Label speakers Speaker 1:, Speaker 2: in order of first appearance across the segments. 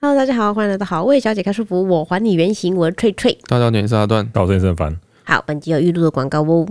Speaker 1: Hello，大家好，欢迎来到好味小姐开书服，我还你原形，我是翠翠。
Speaker 2: 大家好，我是阿段。
Speaker 3: 搞这一阵烦，
Speaker 1: 好，本集有预录的广告哦。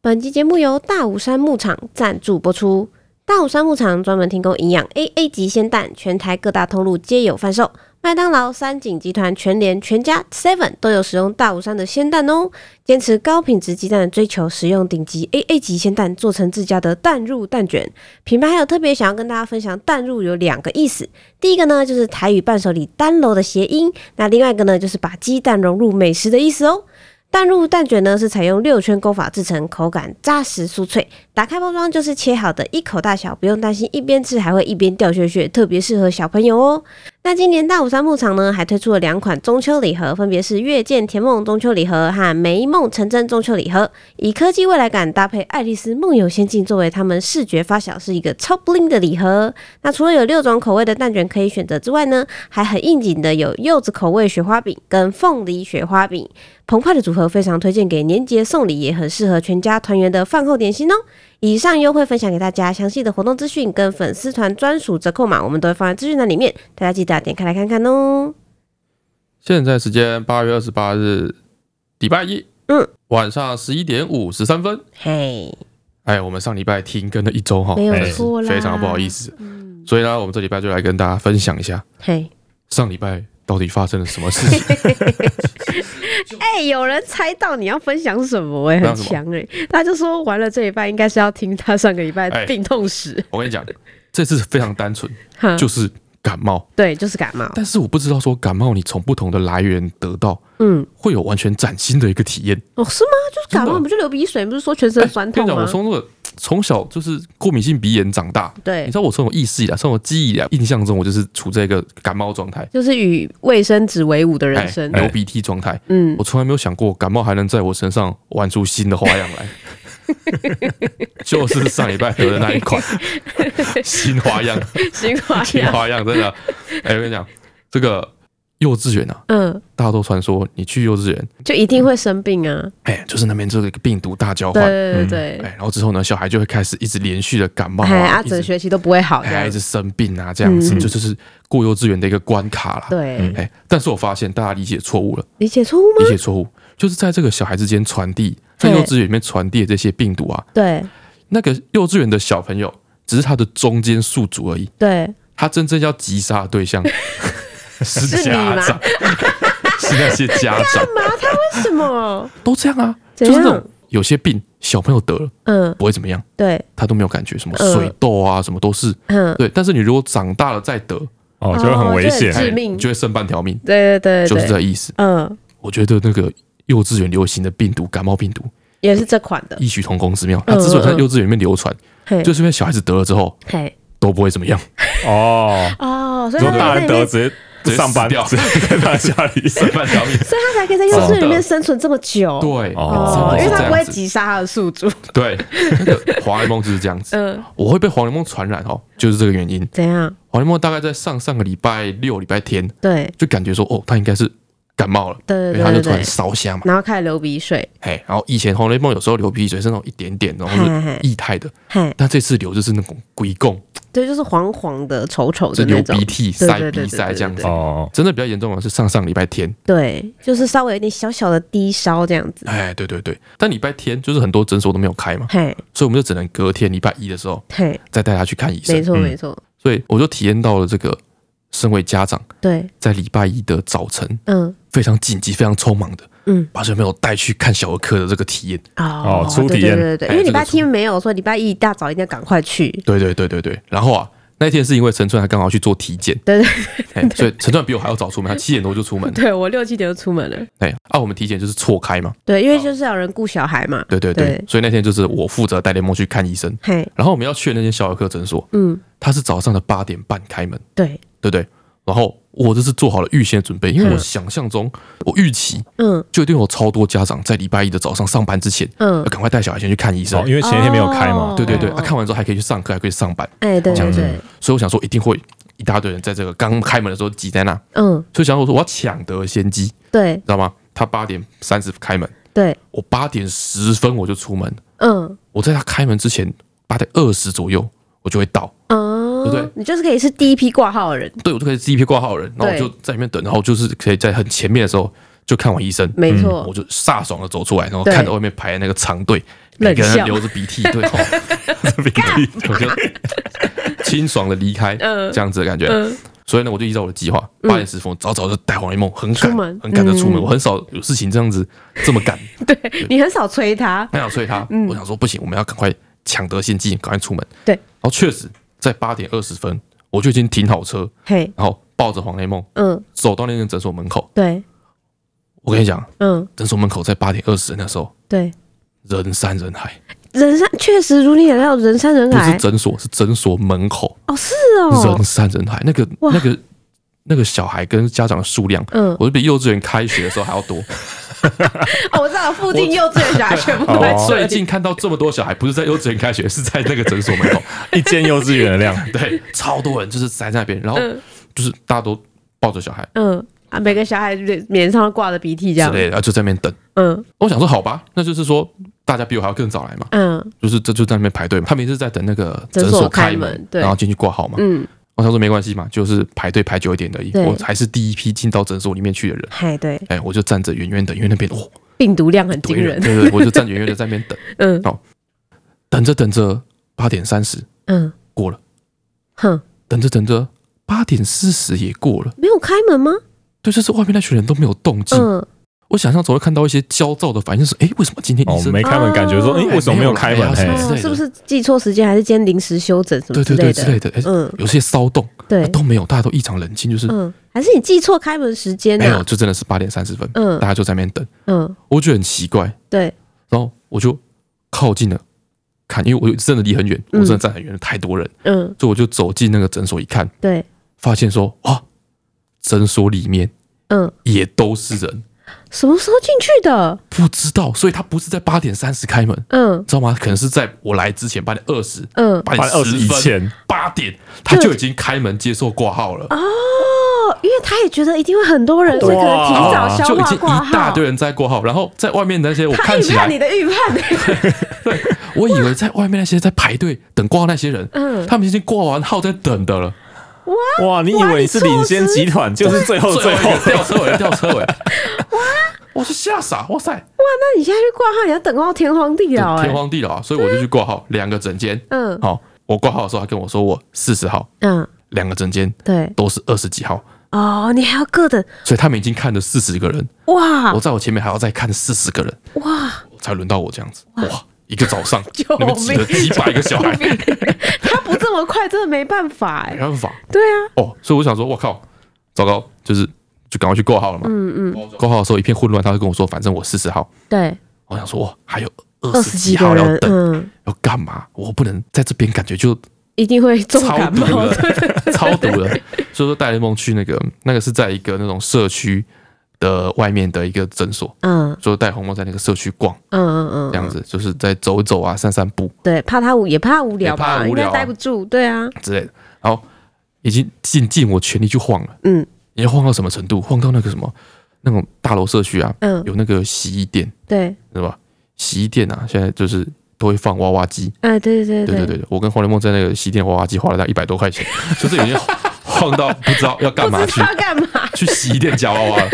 Speaker 1: 本集节目由大武山牧场赞助播出。大武山牧场专门提供营养 AA 级鲜蛋，全台各大通路皆有贩售。麦当劳、三井集团、全联、全家、Seven 都有使用大武山的鲜蛋哦。坚持高品质鸡蛋的追求，使用顶级 AA 级鲜蛋做成自家的蛋入蛋卷。品牌还有特别想要跟大家分享，蛋入有两个意思，第一个呢就是台语伴手礼单楼的谐音，那另外一个呢就是把鸡蛋融入美食的意思哦。蛋入蛋卷呢是采用六圈勾法制成，口感扎实酥脆。打开包装就是切好的一口大小，不用担心一边吃还会一边掉屑屑，特别适合小朋友哦。那今年大武山牧场呢，还推出了两款中秋礼盒，分别是月见甜梦中秋礼盒和梅梦成真中秋礼盒，以科技未来感搭配《爱丽丝梦游仙境》作为他们视觉发想，是一个超 bling 的礼盒。那除了有六种口味的蛋卷可以选择之外呢，还很应景的有柚子口味雪花饼跟凤梨雪花饼，澎湃的组合非常推荐给年节送礼，也很适合全家团圆的饭后点心哦。以上优惠分享给大家，详细的活动资讯跟粉丝团专属折扣码，我们都会放在资讯栏里面，大家记得点开来看看哦。
Speaker 2: 现在时间八月二十八日，礼拜一，
Speaker 1: 嗯，
Speaker 2: 晚上十一点五十三分。
Speaker 1: 嘿，
Speaker 2: 哎，我们上礼拜停更了一周哈，
Speaker 1: 没有
Speaker 2: 哎
Speaker 1: 错啦嗯
Speaker 2: 非常不好意思。所以呢，我们这礼拜就来跟大家分享一下
Speaker 1: 嘿，
Speaker 2: 上礼拜到底发生了什么 事情。
Speaker 1: 哎、有人猜到你要分享什么、哎，很
Speaker 2: 分享什
Speaker 1: 强哎、他就说完了这一半应该是要听他上个礼拜的
Speaker 2: 哎
Speaker 1: 病痛史，
Speaker 2: 我跟你讲，这次非常单纯，
Speaker 1: 哈，
Speaker 2: 就是感冒。
Speaker 1: 对，就是感冒，
Speaker 2: 但是我不知道说感冒你从不同的来源得到，
Speaker 1: 嗯，
Speaker 2: 会有完全崭新的一个体验。
Speaker 1: 哦，是吗？就是感
Speaker 2: 真
Speaker 1: 冒
Speaker 2: 的
Speaker 1: 不就流鼻水，不是说全身酸
Speaker 2: 跟
Speaker 1: 痛
Speaker 2: 你讲，
Speaker 1: 吗
Speaker 2: 我？从那个从小就是过敏性鼻炎长大，你
Speaker 1: 对
Speaker 2: 知，道我从我意识以来，从我记忆以来，印象中我就是处在一个感冒状态，
Speaker 1: 就是与卫生纸为伍的人
Speaker 2: 哎，
Speaker 1: 生，
Speaker 2: 流鼻涕状态。
Speaker 1: 嗯，
Speaker 2: 我从来没有想过感冒还能在我身上玩出新的花样 来，就是上礼拜得的那一款新 花样，
Speaker 1: 新花
Speaker 2: 新
Speaker 1: 样，
Speaker 2: 花样真的。哎、我跟你讲，这个幼稚园啊，
Speaker 1: 嗯，
Speaker 2: 大家都传说你去幼稚园，
Speaker 1: 就一定会生病啊，
Speaker 2: 哎、就是那边这个病毒大交
Speaker 1: 对
Speaker 2: 哦换，
Speaker 1: 对对对。
Speaker 2: 哎、然后之后呢，小孩就会开始一直连续的感冒
Speaker 1: 哎，啊，
Speaker 2: 啊，一
Speaker 1: 整
Speaker 2: 直
Speaker 1: 学期都不会好这
Speaker 2: 哎
Speaker 1: 样
Speaker 2: 一直生病啊，这样子，
Speaker 1: 嗯
Speaker 2: 这就是过幼稚园的一个关卡啦。
Speaker 1: 对，
Speaker 2: 哎、但是我发现大家理解错误了，
Speaker 1: 理解错误
Speaker 2: 理
Speaker 1: 吗？
Speaker 2: 解错误就是在这个小孩之间传递，在
Speaker 1: 对
Speaker 2: 幼稚园里面传递的这些病毒啊，
Speaker 1: 对
Speaker 2: 那个幼稚园的小朋友只是他的中间宿主而已，
Speaker 1: 对，
Speaker 2: 他真正要击杀的对象 是
Speaker 1: 是你
Speaker 2: 家
Speaker 1: 吗
Speaker 2: 长，是那些家长
Speaker 1: 干嘛？他为什么？
Speaker 2: 都这样啊，
Speaker 1: 怎
Speaker 2: 就是那
Speaker 1: 样
Speaker 2: 种有些病小朋友得了
Speaker 1: 嗯，
Speaker 2: 不会怎么样，
Speaker 1: 对，
Speaker 2: 他都没有感觉，什么
Speaker 1: 嗯
Speaker 2: 水痘啊，什么都是
Speaker 1: 嗯，
Speaker 2: 对，但是你如果长大了再得，
Speaker 3: 哦，就会很危险
Speaker 1: 哦。致
Speaker 2: 哎
Speaker 1: 命
Speaker 2: 你就会剩半条命，
Speaker 1: 对对对
Speaker 2: 就是这
Speaker 1: 对，
Speaker 2: 个意思。
Speaker 1: 嗯，
Speaker 2: 我觉得那个幼稚园流行的病毒，感冒病毒
Speaker 1: 也是这款的，
Speaker 2: 异曲同工之妙。
Speaker 1: 嗯
Speaker 2: 它之所以在幼稚园里面流传，
Speaker 1: 嘿，
Speaker 2: 就是因为小孩子得了之后
Speaker 1: 嘿，
Speaker 2: 都不会怎么样，
Speaker 3: 哦，
Speaker 1: 哦，所
Speaker 3: 如
Speaker 1: 以
Speaker 3: 果
Speaker 1: 他
Speaker 3: 大
Speaker 1: 才可以
Speaker 3: 人
Speaker 1: 在
Speaker 3: 得
Speaker 1: 里面，
Speaker 3: 直接不上班，
Speaker 2: 直接
Speaker 3: 直
Speaker 2: 死
Speaker 3: 接在家里。
Speaker 2: 半条命。
Speaker 1: 所以他才可以在幼稚园里面生存这么久，
Speaker 2: 对，
Speaker 1: 哦
Speaker 3: 哦，
Speaker 1: 因为
Speaker 2: 真的是
Speaker 1: 他
Speaker 2: 这
Speaker 1: 不会
Speaker 2: 样子。
Speaker 1: 击杀他的宿主，
Speaker 2: 对，那个黄连梦就是这样 子。
Speaker 1: 嗯，
Speaker 2: 我会被黄连梦传染哦，就是这个原因。
Speaker 1: 怎样？
Speaker 2: 黄连梦大概在上上个礼拜六、礼拜天，
Speaker 1: 对
Speaker 2: 就感觉说，哦，他应该是感冒了，
Speaker 1: 对
Speaker 2: 因
Speaker 1: 对
Speaker 2: 为他就
Speaker 1: 对对
Speaker 2: 突然
Speaker 1: 对，
Speaker 2: 烧瞎嘛。
Speaker 1: 然后开始流鼻水，
Speaker 2: 嘿，然后以前黄连梦有时候流鼻水是那种一点点，然后
Speaker 1: 嘿嘿
Speaker 2: 是液态
Speaker 1: 嗯
Speaker 2: 的，
Speaker 1: 嘿，
Speaker 2: 但这次流就是那种鬼供，
Speaker 1: 对，就是黄黄的、稠稠
Speaker 2: 就
Speaker 1: 的那
Speaker 2: 流
Speaker 1: 种
Speaker 2: 鼻，涕、
Speaker 1: 对对
Speaker 2: 塞
Speaker 1: 对
Speaker 2: 鼻
Speaker 1: 对
Speaker 2: 塞
Speaker 1: 对
Speaker 2: 这样
Speaker 1: 对
Speaker 2: 子。
Speaker 3: 哦，
Speaker 2: 真的比较严重的是上上礼拜天，
Speaker 1: 对，就是稍微有点小小的低烧这样子，
Speaker 2: 哎，对对对，但礼拜天就是很多诊所都没有开嘛，
Speaker 1: 嘿
Speaker 2: 所以我们就只能隔天礼拜一的时候
Speaker 1: 嘿，
Speaker 2: 再带他去看医
Speaker 1: 没
Speaker 2: 生。
Speaker 1: 错
Speaker 3: 嗯
Speaker 1: 没错，
Speaker 2: 所以我就体验到了这个身为家长
Speaker 1: 对，
Speaker 2: 在礼拜一的早晨
Speaker 1: 嗯
Speaker 2: 非常紧急、非常匆忙的
Speaker 1: 嗯。
Speaker 2: 把小朋友带去看小儿科的这个体验。
Speaker 1: 哦
Speaker 3: 哦初
Speaker 1: 对
Speaker 3: 体验
Speaker 1: 对对对对，
Speaker 2: 哎
Speaker 1: 因为
Speaker 2: 这
Speaker 1: 礼
Speaker 2: 个
Speaker 1: 拜
Speaker 2: 初
Speaker 1: 天没有，所以礼拜一一大早一定要赶快去。
Speaker 2: 对对对对对。然后啊，那一天是因为陈川他刚好去做体检，
Speaker 1: 对对
Speaker 2: 哎，所以陈川比我还要早出门，他七点多就出门
Speaker 1: 。对我六七点就出门了，
Speaker 2: 哎，啊，我们体检就是错开嘛，
Speaker 1: 对，因为就是要有人顾小孩嘛。
Speaker 2: 对对对
Speaker 1: 对。
Speaker 2: 所以那天就是我负责带联盟去看医生，
Speaker 1: 嘿，
Speaker 2: 然后我们要去的那间小儿科诊所，
Speaker 1: 嗯，
Speaker 2: 它是早上的八点半开门。
Speaker 1: 对，
Speaker 2: 对不对？然后我这是做好了预先准备，因为
Speaker 1: 嗯
Speaker 2: 我想象中，我预期
Speaker 1: 嗯
Speaker 2: 就一定有超多家长在礼拜一的早上上班之前，
Speaker 1: 嗯
Speaker 2: 要，赶快带小孩先去看医生
Speaker 3: 哦，。因为前一天没有开嘛
Speaker 1: 哦，
Speaker 2: 对对对，啊
Speaker 1: 哦
Speaker 2: 看完之后还可以去上课，还可以上班，
Speaker 1: 哎，对对
Speaker 3: 讲
Speaker 1: 对，
Speaker 2: 所以我想说一定会一大堆人在这个刚开门的时候挤在那，
Speaker 1: 嗯，
Speaker 2: 所以想说我要抢得先机，知
Speaker 1: 对
Speaker 2: 道吗？他八点三十开门，
Speaker 1: 对，
Speaker 2: 我八点十分我就出门，
Speaker 1: 嗯，
Speaker 2: 我在他开门之前，八点二十左右，我就会到。
Speaker 1: 哦，
Speaker 2: 对不对
Speaker 1: 你就是可以是第一批挂号的人，
Speaker 2: 对，我就可以是一批挂号人，然后我
Speaker 1: 对
Speaker 2: 就在里面等，然后就是可以在很前面的时候就看完医生，嗯
Speaker 1: 没
Speaker 2: 我
Speaker 1: 错，
Speaker 2: 就飒爽的走出来，然后
Speaker 1: 对
Speaker 2: 看到外面排的那个长队，
Speaker 1: 冷
Speaker 2: 每个人
Speaker 1: 笑
Speaker 2: 流着 鼻涕，对，好我就清爽的离开，
Speaker 1: 嗯
Speaker 2: 这样子的感觉。
Speaker 1: 嗯
Speaker 2: 所以呢，我就依照我的计划，八点十分，我早早就带黄一梦，很
Speaker 1: 出
Speaker 2: 赶
Speaker 1: 门，
Speaker 2: 很赶着出门。
Speaker 1: 嗯
Speaker 2: 我很少有事情这样子这 么赶，
Speaker 1: 你很少催他，
Speaker 2: 很想催他。我想说不行，我们要赶快抢得先机，赶快出门。
Speaker 1: 嗯对
Speaker 2: 然后确实在八点二十分，我就已经停好车，
Speaker 1: 嘿，
Speaker 2: 然后抱着黄一梦
Speaker 1: 嗯，
Speaker 2: 走到那个诊所门口。
Speaker 1: 对，
Speaker 2: 我跟你讲，
Speaker 1: 嗯，
Speaker 2: 诊所门口在八点二十那时候
Speaker 1: 对，
Speaker 2: 人山人海，
Speaker 1: 人山确实如你想料，人山人
Speaker 2: 不是
Speaker 1: 海，
Speaker 2: 诊所，是诊所门口
Speaker 1: 哦，是哦
Speaker 2: 人，山人海。那个
Speaker 1: 哇
Speaker 2: 那个那个小孩跟家长的数量，
Speaker 1: 嗯，
Speaker 2: 我就比幼稚园开学的时候还要 多。
Speaker 1: 哦，我知道附近幼稚园小孩全部都在
Speaker 3: 哦
Speaker 1: 这里
Speaker 2: 最近看到这么多小孩，不是在幼稚园开学，是在那个诊所 门口，
Speaker 3: 一间幼稚园的 量，
Speaker 2: 对，超多人就是塞在那边，然后
Speaker 1: 嗯
Speaker 2: 就是大家都抱着小孩
Speaker 1: 嗯啊，每个小孩脸脸上都挂着鼻涕这
Speaker 2: 之
Speaker 1: 样，
Speaker 2: 类的，然后就在那边等。
Speaker 1: 嗯
Speaker 2: 我想说，好吧，那就是说大家比我还要更早来嘛，
Speaker 1: 嗯
Speaker 2: 就是这就在那边排队嘛。他们也是在等那个
Speaker 1: 诊
Speaker 2: 诊
Speaker 1: 所
Speaker 2: 所
Speaker 1: 开
Speaker 2: 开
Speaker 1: 门
Speaker 2: 门，
Speaker 1: 对
Speaker 2: 然后进去挂号嘛。
Speaker 1: 嗯，
Speaker 2: 我想说没关系嘛，就是排队排久一点而已，
Speaker 1: 对
Speaker 2: 我还是第一批进到诊所里面去的人。
Speaker 1: 嗨，对，
Speaker 2: 哎，我就站着远远的，因为那边哦，
Speaker 1: 病毒量很惊
Speaker 2: 堆人，
Speaker 1: 人，
Speaker 2: 对对，对我就站远远的在那边 等，
Speaker 1: 嗯
Speaker 2: 等着等着，八点三十
Speaker 1: 嗯，
Speaker 2: 过了，
Speaker 1: 哼，
Speaker 2: 等着等着，八点四十也过了。
Speaker 1: 没有开门吗？
Speaker 2: 对，就是外面那群人都没有动静。
Speaker 1: 嗯，
Speaker 2: 我想象总会看到一些焦躁的反应，是哎，为什么今天医
Speaker 3: 哦，
Speaker 2: 生、
Speaker 3: 没开门，感觉说，哎，为什么没有开门？
Speaker 2: 哎
Speaker 3: 嘿
Speaker 2: 没有之类
Speaker 1: 哦，
Speaker 2: 的
Speaker 1: 是不是记错时间，还是今天临时休整什么
Speaker 2: 对对对
Speaker 1: 类
Speaker 2: 之类的，哎、啊
Speaker 1: 嗯
Speaker 2: 有些骚动、
Speaker 1: 对，
Speaker 2: 都没有，大家都异常冷静，就是、
Speaker 1: 嗯，还是你记错开门时间
Speaker 2: 没有，
Speaker 1: 呢？
Speaker 2: 就真的是八点三十分，
Speaker 1: 嗯
Speaker 2: 大家就在那边等，
Speaker 1: 嗯，
Speaker 2: 我觉得很奇怪，
Speaker 1: 对，
Speaker 2: 然后我就靠近了看，因为我真的离很远，我
Speaker 1: 嗯
Speaker 2: 真的站很远，太多人，
Speaker 1: 嗯
Speaker 2: 所以我就走进那个诊所一看，
Speaker 1: 对，
Speaker 2: 发现说哇，诊所里面
Speaker 1: 嗯，
Speaker 2: 也都是人，
Speaker 1: 什么时候进去的？
Speaker 2: 不知道，所以他不是在八点三十开门，
Speaker 1: 嗯
Speaker 2: 知道吗？可能是在我来之前八点二十。
Speaker 1: 嗯，
Speaker 2: 八
Speaker 3: 八
Speaker 2: 点
Speaker 3: 点二十以
Speaker 2: 分
Speaker 3: 前，
Speaker 2: 八点他就已经开门接受挂号了，
Speaker 1: 哦，因为他也觉得一定会很多人，所以可能
Speaker 3: 哇
Speaker 1: 提早
Speaker 2: 啊
Speaker 1: 消
Speaker 2: 就已
Speaker 1: 化
Speaker 2: 经
Speaker 1: 挂
Speaker 2: 一大
Speaker 1: 号
Speaker 2: 堆。人在挂号，然后在外面那些我
Speaker 1: 他
Speaker 2: 看
Speaker 1: 预
Speaker 2: 起
Speaker 1: 判
Speaker 2: 来，
Speaker 1: 你的预判，
Speaker 2: 我以为在外面那些在排队等挂号那些人，
Speaker 1: 嗯，
Speaker 2: 他们已经挂完号在等的了，
Speaker 3: 哇，你以为你是领先集团，就是最后
Speaker 2: 最
Speaker 3: 最
Speaker 2: 后
Speaker 3: 后
Speaker 2: 一个，吊车尾，吊车尾，哇！我就吓傻，哇塞，
Speaker 1: 那你现在去挂号，你要等到天荒地老哎
Speaker 2: 天。荒地老啊！所以我就去挂号，两个诊间，
Speaker 1: 嗯
Speaker 2: 好，我挂号的时候他跟我说我四十号，
Speaker 1: 嗯，
Speaker 2: 两个诊间
Speaker 1: 对
Speaker 2: 都是二十几号，
Speaker 1: 哦，你还要各等
Speaker 2: 所以他们已经看了四十个人，
Speaker 1: 哇
Speaker 2: 我在我前面还要再看四十个人，
Speaker 1: 哇，
Speaker 2: 才轮到我这样子，哇！一个早上，
Speaker 1: 救
Speaker 2: 那边挤了
Speaker 1: 命
Speaker 2: 几百个 小孩，
Speaker 1: 他不这么快真的没办法
Speaker 2: 没
Speaker 1: 哎。
Speaker 2: 办法
Speaker 1: 对啊，
Speaker 2: 哦。所以我想说，我靠，糟糕，就是就赶快去挂号了嘛。
Speaker 1: 嗯嗯，
Speaker 2: 挂号的时候一片混乱，他就跟我说，反正我四十号。
Speaker 1: 对，
Speaker 2: 我想说，哇，还有
Speaker 1: 二
Speaker 2: 二
Speaker 1: 十
Speaker 2: 十
Speaker 1: 几
Speaker 2: 几
Speaker 1: 个
Speaker 2: 号要
Speaker 1: 人，
Speaker 2: 等，
Speaker 1: 嗯，
Speaker 2: 要干嘛？我不能在这边感觉就
Speaker 1: 一定会重
Speaker 2: 超
Speaker 1: 感
Speaker 2: 毒
Speaker 1: 冒。
Speaker 2: 了，超毒了。所以说，戴雷梦去那个那个是在一个那种社区的外面的一个诊所，
Speaker 1: 嗯
Speaker 2: 所以戴红梦在那个社区逛，
Speaker 1: 嗯嗯
Speaker 2: 这
Speaker 1: 嗯，
Speaker 2: 样子就是在走一走啊，散散步
Speaker 1: 对，怕他无也怕无聊
Speaker 2: 也怕
Speaker 1: 吧，
Speaker 2: 无
Speaker 1: 应该
Speaker 2: 聊啊
Speaker 1: 待不住。对啊，
Speaker 2: 之类的。然后已经尽尽我全力去晃了，
Speaker 1: 嗯
Speaker 2: 你要晃到什么程度？晃到那个什么那种大楼社区啊，
Speaker 1: 嗯，
Speaker 2: 有那个洗衣店，
Speaker 1: 对，
Speaker 2: 是吧？洗衣店啊，现在就是都会放娃娃机。
Speaker 1: 哎，对对
Speaker 2: 对对
Speaker 1: 对
Speaker 2: 对，对我跟黄连梦在那个洗衣店娃娃机花了大概一百多块钱，就是已经晃到不知道要干嘛
Speaker 1: 不知
Speaker 2: 去
Speaker 1: 道干嘛？
Speaker 2: 去洗衣店夹 娃娃了，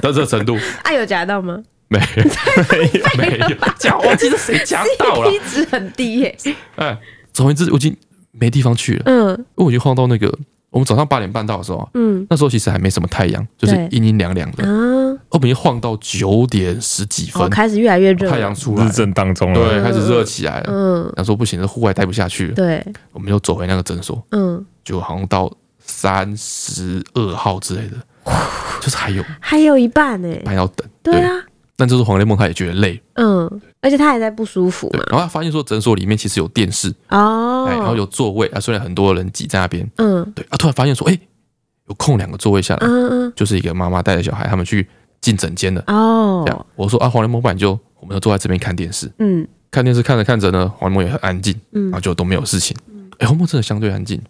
Speaker 2: 到这程度
Speaker 1: 哎，有夹到吗？
Speaker 2: 没 有没有夹娃娃机是谁夹啊到了？
Speaker 1: 一值很低耶。
Speaker 2: 哎，总而言之，我已经没地方去了，
Speaker 1: 嗯
Speaker 2: 因为我已经晃到那个我们早上八点半到的时候啊，
Speaker 1: 嗯
Speaker 2: 那时候其实还没什么太阳，就是
Speaker 1: 对
Speaker 2: 阴阴凉凉的，
Speaker 1: 啊，
Speaker 2: 我们已经晃到九点十几
Speaker 1: 哦，
Speaker 2: 分，
Speaker 1: 开始越来越热了。
Speaker 2: 太阳出来
Speaker 3: 日
Speaker 2: 了，
Speaker 3: 正当中啊了，
Speaker 2: 对，开始热起来了。
Speaker 1: 嗯，
Speaker 2: 想说不行，这户外待不下去了，
Speaker 1: 对，
Speaker 2: 我们又走回那个诊所，
Speaker 1: 嗯，
Speaker 2: 就好像到三十二号之类的，就是还有
Speaker 1: 还有一半呢。
Speaker 2: 还要等。
Speaker 1: 对啊，
Speaker 2: 但就是黄连梦他也觉得累，
Speaker 1: 嗯，而且他还在不舒服
Speaker 2: 对。然后他发现说诊所里面其实有电视，
Speaker 1: 嘛。哦，
Speaker 2: 哎，然后有座位啊，虽然很多人挤在那边，
Speaker 1: 嗯
Speaker 2: 对啊，突然发现说，哎，有空两个座位下来，
Speaker 1: 嗯
Speaker 2: 就是一个妈妈带着小孩他们去进诊间的。
Speaker 1: 嗯，
Speaker 2: 这样
Speaker 1: 哦，
Speaker 2: 我说啊，黄连梦，不然就我们就坐在这边看电视，
Speaker 1: 嗯
Speaker 2: 看电视看着看着呢，黄连梦也很安静，
Speaker 1: 嗯
Speaker 2: 然后，就都没有事情。哎，黄连梦真的相对安静，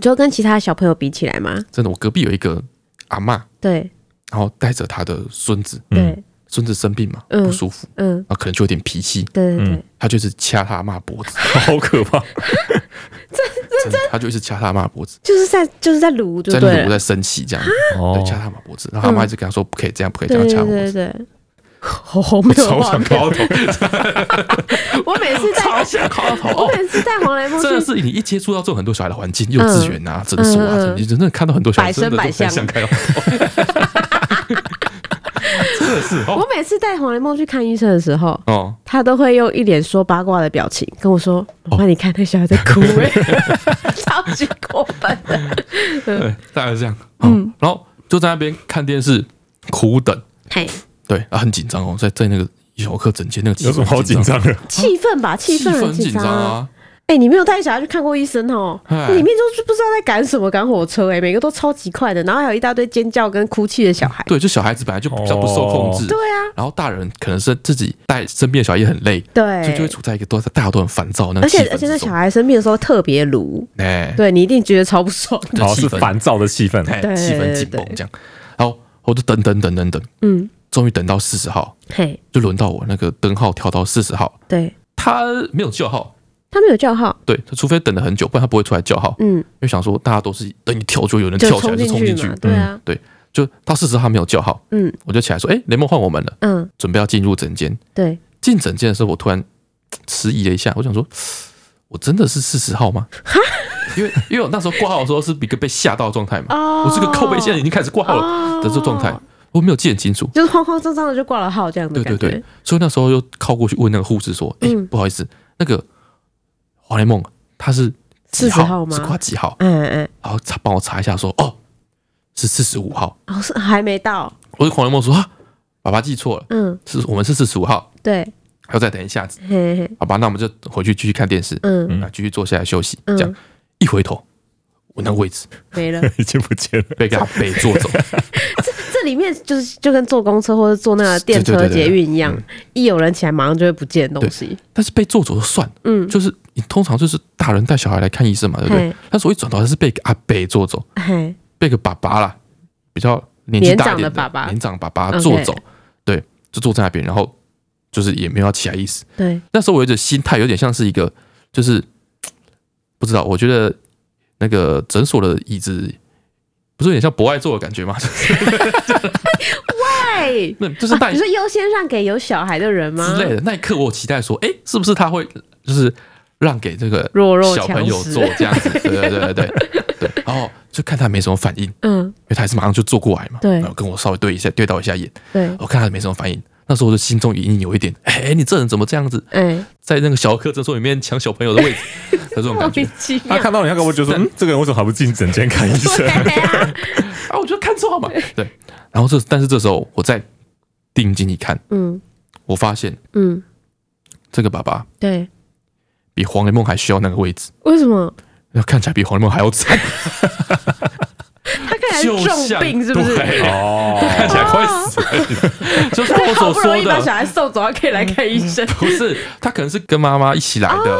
Speaker 1: 就跟其他小朋友比起来嘛，
Speaker 2: 真的，我隔壁有一个阿嬷，
Speaker 1: 对
Speaker 2: 然后带着她的孙子，
Speaker 1: 对，
Speaker 2: 孙子生病嘛，
Speaker 1: 嗯
Speaker 2: 不舒服，
Speaker 1: 嗯，
Speaker 2: 啊然后可能就有点脾气，
Speaker 1: 对对对，
Speaker 2: 他就是掐他骂脖 子，
Speaker 3: 好可怕！
Speaker 2: 真的他就一直掐他骂脖子，
Speaker 1: 就是在就是在撸就
Speaker 2: 在
Speaker 1: 对
Speaker 2: 辱
Speaker 1: 了，
Speaker 2: 在生气这样，
Speaker 3: 哦
Speaker 2: 对，掐他妈脖子，然后他妈一直跟他说不可以这样，不可以这
Speaker 1: 对
Speaker 2: 样
Speaker 1: 对
Speaker 2: 掐脖
Speaker 1: 对
Speaker 2: 子，
Speaker 1: 对，好好没有
Speaker 2: 超
Speaker 1: 画
Speaker 2: 想
Speaker 1: 面，
Speaker 2: 高头，
Speaker 1: 我每次在
Speaker 2: 超想高头，
Speaker 1: 我
Speaker 2: 哦
Speaker 1: 每次带黄来梦
Speaker 2: 真的
Speaker 1: 去，
Speaker 2: 是你一接触到这种很多小孩的环境，幼稚园啊、诊所啊，
Speaker 1: 嗯嗯嗯
Speaker 2: 什么你真的看到很多小孩
Speaker 1: 百
Speaker 2: 真
Speaker 1: 生
Speaker 2: 的都
Speaker 1: 百
Speaker 2: 很
Speaker 1: 相
Speaker 2: 想开哦刀，
Speaker 1: 哦
Speaker 2: 真的是哦
Speaker 1: 我每次带黄来梦去看医生的时候。
Speaker 2: 哦，
Speaker 1: 他都会用一脸说八卦的表情跟我说：“妈妈，你看那小孩在哭、 欸，超级过分的。
Speaker 2: 对，大概是这样，嗯，然后就在那边看电视苦等，”
Speaker 1: 嘿，
Speaker 2: 对，啊，很紧张哦，在在那个小课整间那个气氛
Speaker 3: 有什么好紧张的？啊
Speaker 1: 气氛吧，气
Speaker 2: 气
Speaker 1: 氛
Speaker 2: 氛
Speaker 1: 很
Speaker 2: 很紧
Speaker 1: 张
Speaker 2: 张。啊，
Speaker 1: 哎、你没有带小孩去看过医生哦？
Speaker 2: 哎
Speaker 1: 那里面就是不知道在赶什么赶火车哎、每个都超级快的，然后还有一大堆尖叫跟哭泣的小孩。
Speaker 2: 对，就小孩子本来就比较不受控制，
Speaker 1: 对啊，
Speaker 2: 然后大人可能是自己带身边的小孩也很累，所以就
Speaker 1: 对，
Speaker 2: 会处在一个都大家都很烦躁的那
Speaker 1: 而
Speaker 2: 个气
Speaker 1: 且
Speaker 2: 氛
Speaker 1: 而且那
Speaker 2: 之
Speaker 1: 小
Speaker 2: 中，
Speaker 1: 孩生病的时候特别鲁，
Speaker 2: 哎，
Speaker 1: 对你一定觉得超不爽。
Speaker 2: 这
Speaker 3: 哦，
Speaker 2: 气
Speaker 3: 是
Speaker 2: 氛
Speaker 3: 烦躁的气氛。
Speaker 2: 哎
Speaker 1: 对
Speaker 2: 气氛紧绷这样，然后我就等等等等等，
Speaker 1: 嗯，
Speaker 2: 终于等到四十号，
Speaker 1: 嘿，
Speaker 2: 就轮到我那个灯号跳到四十号，
Speaker 1: 对
Speaker 2: 他没有叫号，
Speaker 1: 他们有叫号，
Speaker 2: 对，除非等了很久，不然他不会出来叫号，因
Speaker 1: 嗯，
Speaker 2: 为想说大家都是等一跳就有人
Speaker 1: 就
Speaker 2: 跳起
Speaker 1: 冲
Speaker 2: 来就冲
Speaker 1: 去
Speaker 2: 进
Speaker 1: 嘛，
Speaker 2: 去，
Speaker 1: 对啊，
Speaker 2: 就到四十号没有叫号，
Speaker 1: 嗯
Speaker 2: 我就起来说，哎，雷梦换我们了，
Speaker 1: 嗯，
Speaker 2: 准备要进入诊间，
Speaker 1: 对，
Speaker 2: 进诊间的时候，我突然迟疑了一下，我想说， 我真的是四十号吗？因为因为我那时候挂号的时候是一个被吓到的状态嘛，
Speaker 1: 哦
Speaker 2: 我是个靠背现在已经开始挂号了
Speaker 1: 了
Speaker 2: 的这状态，我没有记得很清楚。
Speaker 1: 就是慌慌张张的就挂了号这样的
Speaker 2: 对
Speaker 1: 感
Speaker 2: 对
Speaker 1: 觉。
Speaker 2: 对，所以那时候又靠过去问那个护士说：“哎、
Speaker 1: 嗯
Speaker 2: 不好意思，那个黄雷梦他是几
Speaker 1: 40号吗
Speaker 2: 是挂几号？
Speaker 1: 嗯嗯，
Speaker 2: 然后他帮我查一下说，哦，是四十五号。
Speaker 1: 嗯哦是还没到，
Speaker 2: 我就黄雷梦说：啊，爸爸记错了，
Speaker 1: 嗯
Speaker 2: 是我们是四十五号，
Speaker 1: 对，
Speaker 2: 还要再等一下子。
Speaker 1: 嘿嘿，
Speaker 2: 好吧，那我们就回去继续看电视。
Speaker 1: 嗯
Speaker 2: 啊，继续坐下来休息。
Speaker 1: 嗯
Speaker 2: 这样一回头，我那个位置
Speaker 1: 没 了。
Speaker 3: 已经不见了，
Speaker 2: 被给他背坐 走，
Speaker 1: 这里面就是就跟坐公车或者坐那个电车、
Speaker 2: 对对对对嗯
Speaker 1: 捷运一样，一有人起来马上就会不见东西。
Speaker 2: 但是被坐走就算了，
Speaker 1: 嗯，
Speaker 2: 就是你通常就是大人带小孩来看医生嘛，对不对
Speaker 1: 嘿？
Speaker 2: 但是我一转头，他是被一个阿伯坐走，
Speaker 1: 嘿，
Speaker 2: 被一个爸爸啦，比较年纪大一点
Speaker 1: 年长的爸爸
Speaker 2: 年长爸爸
Speaker 1: OK
Speaker 2: 坐走，对，就坐在那边，然后就是也没有要起来意思。
Speaker 1: 对，
Speaker 2: 那时候我有点心态有点像是一个，就是不知道，我觉得那个诊所的椅子。不是有点像博爱座的感觉吗？
Speaker 1: 哎，
Speaker 2: 那就是那
Speaker 1: 你说优先让给有小孩的人吗？
Speaker 2: 之类的。那一刻，我有期待说，哎、是不是他会就是让给这个
Speaker 1: 弱肉
Speaker 2: 小朋
Speaker 1: 强
Speaker 2: 友
Speaker 1: 食，
Speaker 2: 做这样子？对对对对对对。然后就看他没什么反应，因
Speaker 1: 嗯，
Speaker 2: 为他还是马上就坐过来嘛，
Speaker 1: 对
Speaker 2: 然后跟我稍微对一下，对到一下眼，
Speaker 1: 对，
Speaker 2: 我看他没什么反应。那时候我就心中隐隐有一点，哎、你这人怎么这样子，
Speaker 1: 哎，
Speaker 2: 在那个小儿科诊所里面抢小朋友的位置的这种
Speaker 1: 莫
Speaker 2: 感觉
Speaker 1: 名其
Speaker 3: 他
Speaker 1: 妙。
Speaker 3: 看到你，他跟我就说：“嗯，这个人为什么还不进诊间看医生
Speaker 1: 对啊，
Speaker 2: 啊？我就看错了嘛，对。然后这，但是这时候我再定睛一看，
Speaker 1: 嗯
Speaker 2: 我发现
Speaker 1: 嗯，
Speaker 2: 这个爸爸
Speaker 1: 对，
Speaker 2: 比黄雷梦还需要那个位置，
Speaker 1: 为什么
Speaker 2: 那看起来比黄雷梦还要惨。
Speaker 1: 他看来
Speaker 2: 就是
Speaker 1: 重
Speaker 2: 像
Speaker 1: 病是不是？
Speaker 2: 对？”
Speaker 3: 哦，
Speaker 2: 看起来快 死了，就是我
Speaker 1: 好
Speaker 2: 所
Speaker 1: 不容
Speaker 2: 说
Speaker 1: 易把小
Speaker 2: 的，
Speaker 1: 孩送走，还可以来看医生。
Speaker 2: 不是他可能是跟妈妈一起来
Speaker 1: 哦
Speaker 2: 的，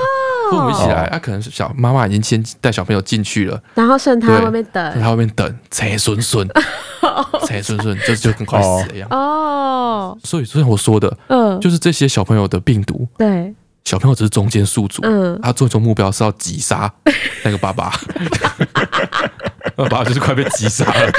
Speaker 2: 父母一起来，他可能是小妈妈已经先带小朋友进去了，
Speaker 1: 然后剩他
Speaker 2: 对
Speaker 1: 在外面
Speaker 2: 在
Speaker 1: 等。
Speaker 2: 他外面等，贼孙孙， 贼孙孙，就是就跟快死了一样。
Speaker 1: 哦，
Speaker 2: 所以，就像我说的，
Speaker 1: 嗯，
Speaker 2: 就是这些小朋友的病毒，
Speaker 1: 对，
Speaker 2: 小朋友只是中间宿主，
Speaker 1: 嗯，
Speaker 2: 他最终目标是要 击杀那个爸爸， 那爸爸就是快被击杀 了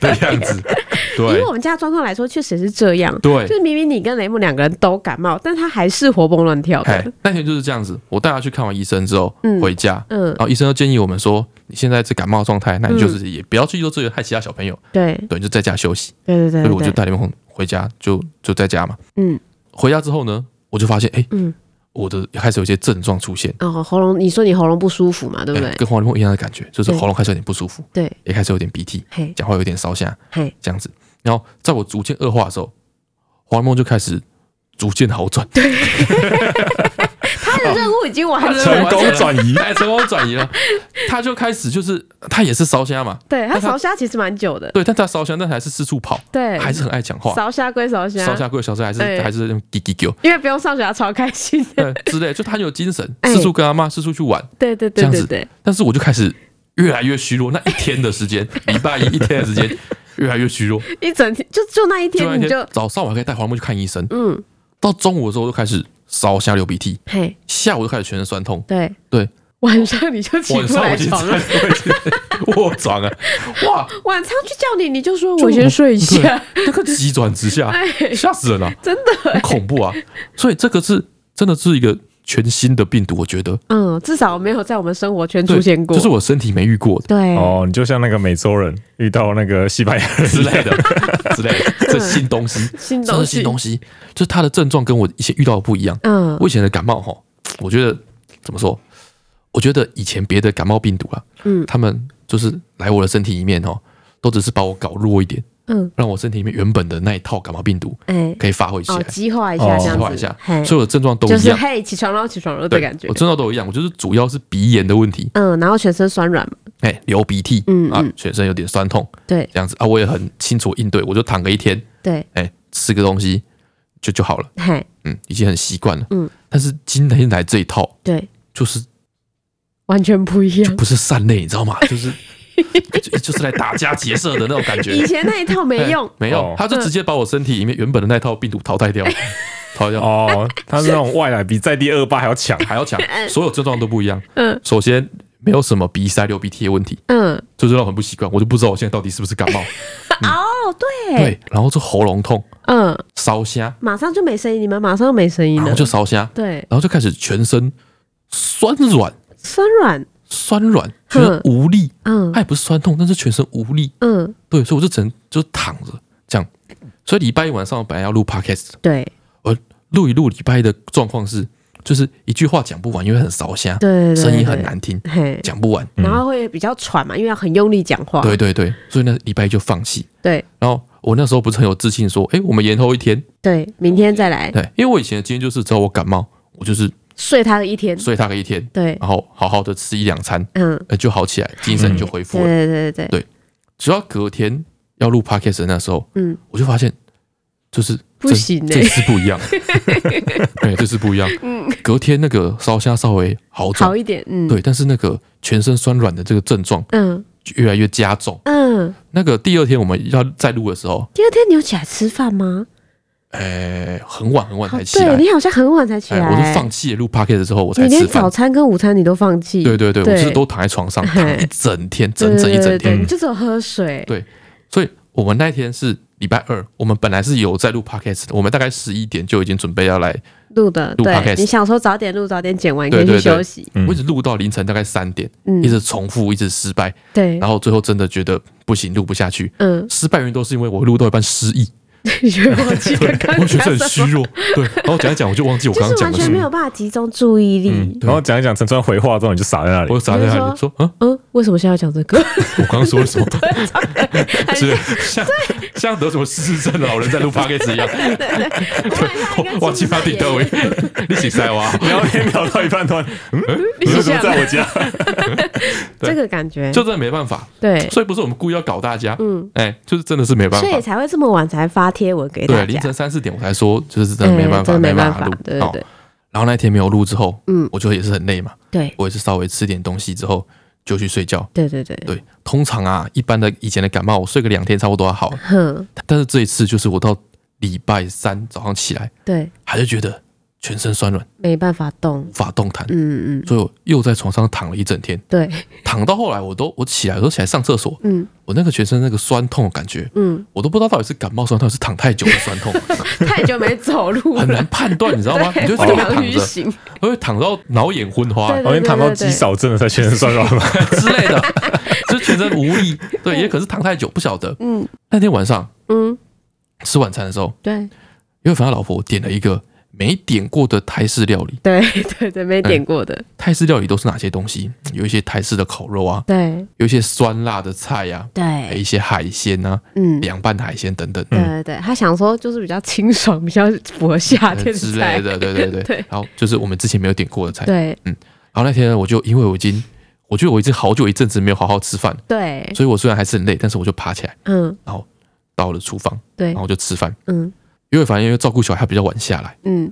Speaker 2: 的样子，
Speaker 1: 以
Speaker 2: 对
Speaker 1: 我们家的状况来说，确实是这样。
Speaker 2: 对
Speaker 1: 就。是明明你跟雷姆两个人都感冒，但他还是活蹦乱跳
Speaker 2: 哎
Speaker 1: 的。，
Speaker 2: 那天就是这样子，我带他去看完医生之后、
Speaker 1: 嗯
Speaker 2: 回家，
Speaker 1: 嗯
Speaker 2: 然，后医生就建议我们说，你现在是感冒状态，那你
Speaker 1: 嗯
Speaker 2: 就是也不要去幼稚园害其他小朋友，
Speaker 1: 对
Speaker 2: 对，你就在家休息。
Speaker 1: 对对
Speaker 2: 所
Speaker 1: 对
Speaker 2: 以我就
Speaker 1: 对对，
Speaker 2: 带刘梦回家，就就在家嘛。
Speaker 1: 嗯
Speaker 2: 回家之后呢，我就发现，哎、
Speaker 1: 嗯，
Speaker 2: 我的开始有一些症状出现，
Speaker 1: 哦，喉咙，你说你喉咙不舒服嘛，对不
Speaker 2: 哎
Speaker 1: 对？
Speaker 2: 跟黄连梦一样的感觉，就是
Speaker 1: 对
Speaker 2: 喉咙开始有点不舒服，
Speaker 1: 对，
Speaker 2: 也开始有点鼻涕，
Speaker 1: 嘿
Speaker 2: 讲话有点烧下
Speaker 1: 嘿，
Speaker 2: 这样子。然后在我逐渐恶化的时候，黄连梦就开始逐渐好转，，
Speaker 1: 他的任务已经完
Speaker 3: 成
Speaker 1: 了，
Speaker 3: 功转 移
Speaker 2: 哎，成功转移了。他就开始就是他也是烧香嘛，
Speaker 1: 对他
Speaker 2: 但他
Speaker 1: 烧虾其实蛮久的，
Speaker 2: 对，但他烧香，但还是四处跑，
Speaker 1: 对，
Speaker 2: 还是很爱讲话，
Speaker 1: 烧虾归烧虾
Speaker 2: 烧，下跪，小时候还是
Speaker 1: 对
Speaker 2: 还是用叽 叽啾，
Speaker 1: 因为不用上学，他超开心的。
Speaker 2: 对之类，就他很有精神，
Speaker 1: 哎
Speaker 2: 四处跟阿妈四处去玩。
Speaker 1: 对对
Speaker 2: 这
Speaker 1: 对
Speaker 2: 样
Speaker 1: 对
Speaker 2: 子
Speaker 1: 对，
Speaker 2: 但是我就开始越来越虚弱，那一天的时间，礼拜一一天的时间，越来越 虚弱。
Speaker 1: 一整天就就那一
Speaker 2: 就那
Speaker 1: 天你就
Speaker 2: 早上我还可以带黄木去看医生，
Speaker 1: 嗯，
Speaker 2: 到中午的时候我就开始烧、瞎流鼻涕，
Speaker 1: 嘿，
Speaker 2: 下午就开始全身酸痛，
Speaker 1: 对
Speaker 2: 对，
Speaker 1: 晚上你就起
Speaker 2: 晚
Speaker 1: 不
Speaker 2: 上
Speaker 1: 来
Speaker 2: 我就
Speaker 1: 床了，
Speaker 2: 卧床啊，哇，
Speaker 1: 晚上去叫你，你就说我先睡一
Speaker 2: 对
Speaker 1: 下，，
Speaker 2: 那个急转直下，
Speaker 1: 哎，
Speaker 2: 吓死人了、
Speaker 1: 真的
Speaker 2: 很
Speaker 1: 欸，
Speaker 2: 恐怖啊！所以这个是真的是一个全新的病毒，我觉得
Speaker 1: 嗯，至少没有在我们生活圈
Speaker 2: 对
Speaker 1: 出现过，
Speaker 2: 就是我身体没遇过的
Speaker 1: 对，
Speaker 3: 哦，你就像那个美洲人遇到那个西班牙 人
Speaker 2: 之类的之类的，这新东西，
Speaker 1: 嗯新
Speaker 2: 真的
Speaker 1: 东
Speaker 2: 是新
Speaker 1: 西，
Speaker 2: 东西，就是它的症状跟我以前遇到的不一样。
Speaker 1: 嗯
Speaker 2: 我以前的感冒哈，我觉得怎么说？我觉得以前别的感冒病毒啊，
Speaker 1: 嗯
Speaker 2: 他们就是来我的身体里面哦，都只是把我搞弱一点，
Speaker 1: 嗯，
Speaker 2: 让我身体里面原本的那一套感冒病毒
Speaker 1: 哎，
Speaker 2: 可以发挥起
Speaker 1: 哦，
Speaker 2: 来，
Speaker 1: 激化一下，
Speaker 3: 哦
Speaker 1: 这
Speaker 2: 激
Speaker 1: 样
Speaker 2: 化
Speaker 1: 子，
Speaker 2: 一下，
Speaker 1: 嘿，
Speaker 2: 所有的症状都一
Speaker 1: 就是
Speaker 2: 样。
Speaker 1: 嘿，起床喽，起床喽的
Speaker 2: 对，
Speaker 1: 感觉
Speaker 2: 我，症状都一样，我就是主要是鼻炎的问题，
Speaker 1: 嗯，然后全身酸软嘛，
Speaker 2: 哎、流鼻涕，
Speaker 1: 嗯
Speaker 2: 啊
Speaker 1: 嗯，
Speaker 2: 全身有点酸痛
Speaker 1: 对
Speaker 2: 这样子啊，我也很清楚应对，我就躺个一天，
Speaker 1: 对，
Speaker 2: 哎、吃个东西就就好了，
Speaker 1: 嘿，
Speaker 2: 嗯，已经很习惯了，
Speaker 1: 嗯，
Speaker 2: 但是今天来这一套
Speaker 1: 对，
Speaker 2: 就是
Speaker 1: 完全不一样。
Speaker 2: 不是善类，你知道吗？就是 就就是来打家劫舍的那种感觉，
Speaker 1: 以前那一套 没用
Speaker 2: 哎，没用
Speaker 3: 哦，
Speaker 2: 他就直接把我身体里面原本的那套病毒淘汰 掉，淘汰掉，
Speaker 3: 哦，他是那种外来比在地二霸还要强，
Speaker 2: 还 要强，所有症状都不一样，
Speaker 1: 嗯
Speaker 2: 首先没有什么鼻塞、流鼻涕的问题，
Speaker 1: 嗯，
Speaker 2: 就是让我很不习惯，我就不知道我现在到底是不是感冒，
Speaker 1: 哦，对，
Speaker 2: 嗯对，然后是喉咙痛、
Speaker 1: 嗯，
Speaker 2: 烧瞎，
Speaker 1: 马上就没声音，你们马上就没声音
Speaker 2: 然
Speaker 1: 了
Speaker 2: 啊后，就烧瞎，
Speaker 1: 对，
Speaker 2: 然后就开始全身酸软、
Speaker 1: 酸软，
Speaker 2: 酸软，全身无力，
Speaker 1: 嗯
Speaker 2: 它也不是酸痛，但是全身无力，
Speaker 1: 嗯，
Speaker 2: 对，所以我就只能就躺着这样。所以礼拜一晚上我本来要录 podcast，
Speaker 1: 对
Speaker 2: 录一录礼拜一的状况是，就是一句话讲不完，因为很烧瞎，
Speaker 1: 对，对
Speaker 2: 声音很，难听，
Speaker 1: 对嘿，
Speaker 2: 讲不完。
Speaker 1: 然后会比较喘嘛，因为要很用力讲话，
Speaker 2: 嗯对对对，所以那礼拜一就放弃。
Speaker 1: 对
Speaker 2: 然后我那时候不是很有自信，说，哎，我们延后一天，
Speaker 1: 对，明天再来
Speaker 2: 对，因为我以前的经验就是，只要我感冒，我就是
Speaker 1: 睡他的一天，
Speaker 2: 睡他个一天，
Speaker 1: 对，
Speaker 2: 然后好好的吃一两餐，
Speaker 1: 嗯，
Speaker 2: 呃，就好起来，精神就恢复
Speaker 1: 对
Speaker 2: 了。
Speaker 1: 对对对对，
Speaker 2: 只要隔天要录 podcast 的那时候，
Speaker 1: 嗯，
Speaker 2: 我就发现就是
Speaker 1: 不
Speaker 2: 这
Speaker 1: 行欸
Speaker 2: 这次不 一样，对，这次不一样。嗯，隔天那个烧虾稍微好转，
Speaker 1: 好一点，嗯，，
Speaker 2: 对，但是那个全身酸软的这个症状
Speaker 1: 嗯
Speaker 2: 就越来越加重。
Speaker 1: 嗯，
Speaker 2: 那个第二天我们要再录的时候，
Speaker 1: 第二天你有起来吃饭吗？
Speaker 2: 哎，很晚很晚
Speaker 1: 好
Speaker 2: 才起来
Speaker 1: 对，你好像很晚才起
Speaker 2: 哎，
Speaker 1: 来，
Speaker 2: 我是放弃了录 podcast 之后我才
Speaker 1: 你
Speaker 2: 吃
Speaker 1: 连
Speaker 2: 饭
Speaker 1: 早。餐跟午餐你都放弃，
Speaker 2: 对对对，
Speaker 1: 对
Speaker 2: 我是都躺 在床上
Speaker 1: 嘿
Speaker 2: 躺一整天，
Speaker 1: 对，
Speaker 2: 整整一整
Speaker 1: 对对对
Speaker 2: 天。
Speaker 1: 你就只有喝水，
Speaker 2: 对所以我们那一天是礼拜二，我们本来是有在录 podcast 的，我们大概十一点就已经准备要来
Speaker 1: 录的，
Speaker 2: 录
Speaker 1: 对
Speaker 2: podcast
Speaker 1: 你想说早点录，早点剪完可
Speaker 2: 对
Speaker 1: 以去
Speaker 2: 对对
Speaker 1: 休息，
Speaker 3: 嗯
Speaker 2: 我一直录到凌晨大概三点，
Speaker 1: 嗯
Speaker 2: 一直重复，一直失败，
Speaker 1: 对，
Speaker 2: 然后最后真的觉得不行，录不下去。
Speaker 1: 嗯，
Speaker 2: 失败原因都是因为我录到一半失忆，
Speaker 1: 你觉得我记得 刚
Speaker 2: 我
Speaker 1: 刚
Speaker 2: 觉
Speaker 1: 讲
Speaker 2: 得很
Speaker 1: 什
Speaker 2: 虚
Speaker 1: 么？
Speaker 2: 弱， 对。然后讲一讲，我就忘记我
Speaker 1: 就
Speaker 2: 刚刚
Speaker 1: 是
Speaker 2: 讲
Speaker 1: 完
Speaker 2: 了
Speaker 1: 全
Speaker 2: 什
Speaker 1: 没
Speaker 2: 么，
Speaker 1: 有办法集中注意力
Speaker 3: 嗯。，然后讲一讲陈川回话之后，你就傻在那里
Speaker 2: 我，傻在那
Speaker 1: 你
Speaker 2: 里
Speaker 1: 就
Speaker 2: 说啊，
Speaker 1: 嗯，为什么现在要讲这 个？
Speaker 2: 我刚刚说了什么？
Speaker 1: 对
Speaker 2: 是 像像得什么失智症的老人在录 podcast 一样，
Speaker 1: 对
Speaker 2: 忘记把点到位， 你起塞哇？
Speaker 3: 聊天聊到一半突然，嗯，你为什么在我家？
Speaker 1: 这个感觉，
Speaker 2: 就真的没办法，
Speaker 1: 对，
Speaker 2: 所以不是我们故意要搞大家，
Speaker 1: 哎嗯，
Speaker 2: 哎，就是真的是没办
Speaker 1: 所以
Speaker 2: 法。
Speaker 1: 才会这么晚才发贴文给大
Speaker 2: 对，
Speaker 1: 家，
Speaker 2: 凌晨三四点我才说，就是真的
Speaker 1: 嗯
Speaker 2: 没办
Speaker 1: 真
Speaker 2: 法，
Speaker 1: 的没
Speaker 2: 办
Speaker 1: 办
Speaker 2: 法
Speaker 1: 法
Speaker 2: 录。，
Speaker 1: 对
Speaker 2: 哦
Speaker 1: 对
Speaker 2: 然后那天没有录之后，
Speaker 1: 嗯
Speaker 2: 我就也是很累嘛，
Speaker 1: 对
Speaker 2: 我也是稍微吃点东西之后就去睡觉。
Speaker 1: 对对对对，
Speaker 2: 对，通常啊，一般的以前的感冒，我睡个两天差不多还好，
Speaker 1: 哼，
Speaker 2: 但是这一次就是我到礼拜三早上起来，
Speaker 1: 对，
Speaker 2: 还是觉得全身酸软，
Speaker 1: 没办法动
Speaker 2: 无，法动弹，
Speaker 1: 嗯嗯，
Speaker 2: 所以我又在床上躺了一整天，
Speaker 1: 对，
Speaker 2: 躺到后来我都我起来我都起来上厕所，
Speaker 1: 嗯
Speaker 2: 我那个全身那个酸痛的感觉，
Speaker 1: 嗯，
Speaker 2: 我都不知道到底是感冒酸痛还是躺太久的酸 痛，
Speaker 1: 太久没走路
Speaker 2: 很
Speaker 1: 了，
Speaker 2: 难判断，你知道吗？
Speaker 1: 对
Speaker 2: 你就在
Speaker 1: 不
Speaker 2: 那边
Speaker 1: 良
Speaker 2: 躺
Speaker 1: 于
Speaker 2: 着，
Speaker 1: 行，
Speaker 2: 会躺到脑眼昏花
Speaker 1: 对
Speaker 3: 我先躺到肌少症了才全身酸软嘛。
Speaker 2: 之 类的，就是全身无力，对，也可能是躺太久不晓得。
Speaker 1: 嗯
Speaker 2: 那天晚上
Speaker 1: 嗯，
Speaker 2: 吃晚餐的时候，
Speaker 1: 对
Speaker 2: 因为反正老婆点了一个没点过的泰式料理。
Speaker 1: 对对对，没点过的，
Speaker 2: 泰式料理都是哪些东西？有一些泰式的烤肉啊，
Speaker 1: 对
Speaker 2: 有一些酸辣的菜呀、还有
Speaker 1: 对，
Speaker 2: 一些海鲜啊，
Speaker 1: 嗯。
Speaker 2: 凉拌海鲜等等。
Speaker 1: 对对对，他想说就是比较清爽，比较符合 夏
Speaker 2: 呃
Speaker 1: 天
Speaker 2: 之
Speaker 1: 的菜
Speaker 2: 类的，对对 对，
Speaker 1: 对
Speaker 2: 然后就是我们之前没有点过的菜。
Speaker 1: 对
Speaker 2: 然后那天呢，我就因为我已经，我觉得我已经好久一阵子没有好好吃饭，
Speaker 1: 对，
Speaker 2: 所以我虽然还是很累，但是我就爬起来
Speaker 1: 嗯
Speaker 2: 到了厨房，
Speaker 1: 对
Speaker 2: 然后，我就吃饭。
Speaker 1: 嗯
Speaker 2: 因为反正因为照顾小孩比较晚下来，
Speaker 1: 嗯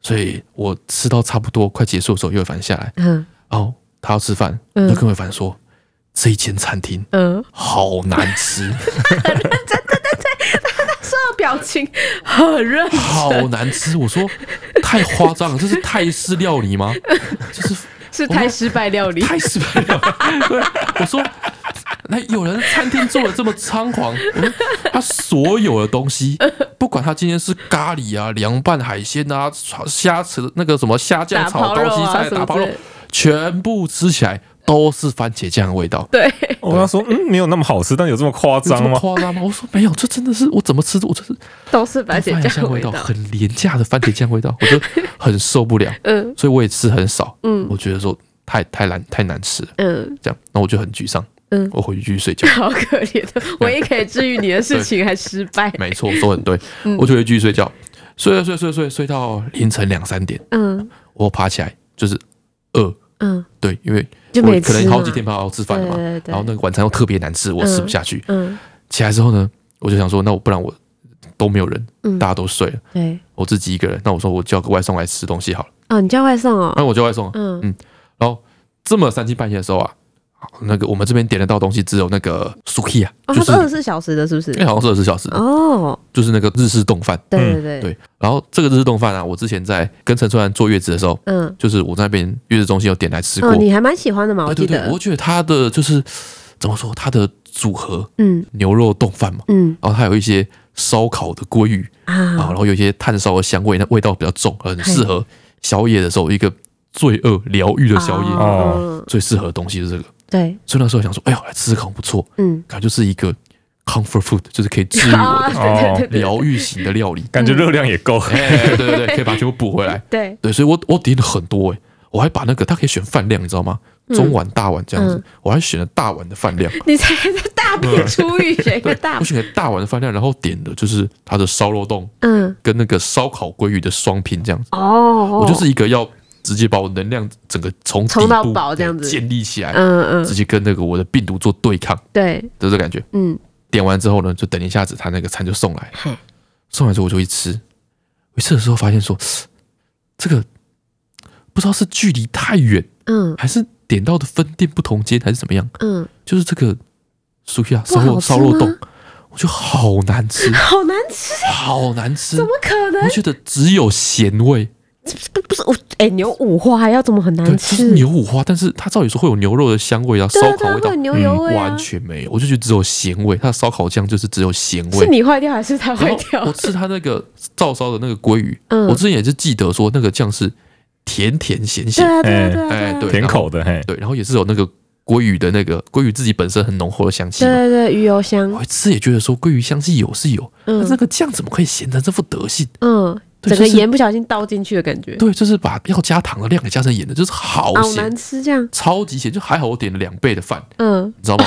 Speaker 2: 所以我吃到差不多快结束的时候，岳凡下来，哦
Speaker 1: 嗯
Speaker 2: 然后他要吃饭，我
Speaker 1: 嗯
Speaker 2: 就跟岳凡说：“这一间餐厅
Speaker 1: 嗯，
Speaker 2: 好难 吃，
Speaker 1: 这表情很认真，
Speaker 2: 好难吃。我说太夸张了，这是泰式料理吗？ 就是
Speaker 1: 是太失败料理。
Speaker 2: 太失败了。 对，我说，那有人餐厅做的这么猖狂，我说他所有的东西，不管他今天是咖喱啊、凉拌海鲜啊、炒虾子那个什么虾酱
Speaker 1: 打
Speaker 2: 炒
Speaker 1: 抛
Speaker 2: 高
Speaker 1: 肉
Speaker 2: 丽
Speaker 1: 啊
Speaker 2: 菜、
Speaker 1: 什
Speaker 2: 打
Speaker 1: 么
Speaker 2: 包
Speaker 1: 之
Speaker 2: 肉
Speaker 1: 类，的，
Speaker 2: 全部吃起来都是番茄酱的味道。
Speaker 1: 对，
Speaker 3: 我跟他说，嗯，没有那么好吃，但有这么夸
Speaker 2: 有这
Speaker 3: 张
Speaker 2: 么
Speaker 3: 吗？
Speaker 2: 夸张吗？我说没有，这真的是我怎么吃，我这是
Speaker 1: 都是番
Speaker 2: 番
Speaker 1: 茄
Speaker 2: 茄
Speaker 1: 酱
Speaker 2: 酱
Speaker 1: 的
Speaker 2: 味道，
Speaker 1: 道。
Speaker 2: 很廉价的番茄酱味道，我就很受不 了，
Speaker 1: 嗯
Speaker 2: 所以我也吃很少。
Speaker 1: 嗯
Speaker 2: 我觉得说太太难太难吃了，
Speaker 1: 嗯，
Speaker 2: 这样，那我就很沮丧。
Speaker 1: 嗯
Speaker 2: 我回去继续睡觉。
Speaker 1: 好可怜的，唯一可以治愈你的事情还失败。
Speaker 2: 没错，说得很对，
Speaker 1: 嗯
Speaker 2: 我就会继续睡觉，睡啊了睡睡睡睡到凌晨两三点，
Speaker 1: 嗯
Speaker 2: 我爬起来就是饿，
Speaker 1: 嗯，
Speaker 2: 对，因为
Speaker 1: 就
Speaker 2: 我
Speaker 1: 没
Speaker 2: 可
Speaker 1: 吃嘛
Speaker 2: 能好几天没有好好吃饭了嘛，
Speaker 1: 对对对
Speaker 2: 然后那个晚餐又特别难吃，我吃不下去。
Speaker 1: 嗯
Speaker 2: 起来之后呢，我就想说，那我不然我都没有人，
Speaker 1: 嗯，
Speaker 2: 大家都睡了，
Speaker 1: 对。
Speaker 2: 我自己一个人，那我说我叫个外送来吃东西好了，
Speaker 1: 哦，你叫外送哦。
Speaker 2: 那我叫外送。啊
Speaker 1: 嗯
Speaker 2: 然后这么三更半夜的时候啊，那个我们这边点得到东西只有那个 suki 啊，
Speaker 1: 哦，
Speaker 2: 就
Speaker 1: 它
Speaker 2: 是哎
Speaker 1: 是二十四小时的，是不是
Speaker 2: 因？为好像是二十小时，
Speaker 1: 哦，
Speaker 2: 就是那个日式冻饭。
Speaker 1: 对对
Speaker 3: 嗯
Speaker 1: 对，
Speaker 2: 对，然后这个日式冻饭啊，我之前在跟陈春兰做月子的时候，
Speaker 1: 嗯，
Speaker 2: 就是我在那边月子中心有点来吃过。哎
Speaker 1: 哦，你还蛮喜欢的嘛，我
Speaker 2: 对
Speaker 1: 记
Speaker 2: 对对，
Speaker 1: 得
Speaker 2: 我。觉得它的就是怎么说，它的组合
Speaker 1: 嗯
Speaker 2: 牛肉冻饭嘛，
Speaker 1: 嗯
Speaker 2: 然后它有一些烧烤的鲑鱼啊，然
Speaker 1: 啊，
Speaker 2: 后有一些炭烧的香味，那味道比较重，很适合宵夜的时候一个罪恶疗愈的宵夜，
Speaker 3: 哦
Speaker 1: 嗯，
Speaker 2: 最适合的东西是这个。
Speaker 1: 对，
Speaker 2: 所以那时候想说，哎呦，来吃吃看不错，
Speaker 1: 嗯，
Speaker 2: 感觉就是一个 comfort food，就是可以治愈我
Speaker 1: 啊 对对对
Speaker 2: 的疗愈型的料理。
Speaker 3: 哦感觉热量也够。
Speaker 2: 哎，对对对，可以把它全部补回来。
Speaker 1: 对，
Speaker 2: 对，所以我我点了很多哎、我还把那个它可以选饭量，你知道吗？
Speaker 1: 嗯
Speaker 2: 中碗、大碗这样子，
Speaker 1: 嗯
Speaker 2: 我还选了大碗的饭 量，
Speaker 1: 你才在大便初遇选一个
Speaker 2: 对
Speaker 1: 大
Speaker 2: 我，选了大碗的饭量，然后点的就是它的烧肉冻
Speaker 1: 嗯，
Speaker 2: 跟那个烧烤鲑鱼的双拼这样子。
Speaker 1: 哦，
Speaker 2: 我就是一个要直接把我能量整个从
Speaker 1: 冲
Speaker 2: 底
Speaker 1: 到
Speaker 2: 部
Speaker 1: 饱这
Speaker 2: 对
Speaker 1: 样子
Speaker 2: 建立起来，
Speaker 1: 嗯嗯，
Speaker 2: 直接跟那个我的病毒做对抗
Speaker 1: 对，
Speaker 2: 的这感觉。
Speaker 1: 嗯，
Speaker 2: 点完之后呢，就等一下子，他那个餐就送来
Speaker 1: 嘿，
Speaker 2: 送来之后我就一吃，我吃的时候发现说，这个不知道是距离太远。
Speaker 1: 嗯
Speaker 2: 还是点到的分店不同间，还是怎么样？
Speaker 1: 嗯，
Speaker 2: 就是这个苏西亚
Speaker 1: 不
Speaker 2: 烧肉
Speaker 1: 好吃
Speaker 2: 烧肉冻
Speaker 1: 吗，，
Speaker 2: 我觉得好难 吃
Speaker 1: 好难吃，
Speaker 2: 好难吃
Speaker 1: 怎。么可能
Speaker 2: 我？觉得只有咸味，
Speaker 1: 不不是我，哎，牛五花还要怎么很
Speaker 2: 对，
Speaker 1: 难
Speaker 2: 就是
Speaker 1: 吃？
Speaker 2: 牛五花，但是它照理说会有牛肉的香味啊，
Speaker 1: 对
Speaker 2: 烧
Speaker 1: 啊
Speaker 2: 烤
Speaker 1: 对啊，会有
Speaker 2: 味道嗯
Speaker 1: 牛油味啊
Speaker 2: 完，全没有，我就觉得只有咸味。它的烧烤酱就是只有咸
Speaker 1: 是
Speaker 2: 味。
Speaker 1: 你坏掉还是它
Speaker 2: 然
Speaker 1: 坏
Speaker 2: 后
Speaker 1: 掉？
Speaker 2: 我吃它那个照烧的那个鲑鱼，
Speaker 1: 嗯
Speaker 2: 我之前也是记得说那个酱是甜甜咸
Speaker 1: 对
Speaker 2: 咸，
Speaker 1: 啊对啊对啊
Speaker 2: 哎
Speaker 1: 啊，
Speaker 2: 对
Speaker 3: 甜口的，嘿，
Speaker 2: 对，然后也是有那个鲑鱼的那个鲑鱼自己本身很浓厚的香气
Speaker 1: 对
Speaker 2: 嘛。
Speaker 1: 对对，鱼油香
Speaker 2: 我，一吃也觉得说鲑鱼香气有是有，但
Speaker 1: 嗯
Speaker 2: 是那个酱怎么可以咸成这副德性？
Speaker 1: 嗯，
Speaker 2: 对
Speaker 1: 整
Speaker 2: 就
Speaker 1: 个
Speaker 2: 是
Speaker 1: 盐不小心倒进去的感觉，啊
Speaker 2: 对，就是把要加糖的量给加成盐的，就是好
Speaker 1: 好
Speaker 2: 咸，
Speaker 1: 难吃这样，
Speaker 2: 超级咸。就还好我点了两倍的饭，
Speaker 1: 嗯，
Speaker 2: 你知道吗？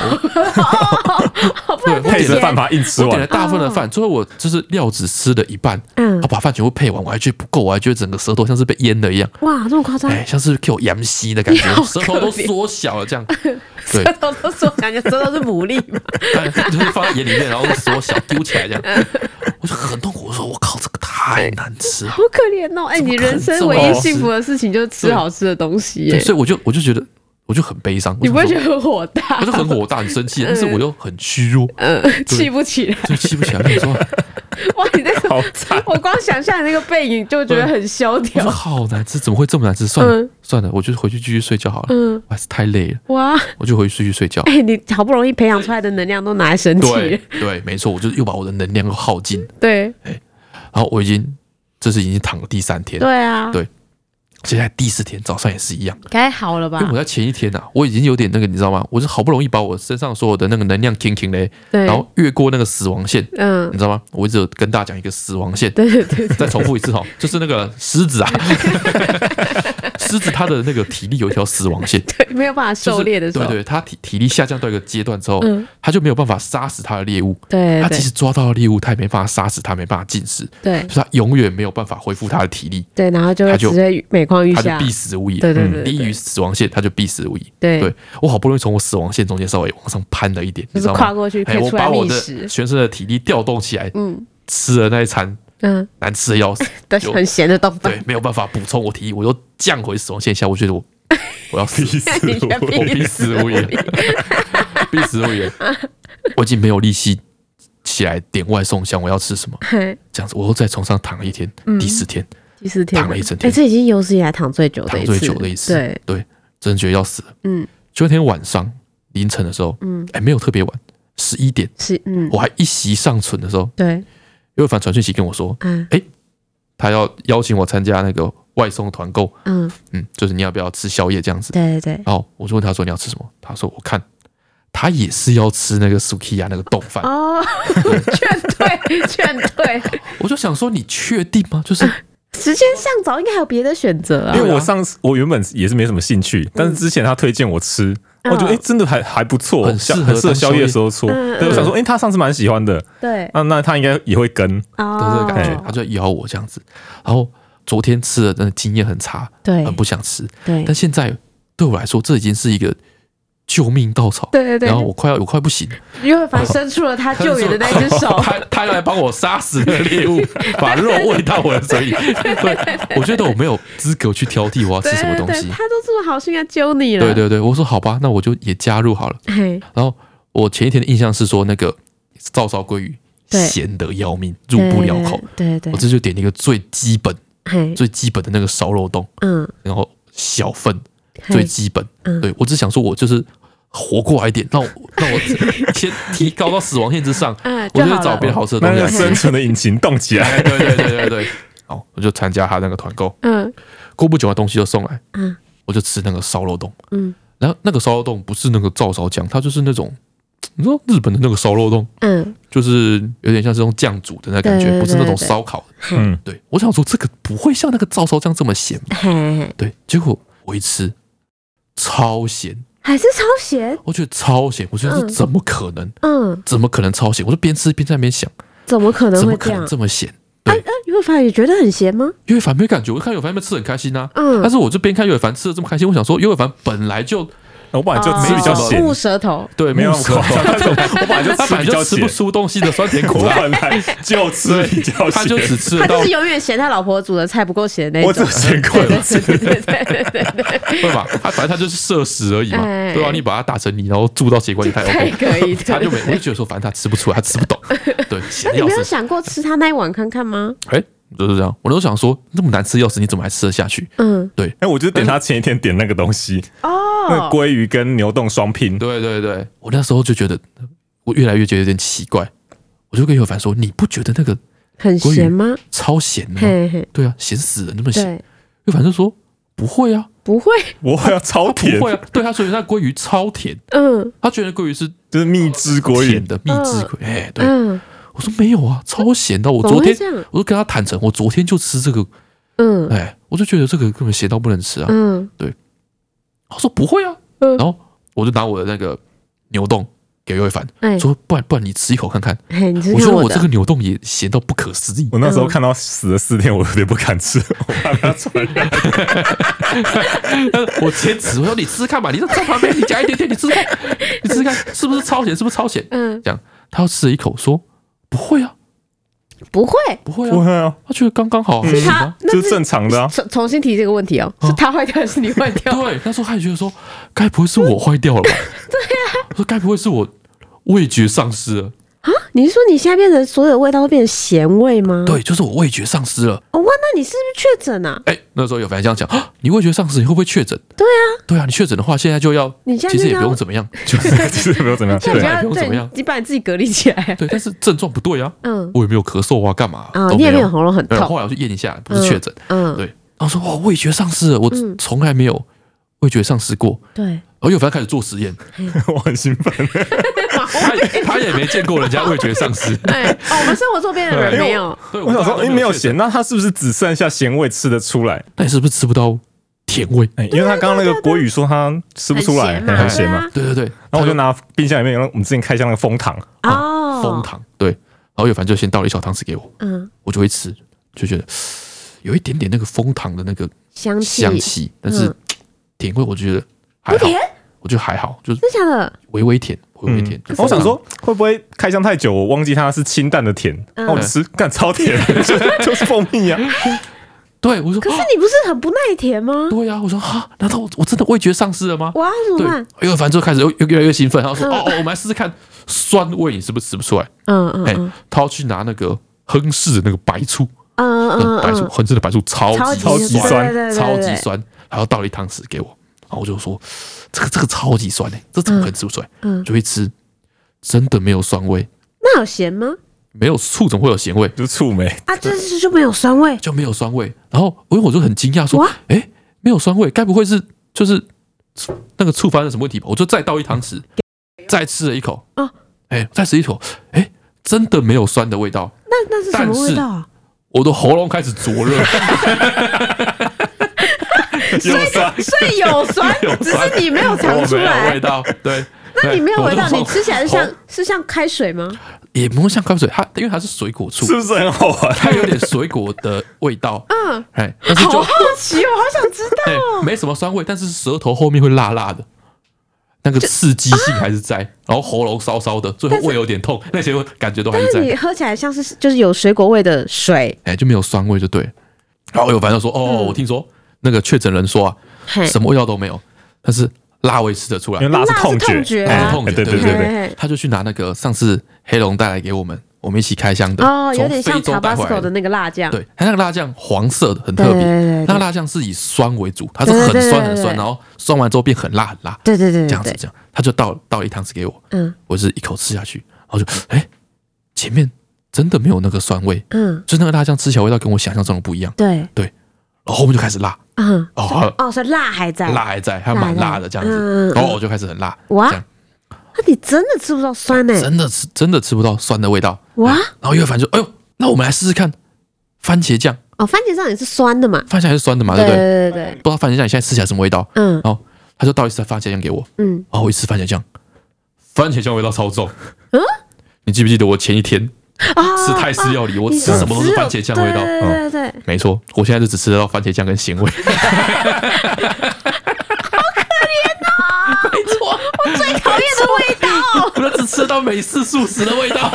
Speaker 2: 我对我
Speaker 3: 配
Speaker 2: 点
Speaker 3: 着
Speaker 2: 了
Speaker 3: 饭把它硬 吃
Speaker 2: 我点了
Speaker 3: 完，
Speaker 2: 大份的饭，最后我就是料只吃了一半，
Speaker 1: 哦嗯
Speaker 2: 然后，把饭全部配完，我还觉得不够，我还觉得整个舌头像是被淹了一样，
Speaker 1: 哇，这么夸张，
Speaker 2: 哎，像是 Q 羊吸的感觉
Speaker 1: 你，好
Speaker 2: 舌头都
Speaker 1: 可怜
Speaker 2: 缩小了这样。
Speaker 1: 舌
Speaker 2: 对，
Speaker 1: 头都缩小，你的舌头是牡蛎嘛？
Speaker 2: 哎就是放在眼里面，然后缩小丢起来这
Speaker 1: 嗯
Speaker 2: 样。我就很痛苦，我说我靠，这个太难吃 了。
Speaker 1: 好可怜哦！哎，
Speaker 2: 怎么
Speaker 1: 你
Speaker 2: 可能
Speaker 1: 人生
Speaker 2: 这么
Speaker 1: 唯
Speaker 2: 好
Speaker 1: 一
Speaker 2: 吃
Speaker 1: 幸福的事情就是吃好吃的东西
Speaker 2: 对
Speaker 1: 耶，
Speaker 2: 所以我就我就觉得我就很悲伤，
Speaker 1: 你不
Speaker 2: 我
Speaker 1: 会
Speaker 2: 想说
Speaker 1: 觉得很火大
Speaker 2: 我？就很火大、很生气，但是我又很虚弱，
Speaker 1: 嗯，气不起来。
Speaker 2: 就气不起来。我想说，我
Speaker 1: 哇，你那个，
Speaker 3: 好惨。
Speaker 1: 我光想象你那个背影就觉得很萧条
Speaker 2: 说。好难吃，怎么会这么难吃？算了、
Speaker 1: 嗯
Speaker 2: 算了，我就回去继续睡觉好了。
Speaker 1: 嗯，
Speaker 2: 我还是太累了，
Speaker 1: 哇，
Speaker 2: 我就回去继续 睡觉。
Speaker 1: 哎，你好不容易培养出来的能量都拿来生气
Speaker 2: 对哎
Speaker 1: 了，
Speaker 2: 对，没错，我就又把我的能量又耗尽。
Speaker 1: 对
Speaker 2: 然后我已经，这是已经躺了第三天，
Speaker 1: 对啊，
Speaker 2: 对接下来第四天早上也是一样。
Speaker 1: 该好了吧
Speaker 2: 因为？我在前一天呐、啊，我已经有点那个，你知道吗？我是好不容易把我身上所有的那个能量清清嘞，
Speaker 1: 对
Speaker 2: 然，后越过那个死亡线，
Speaker 1: 嗯
Speaker 2: 你，知道吗？我一直有跟大家讲一个死亡线，
Speaker 1: 对对对，
Speaker 2: 再重复一次哦，就是那个狮子啊， 狮子它的那个体力有一条死亡线，
Speaker 1: 对，没有办法
Speaker 2: 就是
Speaker 1: 狩猎的时候，
Speaker 2: 对对，它体体力下降到一个阶段之后，
Speaker 1: 嗯
Speaker 2: 它就没有办法杀死它的猎物。
Speaker 1: 对
Speaker 2: 它
Speaker 1: 对
Speaker 2: 即使抓到了猎物，它也没办法杀死它，没办法进食，
Speaker 1: 对
Speaker 2: 就是它永远没有办法恢复它的体力，
Speaker 1: 对，然后就会
Speaker 2: 他就
Speaker 1: 直接每况愈
Speaker 2: 它就
Speaker 1: 下，
Speaker 2: 必死无疑。嗯
Speaker 1: 对对对对
Speaker 2: 低
Speaker 1: 对
Speaker 2: 于死亡线，它就必死无疑。
Speaker 1: 对
Speaker 2: 对，我好不容易从我死亡线中间稍微往上攀了一点，
Speaker 1: 就
Speaker 2: 你
Speaker 1: 是
Speaker 2: 知道
Speaker 1: 跨
Speaker 2: 吗？
Speaker 1: 过去可
Speaker 2: 哎，
Speaker 1: 以
Speaker 2: 我
Speaker 1: 出来
Speaker 2: 把我
Speaker 1: 觅
Speaker 2: 的
Speaker 1: 食。
Speaker 2: 全身的体力调动起来，
Speaker 1: 嗯
Speaker 2: 吃了那一餐
Speaker 1: 嗯，
Speaker 2: 难吃的要死。
Speaker 1: 对，
Speaker 2: 就
Speaker 1: 很咸的冻
Speaker 2: 对
Speaker 1: 饭。，
Speaker 2: 没有办法补充我体力，我又降回死亡线下，我觉得我 我 要死，
Speaker 3: 死
Speaker 1: 你觉得
Speaker 2: 我必死无疑， 必死无疑。我已经没有力气起来点外送，想我要吃什么，
Speaker 1: 嘿
Speaker 2: 这样子我又在床上躺了一天，
Speaker 1: 嗯
Speaker 2: 第四天
Speaker 1: 第四天
Speaker 2: 躺了一整
Speaker 1: 哎、
Speaker 2: 天，
Speaker 1: 这已经有史以来躺最久的
Speaker 2: 躺
Speaker 1: 一次，
Speaker 2: 最久的一次，
Speaker 1: 对，
Speaker 2: 真的觉得要死了。
Speaker 1: 嗯
Speaker 2: 就那天晚上凌晨的时候，
Speaker 1: 嗯，
Speaker 2: 哎，没有特别晚，十一点，
Speaker 1: 是嗯，
Speaker 2: 我还一席尚存的时候，
Speaker 1: 对
Speaker 2: 又反传讯息跟我说，
Speaker 1: 啊，
Speaker 2: 他要邀请我参加那个外送团购，
Speaker 1: 嗯，
Speaker 2: 嗯，就是你要不要吃宵夜这样子。
Speaker 1: 对对对，
Speaker 2: 然后哦我就问他说你要吃什么，他说我看他也是要吃那个 Sukiya 那个冻饭，
Speaker 1: 哦， 劝退劝退，
Speaker 2: 我就想说你确定吗？就是
Speaker 1: 时间上早应该还有别的选择啊
Speaker 3: 因，为我上次我原本也是没什么兴趣，但是之前他推荐我吃，我觉得哎、诶真的还还不错，
Speaker 2: 很适合
Speaker 3: 像很适合
Speaker 2: 当宵
Speaker 3: 宵
Speaker 2: 夜
Speaker 3: 夜的时候做。
Speaker 1: 嗯
Speaker 3: 对，我想
Speaker 2: 嗯
Speaker 3: 说，哎、他上次蛮喜欢的，
Speaker 1: 对，
Speaker 3: 那那他应该也会跟。
Speaker 2: 的啊这个感觉，
Speaker 1: 哦
Speaker 2: 他，就咬我这样子。然后昨天吃的真的经验很差，
Speaker 1: 对
Speaker 2: 很不想吃，
Speaker 1: 对
Speaker 2: 但现在对我来说这已经是一个救命稻草。
Speaker 1: 对对对，
Speaker 2: 然后我快要我快不行了，
Speaker 1: 于慧凡伸出了他救援的那只手，
Speaker 2: 他他要来帮我杀死那个 猎物，把肉喂到我的嘴里。对，我觉得我没有资格去挑剔我要吃
Speaker 1: 对
Speaker 2: 什么
Speaker 1: 对
Speaker 2: 东
Speaker 1: 对，
Speaker 2: 西。
Speaker 1: 他都这么好心来救你了，
Speaker 2: 对对对，我说好吧，那我就也加入好了。
Speaker 1: 对，嘿，
Speaker 2: 然后我前一天的印象是说那个照烧鲑鱼
Speaker 1: 对
Speaker 2: 咸得要命，入不了口。
Speaker 1: 对，对
Speaker 2: 我
Speaker 1: 对，
Speaker 2: 这就点了一个最基本、
Speaker 1: 嘿，
Speaker 2: 最基本的那个烧肉冻，
Speaker 1: 嗯，
Speaker 2: 然后小份
Speaker 1: 嘿
Speaker 2: 最基本。
Speaker 1: 嗯
Speaker 2: 对我只想说，我就是活过来一点， 让我让我先提高到死亡线之上，
Speaker 1: 嗯
Speaker 2: 我
Speaker 1: 就
Speaker 2: 就
Speaker 1: 好
Speaker 2: 会找
Speaker 1: 了
Speaker 2: 别的好吃的
Speaker 3: 那
Speaker 2: 东西
Speaker 3: 个
Speaker 2: 来吃。
Speaker 3: 生存的引擎动起来，
Speaker 2: 哎，对对对对对，好，我就参加他那个团购。
Speaker 1: 嗯
Speaker 2: 过不久，的东西就送来，
Speaker 1: 嗯
Speaker 2: 我就吃那个烧肉冻。
Speaker 1: 嗯
Speaker 2: 然后那个烧肉冻不是那个照烧酱，它就是那种你知道日本的那个烧肉冻，
Speaker 1: 嗯，
Speaker 2: 就是有点像是用酱煮的那感觉，
Speaker 1: 对对对
Speaker 2: 不是那种
Speaker 1: 对
Speaker 2: 烧烤的。
Speaker 3: 嗯，
Speaker 2: 对我想说这个不会像那个照烧酱这么咸吧，
Speaker 1: 嘿嘿，嘿
Speaker 2: 对，结果我一吃超咸，
Speaker 1: 还是超咸，
Speaker 2: 我觉得超咸，我觉得这
Speaker 1: 嗯
Speaker 2: 怎么可能？
Speaker 1: 嗯，
Speaker 2: 怎么可能超咸？我就边吃边在那边想，
Speaker 1: 怎么可能
Speaker 2: 怎
Speaker 1: 会
Speaker 2: 么可
Speaker 1: 这
Speaker 2: 能
Speaker 1: 样？
Speaker 2: 这么咸？
Speaker 1: 哎
Speaker 2: 对
Speaker 1: 哎，于慧凡也觉得很咸吗？
Speaker 2: 因为凡没感觉，我看有凡们吃得很开心啊，
Speaker 1: 嗯
Speaker 2: 但，是我就边看尤伟凡吃的这么开心，我想说尤伟凡本来就
Speaker 3: 我本来就
Speaker 2: 啊
Speaker 1: 哦
Speaker 3: 吃比较咸，
Speaker 1: 木舌头，
Speaker 2: 对
Speaker 3: 没有那么
Speaker 2: 木舌
Speaker 3: 夸张，但是我本来就
Speaker 2: 他
Speaker 3: 吃
Speaker 2: 本来
Speaker 3: 比
Speaker 2: 就
Speaker 3: 较
Speaker 2: 吃
Speaker 3: 咸
Speaker 2: 不，出东西的酸甜苦
Speaker 3: 我
Speaker 2: 辣，
Speaker 3: 本来就吃比较
Speaker 2: 他就只
Speaker 3: 咸，
Speaker 2: 吃
Speaker 1: 他
Speaker 2: 得到
Speaker 1: 就是永远嫌他老婆煮的菜不够咸的那
Speaker 3: 我
Speaker 1: 种
Speaker 3: 只。咸过
Speaker 1: 对
Speaker 3: 一
Speaker 1: 对
Speaker 3: 次。
Speaker 1: 对对对对对对，
Speaker 2: 对吧？他反正他就是社死而已嘛，
Speaker 1: 哎
Speaker 2: 对吧、你把他打成泥，然后注到血管里，他也 OK，
Speaker 1: 可以的
Speaker 2: 他就没，我就觉得说，反正他吃不出来，他吃不懂， 对，
Speaker 1: 那
Speaker 2: 咸的
Speaker 1: 你
Speaker 2: 要
Speaker 1: 没有
Speaker 2: 死。
Speaker 1: 想过吃他那一碗看看吗？
Speaker 2: 哎、就是这样，我都想说，那么难吃的要死，你怎么还吃得下去？
Speaker 1: 嗯，
Speaker 3: 哎，我就点他前一天点那个东西，那
Speaker 1: 哦，
Speaker 3: 鲑鱼跟牛冻双拼，
Speaker 2: 对对对，我那时候就觉得，嗯我越来越觉得有点奇怪，我就跟尤凡说，你不觉得那个
Speaker 1: 很咸吗？
Speaker 2: 超咸的吗？
Speaker 1: 嘿嘿，
Speaker 2: 对啊，咸死人，那么咸。
Speaker 1: 对，
Speaker 2: 尤凡就说不会啊，
Speaker 1: 不会，
Speaker 3: 我要超
Speaker 2: 不
Speaker 3: 甜，
Speaker 2: 会啊，对他所以那鲑鱼超甜，
Speaker 1: 嗯
Speaker 2: 他觉得鲑鱼是
Speaker 3: 就是蜜汁鲑
Speaker 2: 甜
Speaker 3: 鱼，
Speaker 2: 的蜜汁鲑，哎、对。
Speaker 1: 嗯
Speaker 2: 我说没有啊，超咸的。我
Speaker 1: 怎么
Speaker 2: 昨
Speaker 1: 会
Speaker 2: 天
Speaker 1: 这样
Speaker 2: 我就跟他坦诚，我昨天就吃这个，
Speaker 1: 嗯
Speaker 2: 哎，我就觉得这个根本咸到不能吃啊。
Speaker 1: 嗯
Speaker 2: 他说不会啊，
Speaker 1: 嗯
Speaker 2: 然后我就拿我的那个牛冻给魏凡，
Speaker 1: 哎，
Speaker 2: 说不然不然你吃一口看看。
Speaker 1: 嘿，你是
Speaker 2: 我觉
Speaker 1: 看
Speaker 2: 得我
Speaker 1: 的
Speaker 2: 这个牛冻也咸到不可 思议，
Speaker 3: 我那时候看到死了四天，我有点不敢吃，我怕它传染。
Speaker 1: 哎
Speaker 2: 我坚持，我说你吃看吧，你就在旁边，你夹一点点，你 吃看，你吃看是不是超咸，是不是超咸？
Speaker 1: 嗯
Speaker 2: 这样他又吃了一口，说不会啊，
Speaker 1: 不会，
Speaker 2: 不会
Speaker 3: 不
Speaker 2: 啊，
Speaker 3: 会啊，
Speaker 2: 他觉得刚刚好啊，
Speaker 3: 是
Speaker 2: 行
Speaker 1: 他
Speaker 2: 啊。
Speaker 1: 那
Speaker 3: 就是正常 的啊。
Speaker 1: 重重新提这个问题哦，是他坏掉还是你坏掉？
Speaker 2: 对，那时候他也觉得说，该不会是我坏掉了吧？对
Speaker 1: 啊
Speaker 2: 呀、我说该不会是我味觉丧失了？
Speaker 1: 你是说你现在变成所有的味道都变成咸味吗？
Speaker 2: 对，就是我味觉丧失了。
Speaker 1: 哦，哇，那你是不是确诊啊？
Speaker 2: 哎、那时候有反正这样讲，啊你味觉丧失，你会不会确诊？
Speaker 1: 对啊，
Speaker 2: 对啊，你确诊的话，现在就要，
Speaker 1: 你现在
Speaker 2: 其实也
Speaker 1: 就
Speaker 2: 不
Speaker 1: 要
Speaker 2: 用怎么样，就
Speaker 3: 就是没有怎么样，
Speaker 1: 那你
Speaker 3: 对
Speaker 1: 不
Speaker 2: 对啊
Speaker 1: 要
Speaker 2: 不用怎么
Speaker 1: 对
Speaker 2: 样，
Speaker 1: 你把你自己隔离起来。
Speaker 2: 对，但是症状不对啊，
Speaker 1: 嗯，
Speaker 2: 我也没有咳嗽啊，干嘛、
Speaker 1: 啊，
Speaker 2: 都
Speaker 1: 你也没有
Speaker 2: 有。
Speaker 1: 喉咙很
Speaker 2: 对
Speaker 1: 痛，
Speaker 2: 后来我去验一下，不是确诊。
Speaker 1: 嗯，
Speaker 2: 对，然后说哇，味觉丧失了，我
Speaker 1: 嗯
Speaker 2: 从来没有味觉丧失过。
Speaker 1: 对，
Speaker 2: 然后又反正开始做实验，
Speaker 1: 哦
Speaker 3: 我很兴奋，
Speaker 2: 他他也没见过人家味觉丧 失。
Speaker 1: 哎，哦，我们生活周边的人没有，
Speaker 2: 对，
Speaker 3: 我想说，
Speaker 2: 大家
Speaker 3: 哎，
Speaker 2: 都
Speaker 3: 没有
Speaker 2: 确诊
Speaker 3: 咸，，那它是不是只剩下咸味吃得出来？
Speaker 2: 那你是不是吃不到甜味？
Speaker 3: 哎，
Speaker 1: 啊
Speaker 3: 因为他刚刚那个国语说他吃不出来，
Speaker 1: 很咸嘛
Speaker 3: 哎很咸嘛。
Speaker 1: 对啊
Speaker 2: 对对对，
Speaker 3: 然后我
Speaker 2: 他
Speaker 3: 就拿冰箱里面有那我们之前开箱那个枫糖，
Speaker 1: 哦，
Speaker 2: 蜂，糖，对，然后有凡就先倒了一小汤匙给我，
Speaker 1: 嗯，
Speaker 2: 我就会吃，就觉得嘶有一点点那个蜂糖的那个
Speaker 1: 香气，
Speaker 2: 香气，但是
Speaker 1: 嗯
Speaker 2: 甜味我就觉得还
Speaker 1: 不
Speaker 2: 好
Speaker 1: 甜，，
Speaker 2: 我觉得还好，就是
Speaker 1: 真假的？
Speaker 2: 微微甜，微微
Speaker 3: 嗯
Speaker 2: 甜。就，
Speaker 3: 我
Speaker 2: 蜂
Speaker 3: 想
Speaker 2: 糖，
Speaker 3: 说会不会开箱太久，我忘记它是清淡的甜，
Speaker 1: 嗯
Speaker 3: 那我吃干超甜，就是就是蜂蜜啊，
Speaker 2: 对，我说
Speaker 1: 可是
Speaker 2: 啊
Speaker 1: 你不是很不耐甜吗？
Speaker 2: 对啊呀、我说哈，难道我我真的味觉丧失了吗？
Speaker 1: 哇，怎么
Speaker 2: 对
Speaker 1: 办？，
Speaker 2: 因为反正就开始又又越来越兴奋，然后说
Speaker 1: 嗯
Speaker 2: 哦哦，我们来试试看酸味你是不是吃不出来？
Speaker 1: 嗯嗯
Speaker 2: 哎、
Speaker 1: 嗯
Speaker 2: 他要去拿那个亨氏的那个白醋，
Speaker 1: 嗯嗯
Speaker 2: 白醋
Speaker 1: 嗯，
Speaker 2: 亨氏的白醋超级
Speaker 3: 超级酸
Speaker 1: 对对对
Speaker 2: 超
Speaker 1: 对
Speaker 2: 级
Speaker 1: 对
Speaker 2: 酸，然后倒了一汤匙给我，然后我就说这个这个超级酸哎、这怎么可能吃不出来？
Speaker 1: 嗯
Speaker 2: 就一吃，真的没有酸味，
Speaker 1: 那有咸吗？
Speaker 2: 没有醋怎么会有咸味？
Speaker 3: 就是醋 梅，
Speaker 1: 啊，这是就没有酸味
Speaker 2: 就没有酸味。然后因为我就很惊讶说
Speaker 1: 哇，
Speaker 2: 哎、没有酸味，该不会是就是醋那个醋发生什么问题吧？我就再倒一汤匙，再吃了一口，
Speaker 1: 嗯哦
Speaker 2: 哎、再吃一口，哎、真的没有酸的味道，
Speaker 1: 那那是什么
Speaker 2: 但是
Speaker 1: 味道啊？
Speaker 2: 我的喉咙开始灼 热，
Speaker 3: 又酸，
Speaker 1: 所以有酸
Speaker 2: 有，
Speaker 1: 只
Speaker 2: 酸
Speaker 1: 是你没有尝
Speaker 2: 我
Speaker 1: 出
Speaker 2: 没有
Speaker 1: 来
Speaker 2: 味。道，对。
Speaker 1: 那
Speaker 2: 对
Speaker 1: 你没有
Speaker 2: 我
Speaker 1: 味
Speaker 2: 的
Speaker 1: 道，
Speaker 2: 喉
Speaker 1: 你吃起来是像
Speaker 2: 喉
Speaker 1: 是像开水吗？
Speaker 2: 也不像开水，它因为它是水果醋
Speaker 3: 是，不是很好玩？
Speaker 2: 它有点水果的味道，
Speaker 1: 嗯，
Speaker 2: 哎，但是
Speaker 1: 好
Speaker 2: 就
Speaker 1: 好奇哦，好想知道。
Speaker 2: 哎没什么酸味，但是舌头后面会辣辣的，那个刺激性还是在，然后喉咙烧烧的，最后胃有点痛，那些感觉都还
Speaker 1: 但
Speaker 2: 是
Speaker 1: 是
Speaker 2: 在
Speaker 1: 你，喝起来像是就是有水果味的水，
Speaker 2: 哎，就没有酸味就对了。然后有反正说，哦，我听说那个确诊人说啊，
Speaker 1: 嗯嘿，
Speaker 2: 什么味道都没有，但是辣味吃得出来
Speaker 3: 因为，辣是痛
Speaker 1: 辣是痛觉
Speaker 3: 觉，
Speaker 1: 啊
Speaker 2: 很
Speaker 3: 哎
Speaker 2: 痛觉，
Speaker 3: 对对
Speaker 2: 对
Speaker 3: 对对，
Speaker 1: 对
Speaker 2: 他就去拿那个上次黑龙带来给我们，我们一起开箱的，
Speaker 1: 哦，有
Speaker 2: 从
Speaker 1: 点
Speaker 2: 非
Speaker 1: 像
Speaker 2: 洲带回
Speaker 1: Tabasco
Speaker 2: 来
Speaker 1: 的。那个辣酱，
Speaker 2: 对，它那个辣酱黄色的，很
Speaker 1: 对
Speaker 2: 特
Speaker 1: 对
Speaker 2: 别。
Speaker 1: 对
Speaker 2: 那
Speaker 1: 对
Speaker 2: 个辣酱是以酸为主，它是
Speaker 1: 对对
Speaker 2: 很
Speaker 1: 对
Speaker 2: 酸
Speaker 1: 对
Speaker 2: 很
Speaker 1: 对
Speaker 2: 酸，然后酸完之后变很辣很辣。
Speaker 1: 对对对
Speaker 2: 这
Speaker 1: 对
Speaker 2: 样子
Speaker 1: 对，
Speaker 2: 这样，他就倒倒一汤匙给我，
Speaker 1: 嗯
Speaker 2: 我是一口吃下去，然后就哎、前面真的没有那个酸味，
Speaker 1: 嗯，
Speaker 2: 就是那个辣酱吃起来味道跟我想象中的不一样，
Speaker 1: 对，
Speaker 2: 然后后面就开始辣，
Speaker 1: 嗯，
Speaker 2: 哦
Speaker 1: 所以哦，是辣还在，
Speaker 2: 辣还在，还蛮辣的这样子，
Speaker 1: 嗯嗯嗯
Speaker 2: 然后我就开始很辣，
Speaker 1: 哇
Speaker 2: 这样，
Speaker 1: 那你真的吃不到酸呢？
Speaker 2: 真的吃真的吃不到酸的味道，
Speaker 1: 哇，
Speaker 2: 然后岳凡就哎呦，那我们来试试看番茄酱，
Speaker 1: 哦，番茄酱也是酸的嘛，
Speaker 2: 番茄还是酸的嘛，对
Speaker 1: 对
Speaker 2: 不对？
Speaker 1: 对对对，
Speaker 2: 不知道番茄酱你现在吃起来什么味道，
Speaker 1: 嗯
Speaker 2: 然后他就倒一匙番茄酱给我，
Speaker 1: 嗯，
Speaker 2: 然后我一吃番茄酱，番茄酱味道超重，
Speaker 1: 嗯
Speaker 2: 你记不记得我前一天
Speaker 1: 哦，
Speaker 2: 吃泰式料理，我
Speaker 1: 你
Speaker 2: 吃什么都是番茄酱味道。
Speaker 1: 对对对对对，
Speaker 2: 没错，我现在就只吃得到番茄酱跟咸味。
Speaker 1: 哦 最讨厌的味 道，
Speaker 2: 我只吃得到美式素食的味 道，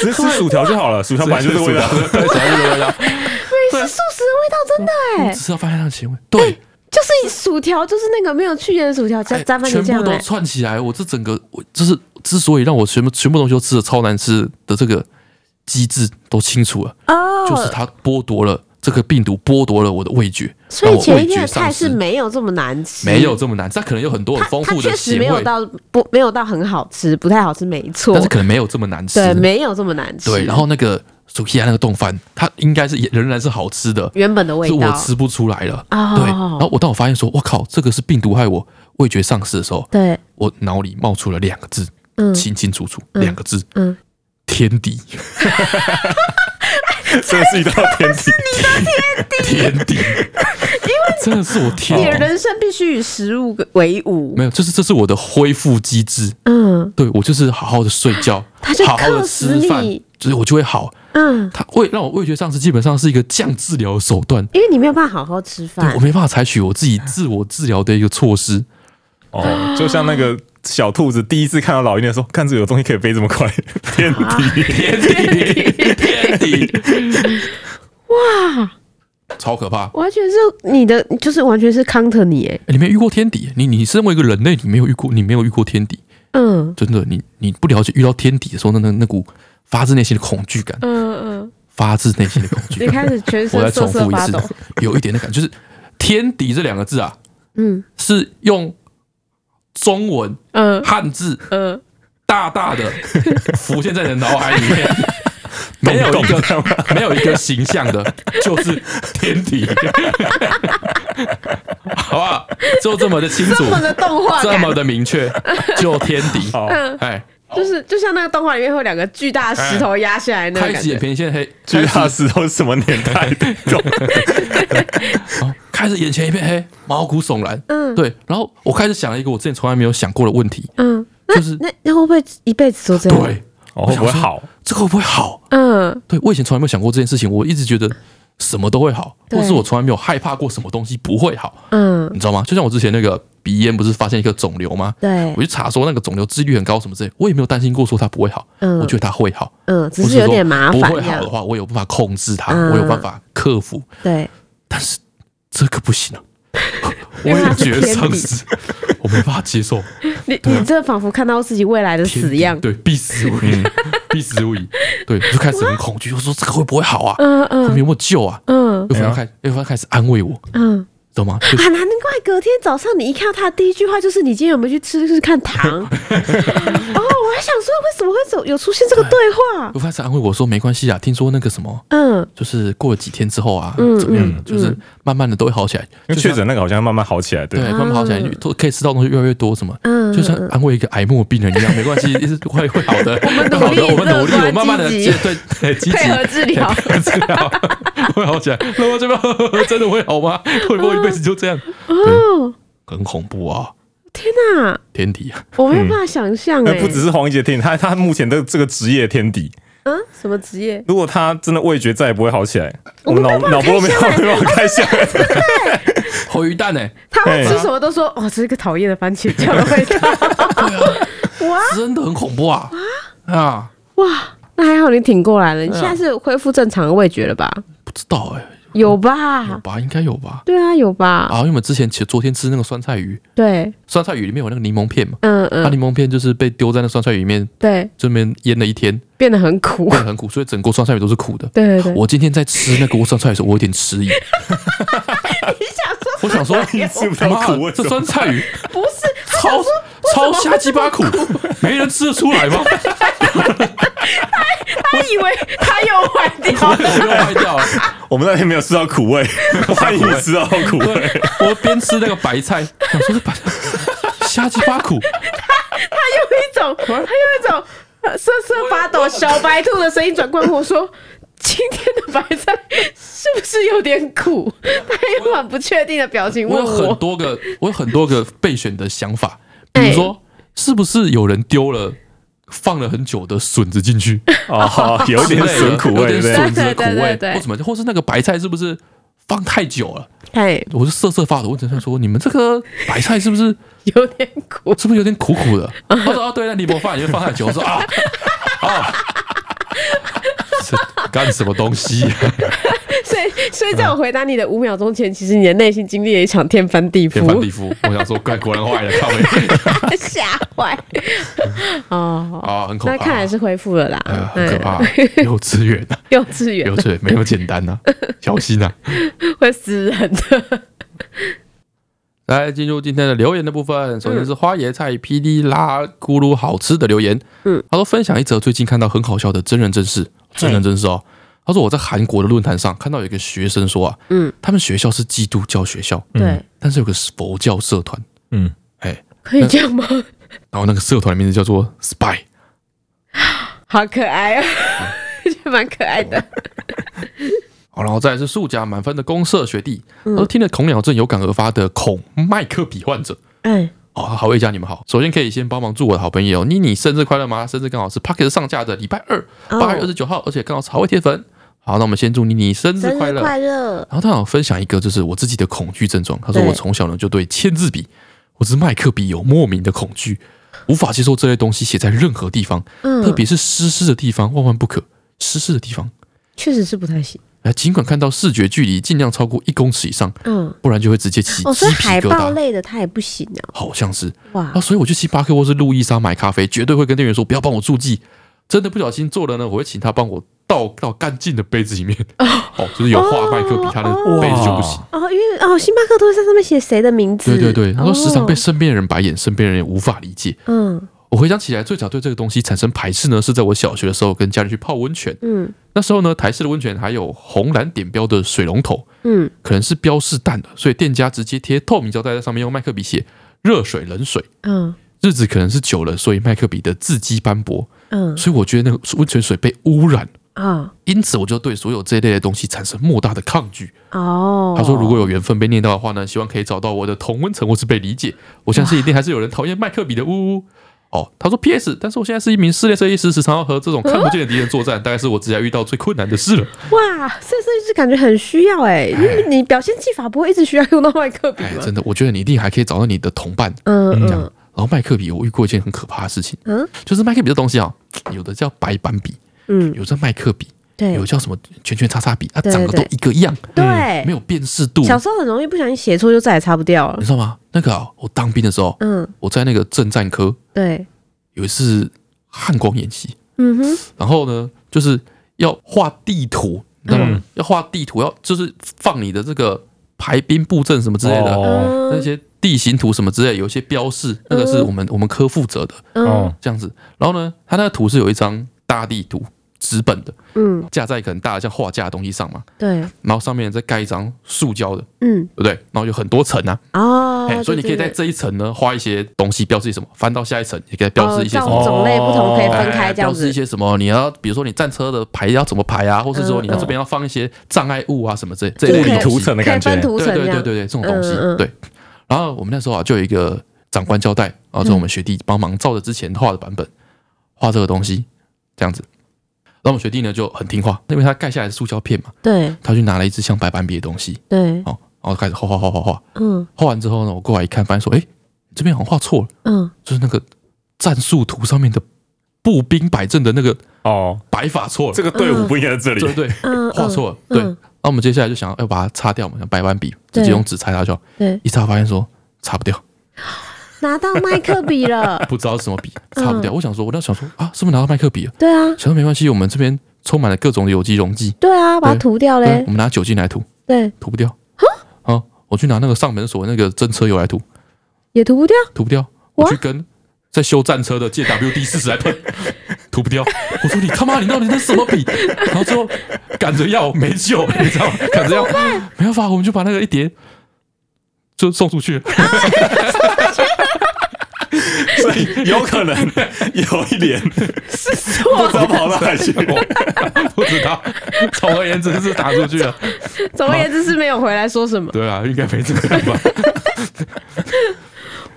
Speaker 3: 直接吃薯条就好了，薯条本来就是味道，
Speaker 2: 对，主要就是味道，
Speaker 1: 美式素食的味道真的哎
Speaker 2: 只。吃到番茄酱咸味。对，
Speaker 1: 就是薯条，就是那个没有去盐的薯条，哎加
Speaker 2: 哎
Speaker 1: 沾番茄
Speaker 2: 全部
Speaker 1: 酱
Speaker 2: 都
Speaker 1: 哎，
Speaker 2: 串起来，我这整个我就是之所以让我全部全部东西都吃的超难吃的这个机制都清楚了，
Speaker 1: 哦，
Speaker 2: 就是它剥夺了这个病毒剥夺了我的味觉，
Speaker 1: 所以
Speaker 2: 让我
Speaker 1: 前一
Speaker 2: 味
Speaker 1: 天
Speaker 2: 觉
Speaker 1: 的
Speaker 2: 丧
Speaker 1: 菜是
Speaker 2: 失。
Speaker 1: 没有这么难吃，
Speaker 2: 没有这么难，但可能有很多很
Speaker 1: 它
Speaker 2: 丰
Speaker 1: 它
Speaker 2: 富
Speaker 1: 确
Speaker 2: 的
Speaker 1: 实
Speaker 2: 咸
Speaker 1: 没有
Speaker 2: 味，
Speaker 1: 到不没有到很好吃，不太好吃，没错
Speaker 2: 但是，可能没有这么难吃。
Speaker 1: 对，没有这么难吃。
Speaker 2: 对，然后那个 Sukiya 那个冻饭，它应该是也仍然是好吃的，
Speaker 1: 原本的味
Speaker 2: 是我
Speaker 1: 道，
Speaker 2: 吃不出来了。
Speaker 1: 哦
Speaker 2: 对，然后我当我发现说，我靠，这个是病毒害我味觉丧失的时候，
Speaker 1: 对，
Speaker 2: 我脑里冒出了两个字，
Speaker 1: 嗯
Speaker 2: 清清楚楚，
Speaker 1: 嗯
Speaker 2: 两个字，
Speaker 1: 嗯，
Speaker 2: 天 敌，
Speaker 3: 真的是一道天 体。
Speaker 2: 天敌，因为真的是我天
Speaker 1: 你的
Speaker 2: 敌，
Speaker 1: 人生必须与食物为伍
Speaker 2: 没。有，就是这是我的恢复机制。
Speaker 1: 嗯
Speaker 2: 对我就是好好的睡 觉，
Speaker 1: 它就
Speaker 2: 好好的
Speaker 1: 克死
Speaker 2: 吃饭
Speaker 1: 你，
Speaker 2: 就是我就会好。
Speaker 1: 嗯，
Speaker 2: 它味让我味觉丧失，基本上是一个降治疗的手段。
Speaker 1: 因为你没有办法好好吃
Speaker 2: 对
Speaker 1: 饭
Speaker 2: 我，没办法采取我自己自我治疗的一个措施。
Speaker 3: 哦，就像那个小兔子第一次看到老鹰的时候，看这个有东西可以飞这么 快，天敌，
Speaker 2: 天敌，天敌， 哇，超可怕！
Speaker 1: 完全是你的，就是完全是 counter 你哎，
Speaker 2: 欸你没有遇过天敌，你你身为一个人类，你没有遇过，你没有遇过天敌，
Speaker 1: 嗯
Speaker 2: 真的，你你不了解遇到天敌的时候，那那那股发自内心的恐惧感，
Speaker 1: 嗯嗯，
Speaker 2: 发自内心的恐 惧
Speaker 1: 你
Speaker 2: 感。
Speaker 1: 开始全
Speaker 2: 我再
Speaker 1: 身瑟
Speaker 2: 重
Speaker 1: 瑟
Speaker 2: 复一
Speaker 1: 发
Speaker 2: 次
Speaker 1: 抖，，
Speaker 2: 有一点的感觉，就是“天敌”这两个字啊，
Speaker 1: 嗯
Speaker 2: 是用中文
Speaker 1: 嗯
Speaker 2: 汉字
Speaker 1: 嗯，
Speaker 2: 大大的浮现在你的脑海里 面，没有一
Speaker 3: 懂
Speaker 2: 个没有一个形象的，就是 天体，好不好？就这么的清楚
Speaker 1: 这，么的动画
Speaker 2: 这
Speaker 1: 感
Speaker 2: 么。的明确，就天敌。
Speaker 3: 好，
Speaker 1: 嗯
Speaker 2: 哎，
Speaker 1: 就是就像那个动画里面会有两个巨大的石头压下来那个
Speaker 2: 哎开
Speaker 1: 感
Speaker 2: 始
Speaker 1: 觉
Speaker 2: 演，偏见黑，
Speaker 3: 巨
Speaker 2: 开
Speaker 3: 大
Speaker 2: 始
Speaker 3: 石头是什么年代 的？
Speaker 2: 哦开始眼前一片黑，毛骨悚然。
Speaker 1: 嗯
Speaker 2: 对。然后我开始想了一个我之前从来没有想过的问题，
Speaker 1: 嗯，
Speaker 2: 就是
Speaker 1: 那那会不会一辈子都这样？，
Speaker 2: 对，
Speaker 3: 哦，会不会好？
Speaker 2: 这个会不会好？
Speaker 1: 嗯
Speaker 2: 对我以前从来没有想过这件事情，我一直觉得什么都会好，
Speaker 1: 对
Speaker 2: 或是我从来没有害怕过什么东西不会好，
Speaker 1: 嗯，
Speaker 2: 你知道吗？就像我之前那个鼻炎不是发现一个肿瘤吗？
Speaker 1: 对
Speaker 2: 我，去查说那个肿瘤治愈率很高什么之类，我也没有担心过说它不会好，
Speaker 1: 嗯，
Speaker 2: 我觉得它会好，
Speaker 1: 嗯，只
Speaker 2: 或
Speaker 1: 是有点
Speaker 2: 说
Speaker 1: 麻烦
Speaker 2: 不
Speaker 1: 这
Speaker 2: 会好的
Speaker 1: 样，
Speaker 2: 话，我有办法控制它，
Speaker 1: 嗯
Speaker 2: 我有办法克服，
Speaker 1: 对，
Speaker 2: 但是这个不行啊，我
Speaker 1: 因为它
Speaker 2: 也
Speaker 1: 是
Speaker 2: 觉得
Speaker 1: 天
Speaker 2: 丧
Speaker 1: 理
Speaker 2: 失，我没办法接受。
Speaker 1: 你你这仿佛看到自己未来的
Speaker 2: 天
Speaker 1: 死
Speaker 2: 敌
Speaker 1: 样，
Speaker 2: 啊对，必死无
Speaker 3: 嗯
Speaker 2: 疑， 必死无疑。对，就开始很恐惧，我说这个会不会好啊？
Speaker 1: 嗯
Speaker 2: 后面
Speaker 1: 嗯
Speaker 2: 有没有救啊？
Speaker 1: 嗯
Speaker 2: 又反
Speaker 3: 哎
Speaker 2: 而
Speaker 3: 呀
Speaker 2: 开，又反而开始安慰我，
Speaker 1: 嗯，
Speaker 2: 懂吗？就
Speaker 1: 啊，难怪隔天早上你一看到他的第一句话就是你今天有没有去吃吃看 糖？哦，我还想说为什么会走有出现这个对话？
Speaker 2: 又开始安慰我说没关系啊，听说那个什么，
Speaker 1: 嗯，
Speaker 2: 就是过了几天之后啊，
Speaker 1: 嗯
Speaker 2: 怎么样
Speaker 1: 嗯，
Speaker 2: 就是慢慢的都会好起来。
Speaker 3: 因为
Speaker 2: 就
Speaker 3: 确
Speaker 2: 像
Speaker 3: 诊那个好像慢慢好起来，
Speaker 2: 对，
Speaker 3: 对，
Speaker 2: 慢慢好起来，
Speaker 1: 嗯
Speaker 2: 都可以吃到东西越来越多，什么，
Speaker 1: 嗯
Speaker 2: 就像
Speaker 1: 嗯嗯
Speaker 2: 安慰一个癌末病人一样，没关系，一直会会好的。我
Speaker 1: 们努力
Speaker 2: 我们努力，
Speaker 1: 乐观
Speaker 2: 我慢慢的
Speaker 1: 积极
Speaker 2: 对对积极
Speaker 1: 配合治 疗，
Speaker 2: 治疗会好起来。那我这边 真的会好吗？会不会一辈子就这样？
Speaker 1: 哦，
Speaker 2: 很恐怖啊，
Speaker 1: 天哪，
Speaker 2: 天 敌啊！
Speaker 1: 我没有办法想象
Speaker 3: 嗯那
Speaker 1: 哎，
Speaker 3: 不只是黄奕杰天敌，他他目前的这个职业天敌，
Speaker 1: 嗯什么职业？
Speaker 3: 如果他真的味觉再也不会好起来，
Speaker 1: 我
Speaker 3: 我
Speaker 1: 们没办法
Speaker 3: 们脑脑波没有
Speaker 1: 开箱
Speaker 3: 没有开箱，
Speaker 2: 活鱼蛋哎、
Speaker 1: 他会吃
Speaker 3: 嘿
Speaker 1: 什么都说哦，这是个讨厌的番茄酱的味道。哇
Speaker 2: 真的很恐怖啊啊！
Speaker 1: 哇，那还好你挺过来了，你
Speaker 2: 对啊
Speaker 1: 现在是恢复正常的味觉了吧？
Speaker 2: 不知道哎、
Speaker 1: 有吧
Speaker 2: 有？吧？应该有吧？
Speaker 1: 对啊，有吧？
Speaker 2: 嗯啊，因为我们之前其实昨天吃那个酸菜鱼，
Speaker 1: 对，
Speaker 2: 酸菜鱼里面有那个柠檬片嘛，
Speaker 1: 嗯
Speaker 2: 它、
Speaker 1: 嗯，
Speaker 2: 柠檬片就是被丢在那酸菜鱼里面，
Speaker 1: 对，
Speaker 2: 这边腌了一天，
Speaker 1: 变得很苦。
Speaker 2: 变得很苦，所以整锅酸菜鱼都是苦的。
Speaker 1: 对对对，
Speaker 2: 我今天在吃那锅酸菜鱼的时候，我有点迟 疑，
Speaker 1: 你想说
Speaker 2: 我想说，
Speaker 3: 你吃不到
Speaker 2: 妈
Speaker 3: 苦
Speaker 2: 的，
Speaker 3: 味，
Speaker 2: 这酸菜鱼
Speaker 1: 不是？他想
Speaker 2: 超
Speaker 1: 说
Speaker 2: 超瞎鸡巴苦，没人吃得出 来吗？
Speaker 1: 他以为他又坏掉
Speaker 2: 我
Speaker 1: 了，
Speaker 2: 又坏掉了。
Speaker 3: 我们那天没有吃到苦味， 欢迎吃到苦味。
Speaker 2: 对，我边吃那个白菜，想说这白菜瞎鸡巴苦，
Speaker 1: 他 有一种他有一种呃瑟瑟发抖小白兔的声音转过来跟我说。今天的白菜是不是有点苦？ 他用很不确定的表情
Speaker 2: 我
Speaker 1: 问
Speaker 2: 有很
Speaker 1: 我。
Speaker 2: 多个，我有很多个备选的想法，
Speaker 1: 哎
Speaker 2: 比如说是不是有人丢了放了很久的笋子进去，
Speaker 3: 哦， 有一点
Speaker 2: 笋
Speaker 3: 笋苦味，对
Speaker 2: 有点
Speaker 3: 不对？
Speaker 2: 笋子的苦
Speaker 1: 对对对
Speaker 2: 味
Speaker 1: 对，
Speaker 2: 或什么，或是那个白菜是不是放太久了？
Speaker 1: 哎，
Speaker 2: 我就瑟瑟发抖，我只想说你们这个白菜是不是
Speaker 1: 有点苦。
Speaker 2: 是不是有点苦苦的？他说哦，对，那李伯饭也会放太久，我说啊 啊。是干什么东西、
Speaker 1: 所以，所以在我回答你的五秒钟前，其实你的内心经历了一场天翻地
Speaker 2: 天翻地
Speaker 1: 覆，
Speaker 2: 覆！ 我想说，怪果然坏了，靠 北
Speaker 1: 吓 坏。哦，
Speaker 2: 啊，很可怕。
Speaker 1: 那看来是恢复了啦
Speaker 2: 哎呀，很可
Speaker 1: 嗯
Speaker 2: 怕，幼稚园 啊，
Speaker 1: 幼稚园
Speaker 2: 幼稚园没那么简单 呐、小心啊呐、
Speaker 1: 会死人的。
Speaker 2: 来进入今天的留言的部分，首先是花椰菜霹雳拉咕噜好吃的留言，
Speaker 1: 嗯，
Speaker 2: 他说分享一则最近看到很好笑的真人真事，真人真事哦。他说我在韩国的论坛上看到有一个学生说啊，
Speaker 1: 嗯，
Speaker 2: 他们学校是基督教学校，
Speaker 1: 对，
Speaker 2: 但是有个佛教社团，
Speaker 3: 嗯，
Speaker 2: 哎，
Speaker 1: 可以这样吗？
Speaker 2: 然后那个社团的名字叫做 Spy，
Speaker 1: 好可爱啊，
Speaker 2: 嗯
Speaker 1: 觉得蛮可爱的。
Speaker 2: 好，哦然后再来是数甲满分的公社学弟，他说听了恐鸟症有感而发的恐麦克比患者，
Speaker 1: 哎，
Speaker 2: 哦，好，魏家你们好。首先可以先帮忙祝我的好朋友妮妮生日快乐吗？生日刚好是 p o c k e t 上架的礼拜二，
Speaker 1: 哦
Speaker 2: 八月二十九号，而且刚好是好味铁粉。好，那我们先祝妮妮生日快乐。
Speaker 1: 乐！
Speaker 2: 然后他想分享一个就是我自己的恐惧症状，他说
Speaker 1: 对
Speaker 2: 我从小呢就对签字笔或是麦克笔有莫名的恐惧，无法接受这类东西写在任何地方，
Speaker 1: 嗯
Speaker 2: 特别是湿湿的地方万万不可。湿湿的地方，
Speaker 1: 确实是不太行。
Speaker 2: 哎，尽管看到视觉距离尽量超过一公尺以上，
Speaker 1: 嗯，
Speaker 2: 不然就会直接起
Speaker 1: 哦，
Speaker 2: 鸡
Speaker 1: 所以
Speaker 2: 皮
Speaker 1: 海
Speaker 2: 疙
Speaker 1: 报
Speaker 2: 瘩，
Speaker 1: 类的它也不行啊。
Speaker 2: 好像是。
Speaker 1: 哇
Speaker 2: 啊，，所以我去星巴克或是路易莎买咖啡，绝对会跟店员说不要帮我注记。真的不小心做了呢，我会请他帮我倒到干净的杯子里面。哦，就是有画麦克笔，他的杯子就不行。
Speaker 1: 哦，因为哦，星巴克都会在上面写谁的名字。
Speaker 2: 对对对，他说时常被
Speaker 1: 哦
Speaker 2: 身边人白眼，身边人也无法理解。
Speaker 1: 嗯
Speaker 2: 我回想起来，最早对这个东西产生排斥呢，是在我小学的时候跟家人去泡温泉。
Speaker 1: 嗯
Speaker 2: 那时候呢，台式的温泉还有红蓝点标的水龙头，
Speaker 1: 嗯，
Speaker 2: 可能是标示淡的，所以店家直接贴透明胶带在上面，用麦克笔写热水、冷水。
Speaker 1: 嗯
Speaker 2: 日子可能是久了，所以麦克笔的字迹斑驳，
Speaker 1: 嗯
Speaker 2: 所以我觉得那个温泉水被污染，
Speaker 1: 啊
Speaker 2: 因此我就对所有这一类的东西产生莫大的抗拒。
Speaker 1: 哦。
Speaker 2: 他说，如果有缘分被念到的话呢，希望可以找到我的同温层或是被理解。我相信一定还是有人讨厌麦克笔的呜呜。哦，他说 P.S. 但是我现在是一名室内设计师，时常要和这种看不见的敌人作战，大概是我职业遇到最困难的事了。
Speaker 1: 哇，这设计师感觉很需要哎、因为你表现技法不会一直需要用到麦克笔
Speaker 2: 哎，
Speaker 1: 吗？
Speaker 2: 真的，我觉得你一定还可以找到你的同伴。
Speaker 1: 嗯
Speaker 2: 这样
Speaker 1: 嗯，
Speaker 2: 然后麦克笔，我遇过一件很可怕的事情，
Speaker 1: 嗯，
Speaker 2: 就是麦克笔这东西啊，有的叫白板笔，
Speaker 1: 嗯，
Speaker 2: 有的叫麦克笔，
Speaker 1: 对
Speaker 2: 有的叫什么圈圈叉叉笔，啊，
Speaker 1: 对
Speaker 2: 长得都
Speaker 1: 对嗯
Speaker 2: 一个样，嗯
Speaker 1: 对
Speaker 2: 没，有辨识度，
Speaker 1: 小时候很容易不小心写错，就再也擦不掉了
Speaker 2: 你。知道吗？那个啊，我当兵的时候，
Speaker 1: 嗯，
Speaker 2: 我在那个政战科
Speaker 1: 对，
Speaker 2: 有一次汉光演习，
Speaker 1: 嗯哼，
Speaker 2: 然后呢，就是要画地图，你知道吗？
Speaker 3: 嗯
Speaker 2: 要画地图，要就是放你的这个排兵布阵什么之类的，
Speaker 3: 哦
Speaker 2: 那些地形图什么之类的，有一些标示，那个是我们、我们科负责的
Speaker 3: 哦
Speaker 1: 嗯
Speaker 2: 这样子。然后呢，他那个图是有一张大地图纸本的，
Speaker 1: 嗯，
Speaker 2: 架在可能大的像画架的东西上嘛，
Speaker 1: 对，
Speaker 2: 然后上面再盖一张塑胶的，
Speaker 1: 嗯，
Speaker 2: 对不对？然后有很多层啊，
Speaker 1: 哦
Speaker 2: 哎，，所以你可以在这一层呢画一些东西，标示什么，翻到下一层，你可以标示一些什
Speaker 1: 哦
Speaker 2: 么哎
Speaker 1: 照。种类不同可以
Speaker 3: 哦
Speaker 1: 分开这样
Speaker 2: 标示
Speaker 1: 子
Speaker 2: 一。些什么？你要比如说你战车的牌要怎么排啊，或是说你要
Speaker 1: 嗯嗯
Speaker 2: 这边要放一些障碍物啊什么这这
Speaker 3: 物
Speaker 2: 类的
Speaker 3: 理
Speaker 2: 东西
Speaker 3: 涂层的
Speaker 1: 可以
Speaker 3: 感觉
Speaker 1: 分，图
Speaker 2: 对
Speaker 1: 层
Speaker 2: 对
Speaker 1: 这
Speaker 2: 对对
Speaker 1: 样，
Speaker 2: 对，这种东西
Speaker 1: 嗯嗯
Speaker 2: 对。然后我们那时候啊，就有一个长官交代，
Speaker 1: 嗯
Speaker 2: 然后就我们学弟帮忙照着之前画的版本画这个东西，这样子。然后我们学弟呢就很听话，因为他盖下来是塑胶片嘛，
Speaker 1: 对
Speaker 2: 他就拿了一支像白板笔的东西，
Speaker 1: 对，
Speaker 2: 哦，然后开始画画画画画。
Speaker 1: 嗯
Speaker 2: 画完之后呢，我过来一看，发现说，哎，这边好像画错了，
Speaker 1: 嗯，
Speaker 2: 就是那个战术图上面的步兵摆阵的那个
Speaker 3: 哦，
Speaker 2: 摆法错了。
Speaker 3: 这个队伍不应该在这里，
Speaker 2: 对对，
Speaker 1: 嗯
Speaker 2: 画错了。
Speaker 1: 嗯
Speaker 2: 对，
Speaker 1: 嗯
Speaker 2: 那我们接下来就想要把它擦掉嘛，像白板笔
Speaker 1: 对
Speaker 2: 直接用纸擦掉就好，
Speaker 1: 对，
Speaker 2: 一擦发现说擦不掉，
Speaker 1: 拿到麦克笔了，
Speaker 2: 不知道是什么笔，擦不掉。我想说，我那时候想说啊，是不是拿到麦克笔了？
Speaker 1: 对啊
Speaker 2: 想说没关系，我们这边充满了各种有机溶剂，
Speaker 1: 对啊，把它
Speaker 2: 对
Speaker 1: 涂掉
Speaker 2: 对，
Speaker 1: 嘞
Speaker 2: 我，们拿酒精来涂，
Speaker 1: 对，
Speaker 2: 涂不掉。啊，我去拿那个上门锁那个真车油来涂，
Speaker 1: 也涂不掉，
Speaker 2: 涂不掉。
Speaker 1: 哇
Speaker 2: 我去跟在修战车的借 WD 四十来喷， 涂不掉。我说你他妈，你到底那什么笔？然后最后赶着要没救，你知道吗？赶着要没办法，我们就把那个一叠就送出去了。 哦
Speaker 3: 所以有可能有一点
Speaker 1: 是
Speaker 3: 不
Speaker 1: 我
Speaker 3: 知道跑到哪里去。
Speaker 2: 我不知道，总而言之是打出去了。
Speaker 1: 总而言之是没有回来说什么。
Speaker 2: 对啊，应该没这个吧？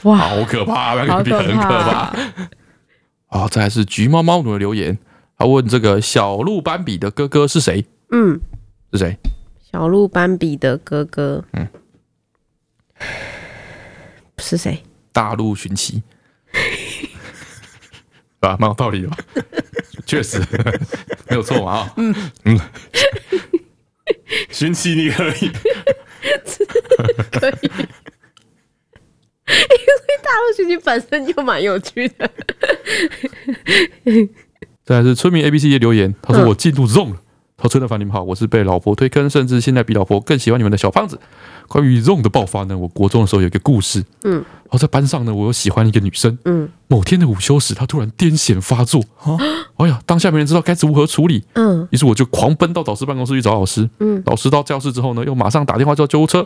Speaker 1: 哇，
Speaker 2: 好可怕，那
Speaker 1: 好
Speaker 2: 个笔很可怕
Speaker 1: 怕！
Speaker 2: 啊！再来是橘猫猫奴的留言，他问这个小鹿斑比的哥哥是谁？
Speaker 1: 嗯，
Speaker 2: 是谁？
Speaker 1: 小鹿斑比的哥哥，嗯，是谁？
Speaker 2: 大陆寻 奇，啊，蛮有道 理的吧？确实 没有错嘛啊、
Speaker 3: 寻奇，你可以
Speaker 1: 可以。因为大陆学习本身就蛮有趣的，
Speaker 2: 再啊来是村民 A B C 的留言，他说
Speaker 1: 嗯
Speaker 2: 我进入 zone 了。他说：“春的凡，你们好，我是被老婆推坑，甚至现在比老婆更喜欢你们的小胖子。关于 zone 的爆发呢，我国中的时候有一个故事。
Speaker 1: 嗯
Speaker 2: 嗯，然后在班上呢，我有喜欢一个女生。
Speaker 1: 嗯
Speaker 2: 某天的午休时，她突然癫痫发作。啊，哎呀，当下没人知道该如何处理，
Speaker 1: 嗯
Speaker 2: 于是我就狂奔到导师办公室去找老师。
Speaker 1: 嗯
Speaker 2: 老师到教室之后呢，又马上打电话叫救护车，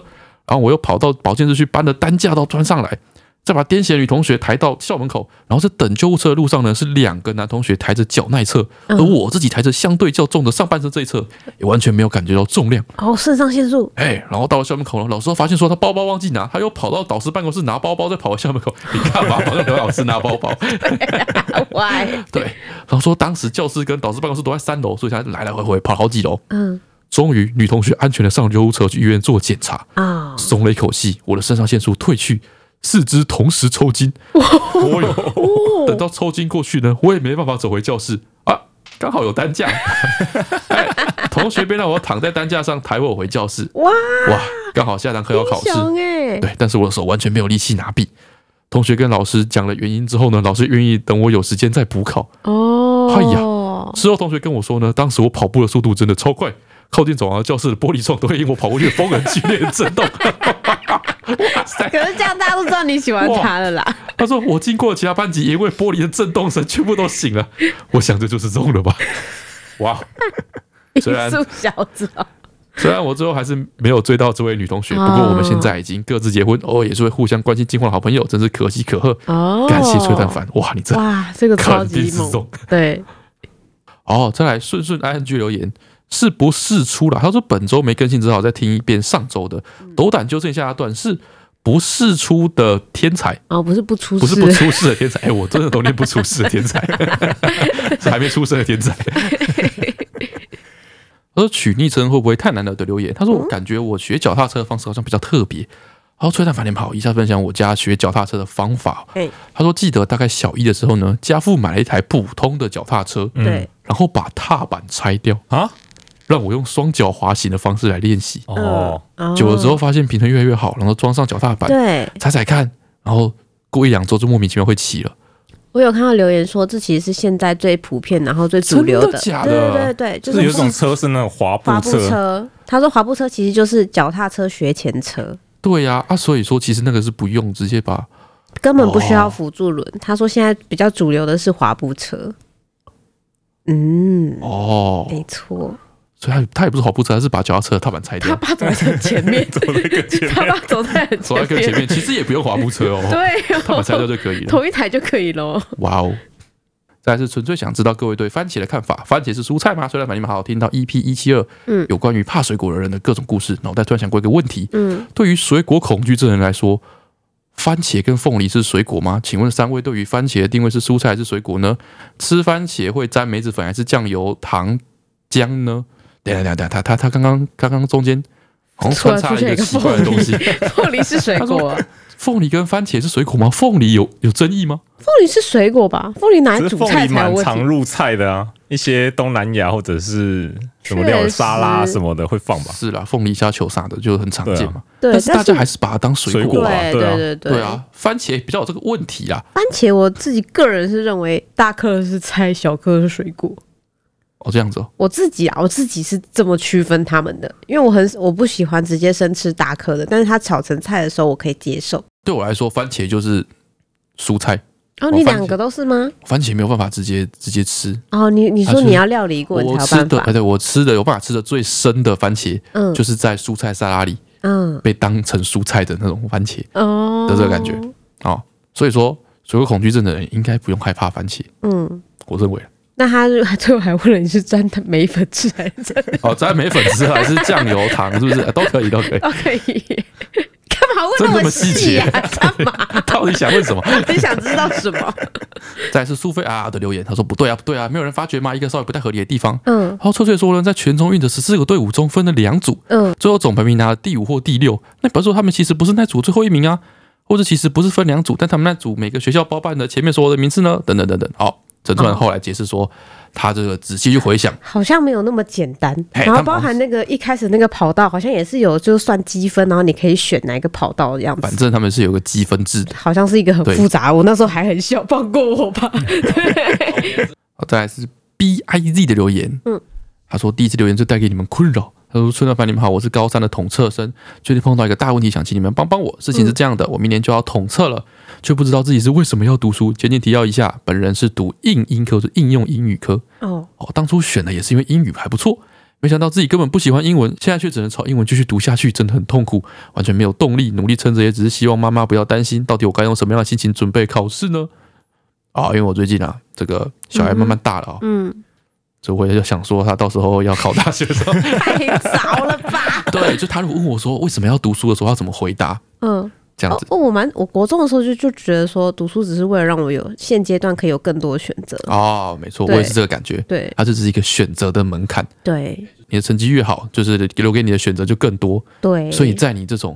Speaker 2: 然后我又跑到保健室去搬了担架到端上来，再把癫痫女同学抬到校门口。然后在等救护车的路上呢，是两个男同学抬着脚那一侧，而我自己抬着相对较重的上半身这一侧，也完全没有感觉到重量。
Speaker 1: 哦，肾上腺素，
Speaker 2: 哎，然后到了校门口呢，老师发现说他包包忘记拿，他又跑到导师办公室拿包包，再跑到校门口，你干嘛跑到刘老师拿包 包？
Speaker 1: 喂，
Speaker 2: 对，然后说当时教室跟导师办公室都在三楼，所以他来来回回跑好几楼。
Speaker 1: 嗯
Speaker 2: 终于，女同学安全的上救护车去医院做检查，
Speaker 1: 啊，
Speaker 2: 松了一口气，我的肾上腺素退去，四肢同时抽筋。哦哟，等到抽筋过去呢，我也没办法走回教室啊，刚好有担架， 哎同学便让我躺在担架上抬我回教室。
Speaker 1: 哇，
Speaker 2: 哇，刚好下啊堂课要考
Speaker 1: 英
Speaker 2: 试，
Speaker 1: 雄哎，
Speaker 2: 对，但是我的手完全没有力气拿笔。同学跟老师讲了原因之后呢，老师愿意等我有时间再补考。
Speaker 1: 哦，
Speaker 2: 哎事后同学跟我说呢，当时我跑步的速度真的超快，靠近走廊教室的玻璃窗都会因我跑过去的 风很剧烈的震动。哇塞！
Speaker 1: 可是这样大家都知道你喜欢他 了啦。
Speaker 2: 他说我经过其他班级，因为玻璃的震动声全部都醒了。我想这就是中了吧。哇！
Speaker 1: 艺
Speaker 2: 虽然
Speaker 1: 术小子哦，
Speaker 2: 虽然我最后还是没有追到这位女同学，不过我们现在已经各自结婚，偶尔也是会互相关心近况的好朋友，真是可喜可贺。
Speaker 1: 哦
Speaker 2: 感谢崔蛋凡，哇，你这
Speaker 1: 哇，这个超
Speaker 2: 肯定
Speaker 1: 级
Speaker 2: 是
Speaker 1: 猛
Speaker 2: 中，。
Speaker 1: 对，
Speaker 2: 哦，再来顺顺 ing 留言，是不
Speaker 1: 嗯
Speaker 2: 是出了？他说本周没更新，只好再听一遍上周的，斗胆纠正一下他短是不世出的天才，
Speaker 1: 哦，不是不出
Speaker 2: 不是
Speaker 1: 世，
Speaker 2: 不出世的天才。 哎、我真的都念不出世的天才， 是还没出生的天才。他说取昵称会不会太难了的留言？他说我感觉我学脚踏车的方式好像比较特别。然后崔蛋反脸跑，以下分享我家学脚踏车的方法。
Speaker 1: 哎
Speaker 2: 他说记得大概小一的时候呢，家父买了一台普通的脚踏车，
Speaker 1: 对，
Speaker 2: 然后把踏板拆掉，
Speaker 3: 啊，
Speaker 2: 让我用双脚滑行的方式来练习。
Speaker 3: 哦，
Speaker 1: 嗯
Speaker 2: 久了之后，发现平衡越来越好，然后装上脚踏板，
Speaker 1: 对
Speaker 2: 踩踩看，然后过一两周就莫名其妙会骑了。
Speaker 1: 我有看到留言说，这其实是现在最普遍，然后最主流
Speaker 2: 真的假的
Speaker 1: 对对对，就
Speaker 3: 就是
Speaker 1: 是
Speaker 3: 有一种车是那种滑步
Speaker 1: 滑步
Speaker 3: 车，
Speaker 1: 车。他说滑步车其实就是脚踏车学前车，
Speaker 2: 对呀、啊，所以说其实那个是不用直接把
Speaker 1: 根本不需要辅助
Speaker 2: 哦
Speaker 1: 轮。他说现在比较主流的是滑步车。嗯，
Speaker 2: 哦，
Speaker 1: 没错，
Speaker 2: 所以他他也不是滑步车，他是把脚踏车的踏板拆
Speaker 4: 他
Speaker 2: 掉，
Speaker 4: 爸走在前 面，
Speaker 3: 走那个前
Speaker 4: 他爸走在很
Speaker 2: 走在跟前 面，其实也不用滑步车哦，
Speaker 4: 对、
Speaker 2: 踏板拆掉
Speaker 4: 哦，
Speaker 2: 就可以了。
Speaker 4: 同一台就可以喽。
Speaker 2: 哇哦！再来是纯粹想知道各位对番茄的看法。番茄是蔬菜吗？虽然反应蛮好，听到 EP 一七二，
Speaker 1: 嗯
Speaker 2: 有关于怕水果的人的各种故事，脑袋突然想过一个问题：
Speaker 1: 嗯，
Speaker 2: 对于水果恐惧症人来说，番茄跟凤梨是水果吗？请问三位对于番茄的定位是蔬菜还是水果呢？吃番茄会沾梅子粉还是酱油、糖浆呢？等一下等一下等一下，他他他刚刚刚刚中间好像
Speaker 4: 突
Speaker 2: 穿
Speaker 4: 然
Speaker 2: 插
Speaker 4: 出
Speaker 2: 了
Speaker 4: 现
Speaker 2: 一个
Speaker 4: 一个
Speaker 2: 奇怪
Speaker 4: 凤
Speaker 2: 的东
Speaker 4: 梨
Speaker 2: 西。，
Speaker 4: 凤梨是水果啊，
Speaker 2: 凤梨跟番茄是水果吗？凤梨有有争议吗？
Speaker 1: 凤梨是水果吧？凤梨拿来
Speaker 3: 只是
Speaker 1: 煮
Speaker 3: 凤
Speaker 1: 菜
Speaker 3: 梨
Speaker 1: 才有
Speaker 3: 蛮
Speaker 1: 问
Speaker 3: 常
Speaker 1: 题。
Speaker 3: 入菜的啊，一些东南亚或者是什么料理沙拉
Speaker 1: 确实
Speaker 3: 什么的会放吧。
Speaker 2: 是啦，凤梨虾球啥的就很常见嘛。
Speaker 1: 对
Speaker 2: 但是
Speaker 1: 但
Speaker 2: 大家
Speaker 1: 是
Speaker 2: 还是把它当水
Speaker 3: 水
Speaker 2: 果
Speaker 3: 果
Speaker 2: 啊。
Speaker 3: 啊
Speaker 1: 对
Speaker 3: 对啊
Speaker 1: 对
Speaker 2: 对，啊，番茄比较有这个问题啦。
Speaker 1: 番茄我自己个人是认为大颗是菜，小颗是水果。
Speaker 2: 哦，这样子哦。
Speaker 1: 我自己啊，我自己是这么区分它们的，因为我很我不喜欢直接生吃大颗的，但是它炒成菜的时候我可以接受。
Speaker 2: 对我来说，番茄就是蔬菜，
Speaker 1: 哦，
Speaker 2: 你
Speaker 1: 你
Speaker 2: 两
Speaker 1: 两
Speaker 2: 个
Speaker 1: 个都是吗？
Speaker 2: 番茄没有办法直接直接吃。
Speaker 1: 哦，你你
Speaker 2: 还
Speaker 1: 说
Speaker 2: 是
Speaker 1: 你要料理过你
Speaker 2: 我
Speaker 1: 才有
Speaker 2: 吃
Speaker 1: 办
Speaker 2: 的，
Speaker 1: 法
Speaker 2: 哎，，对我吃的有办法吃的最深的番茄，
Speaker 1: 嗯，
Speaker 2: 就是在蔬菜沙拉里
Speaker 1: 嗯
Speaker 2: 被当成蔬菜的那种番茄
Speaker 1: 哦
Speaker 2: 的这个感觉哦。所以说，所有恐惧症的人应该不用害怕番茄，
Speaker 1: 嗯。
Speaker 2: 我认为。
Speaker 1: 那他就还最后还问了你是沾眉粉吃还是沾
Speaker 2: 哦，沾梅粉吃还是酱油糖，是不是、哎都可以，都可以。
Speaker 1: 都哦可以？干嘛问
Speaker 2: 真
Speaker 1: 那
Speaker 2: 这么
Speaker 1: 么
Speaker 2: 细
Speaker 1: 细
Speaker 2: 节
Speaker 1: 呀、干 嘛？
Speaker 2: 到底想问什么？
Speaker 1: 你想知道什 么？
Speaker 2: 再来是苏菲啊的留言，他说不对啊，不对啊，没有人发觉吗？一个稍微不太合理的地方。
Speaker 1: 嗯
Speaker 2: 然后翠翠说呢，在全中运的十四个队伍中分了两组，
Speaker 1: 嗯，
Speaker 2: 最后总排名拿了第五或第六，那表示说他们其实不是那组最后一名啊，或者其实不是分两组，但他们那组每个学校包办的前面所有的名次呢，等等等等。好，陈川后来解释说，他这个仔细去回想，
Speaker 1: 好像没有那么简单。
Speaker 2: 嘿
Speaker 1: 然
Speaker 2: 他
Speaker 1: 后
Speaker 2: 们
Speaker 1: 包含那个一开始那个跑道，好像也是有就是算积分，然后你可以选哪一个跑道的样子
Speaker 2: 反。正他们是有个积分制的。
Speaker 1: 好像是一个很
Speaker 2: 对
Speaker 1: 复杂，我那时候还很小，放过我 吧。
Speaker 2: 好，再来是 B I Z 的留言，嗯，他说第一次留言就带给你们困扰。他说：“春老板，你们好，我是高三的统测生，最近碰到一个大问题，想请你们帮帮我。事情是这样的，我明年就要统测了，却不知道自己是为什么要读书。简简提要一下，本人是读应英科，就是应用英语科。
Speaker 1: 哦，
Speaker 2: 哦，当初选的也是因为英语还不错，没想到自己根本不喜欢英文，现在却只能朝英文继续读下去，真的很痛苦，完全没有动力，努力撑着，也只是希望妈妈不要担心。到底我该用什么样的心情准备考试呢？啊、因为我最近啊，这个小孩慢慢大了啊、
Speaker 1: 嗯，
Speaker 2: 所以我也就想说，他到时候要 考大学的时候，
Speaker 1: 太早了吧？
Speaker 2: 对，就他如果问我说为什么要读书的时候，要怎么回答
Speaker 1: 嗯，
Speaker 2: 这样
Speaker 1: 哦
Speaker 2: 子？，
Speaker 1: 哦我蛮，我国中的时候就就觉得说，读书只是为了让我有现阶段可以有更多的选择。
Speaker 2: 哦，没错，我
Speaker 1: 对
Speaker 2: 也是这个感觉，
Speaker 1: 对
Speaker 2: 它这只是一个选择的门槛，
Speaker 1: 对
Speaker 2: 你的成绩越好，就是留给你的选择就更多，
Speaker 1: 对，
Speaker 2: 所以在你这种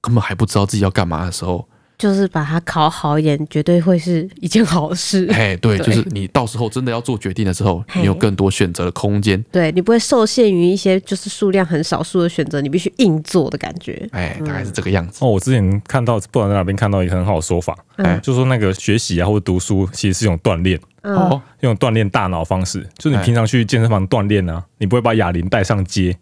Speaker 2: 根本还不知道自己要干嘛的时候，
Speaker 1: 就是把它考好一点，绝对会是一件好 事。
Speaker 2: 哎，对，
Speaker 1: 对
Speaker 2: 就是你到时候真的要做决定的时候，
Speaker 1: 嘿
Speaker 2: 你有更多选择的空间。
Speaker 1: 对你不会受限于一些就是数量很少数的选择，你必须硬做的感觉。
Speaker 2: 哎，大概
Speaker 1: 嗯
Speaker 2: 是这个样子。
Speaker 3: 哦，我之前看到，不管在哪边看到一个很好的说法，
Speaker 2: 哎，
Speaker 3: 就说那个学习啊或者读书，其实是一种锻炼，
Speaker 1: 嗯，
Speaker 2: 哦，
Speaker 3: 一种锻炼大脑方式。就是你平常去健身房锻炼啊，你不会把哑铃带上街，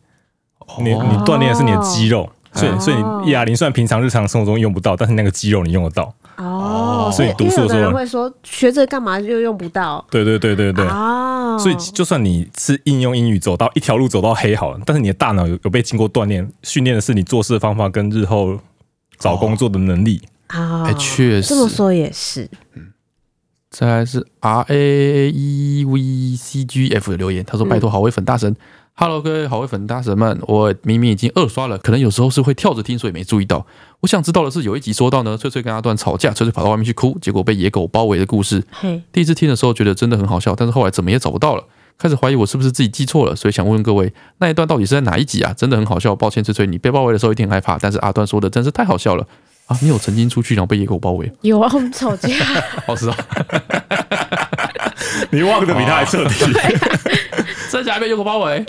Speaker 3: 你你
Speaker 2: 哦
Speaker 3: 锻炼的是你的肌肉，所
Speaker 1: 哦
Speaker 3: 以所以你哑铃虽然平常日常生活中用不到，但是那个肌肉你用得到。
Speaker 1: 哦，
Speaker 3: 所以读书的
Speaker 1: 因
Speaker 3: 时候
Speaker 1: 为有的人会说学这干嘛又用不到。
Speaker 3: 对对对对对。
Speaker 1: 哦，
Speaker 3: 所以，就算你是应用英语走到一条路走到黑好了，但是你的大脑有有被经过锻炼，训练的是你做事的方法跟日后找工作的能力。
Speaker 1: 啊
Speaker 2: 哎，确实
Speaker 1: 这。么说也是，嗯
Speaker 2: 再来是 R A A E V C G F 的留言，他说：“拜托好威粉大神， Hello，各位好味粉大神们，我明明已经二刷了，可能有时候是会跳着听，所以没注意到。我想知道的是，有一集说到呢，翠翠跟阿段吵架，翠翠跑到外面去哭，结果被野狗包围的故事。
Speaker 1: 嘿，
Speaker 2: 第一次听的时候觉得真的很好笑，但是后来怎么也找不到了，开始怀疑我是不是自己记错了，所以想问问各位，那一段到底是在哪一集啊？真的很好笑，抱歉翠翠，你被包围的时候一定很害怕，但是阿段说的真是太好笑了啊！你有曾经出去然后被野狗包围？
Speaker 1: 有啊，我们吵架，
Speaker 2: 好知道，
Speaker 3: 你忘得比他还彻底。
Speaker 2: 真假被野狗包围？
Speaker 4: 外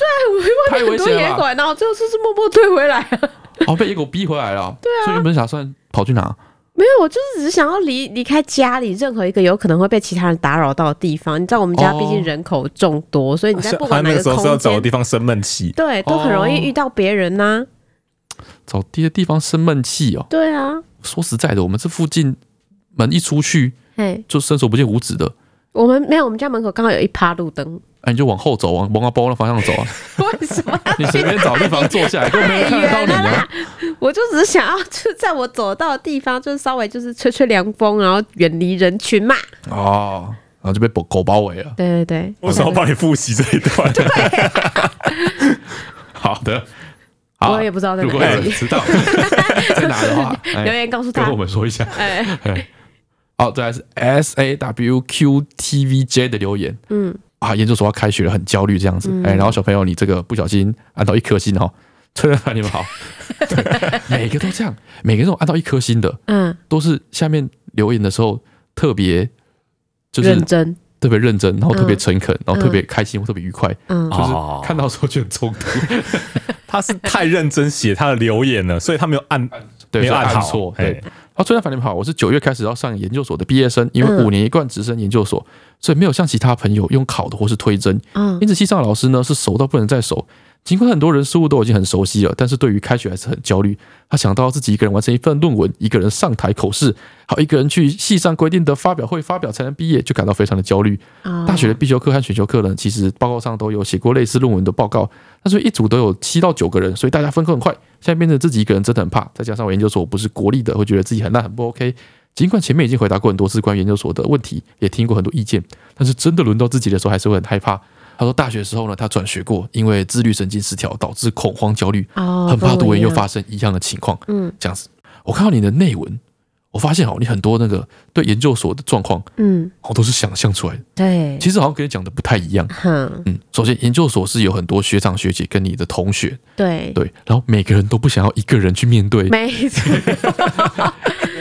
Speaker 2: 太
Speaker 4: 面
Speaker 2: 危
Speaker 4: 很多
Speaker 2: 险
Speaker 4: 野
Speaker 2: 了
Speaker 4: 狗，啊
Speaker 2: 吧，
Speaker 4: 然后最后就是默默退回来啊。
Speaker 2: 哦，被野狗逼回来了。对啊，所以原本打算跑去哪？
Speaker 1: 没有，我就是只是想要离离开家里任何一个有可能会被其他人打扰到的地方。你知道我们家
Speaker 2: 哦
Speaker 1: 毕竟人口众多，所以你在不
Speaker 3: 他
Speaker 1: 管哪
Speaker 3: 那
Speaker 1: 个
Speaker 3: 个时候是要
Speaker 1: 空
Speaker 3: 找个
Speaker 1: 间
Speaker 3: 地，方生闷气，
Speaker 1: 对，都很容易
Speaker 2: 哦
Speaker 1: 遇到别人呐、
Speaker 2: 找地地方生闷气哦。
Speaker 1: 对啊，
Speaker 2: 说实在的，我们这附近门一出去
Speaker 1: 嘿，
Speaker 2: 就伸手不见五指的，
Speaker 1: 哎我们没有，我们家门口刚好有一趴路灯，
Speaker 2: 哎，你就往后走，往往包那方向走 啊，
Speaker 4: 为什么？
Speaker 2: 你随便找地方 坐下来，
Speaker 4: 哎
Speaker 2: 根本没人看得到你
Speaker 1: 太远了
Speaker 2: 啊。
Speaker 1: 我就只是想要就在我走到的地方，就是稍微就是吹吹凉风，然后远离人群嘛。
Speaker 2: 哦，然后就被狗狗包围了。
Speaker 1: 对对对，
Speaker 3: 我想要帮你复习这一 段。
Speaker 2: 好的，好
Speaker 1: 我也不知道在
Speaker 2: 如果
Speaker 1: 哪
Speaker 2: 有人
Speaker 1: 里，
Speaker 2: 知道在哪的话，
Speaker 1: 留
Speaker 2: 哎，
Speaker 1: 言告诉
Speaker 2: 跟
Speaker 1: 他
Speaker 2: 我。们说一下。
Speaker 1: 哎，
Speaker 2: 好，再来是 S A W Q T V J 的留言。嗯，啊，研究所要开学了，很焦虑这样子。
Speaker 1: 嗯
Speaker 2: 哎、然后小朋友，你这个不小心按到一颗星哦， 崔老板你们好， 对，每个都这样，每个都按到一颗星的，
Speaker 1: 嗯，
Speaker 2: 都是下面留言的时候特别就是
Speaker 1: 认真，
Speaker 2: 特别认真，然后特别
Speaker 1: 嗯
Speaker 2: 诚恳，然后特别开心或特别愉快，
Speaker 1: 嗯
Speaker 2: 就是
Speaker 3: 哦
Speaker 2: 看到的时候就很冲突，
Speaker 3: 他是太认真写他的留言了，所以他没有按
Speaker 2: 对，
Speaker 3: 没有
Speaker 2: 所以
Speaker 3: 按
Speaker 2: 按
Speaker 3: 好
Speaker 2: 错，
Speaker 3: 嘿
Speaker 2: 对。啊，崔大凡你们好，我是九月开始要上研究所的毕业生，因为
Speaker 1: 嗯
Speaker 2: 五年一贯直升研究所，所以没有像其他朋友用考的或是推甄，
Speaker 1: 嗯
Speaker 2: 因此系上的老师呢是熟到不能再熟。尽管很多人事物都已经很熟悉了，但是对于开学还是很焦虑。他想到自己一个人完成一份论文，一个人上台口试，还有一个人去系上规定的发表会发表才能毕业，就感到非常的焦虑。
Speaker 1: 啊
Speaker 2: 大学的必修课和选修课呢，其实报告上都有写过类似论文的报告，但是一组都有七到九个人，所以大家分科很快。现在变成自己一个人真的很怕，再加上我研究所不是国立的，会觉得自己很烂很不 OK。尽管前面已经回答过很多次关于研究所的问题，也听过很多意见，但是真的轮到自己的时候，还是会很害怕。他说，大学的时候呢，他转学过，因为自律神经失调导致恐慌焦虑，
Speaker 1: 哦，
Speaker 2: 很怕
Speaker 1: 跟
Speaker 2: 读
Speaker 1: 我
Speaker 2: 研
Speaker 1: 一
Speaker 2: 又
Speaker 1: 样
Speaker 2: 发生一样的情况。
Speaker 1: 嗯
Speaker 2: 这样子，我看到你的内文，我发现哦，你很多那个对研究所的状况，
Speaker 1: 嗯，
Speaker 2: 哦，都是想象出来的。
Speaker 1: 对，
Speaker 2: 其实好像跟你讲的不太一样。
Speaker 1: 哼，
Speaker 2: 嗯，首先研究所是有很多学长学姐跟你的同学，
Speaker 1: 对，
Speaker 2: 对，然后每个人都不想要一个人去面对，
Speaker 1: 没错，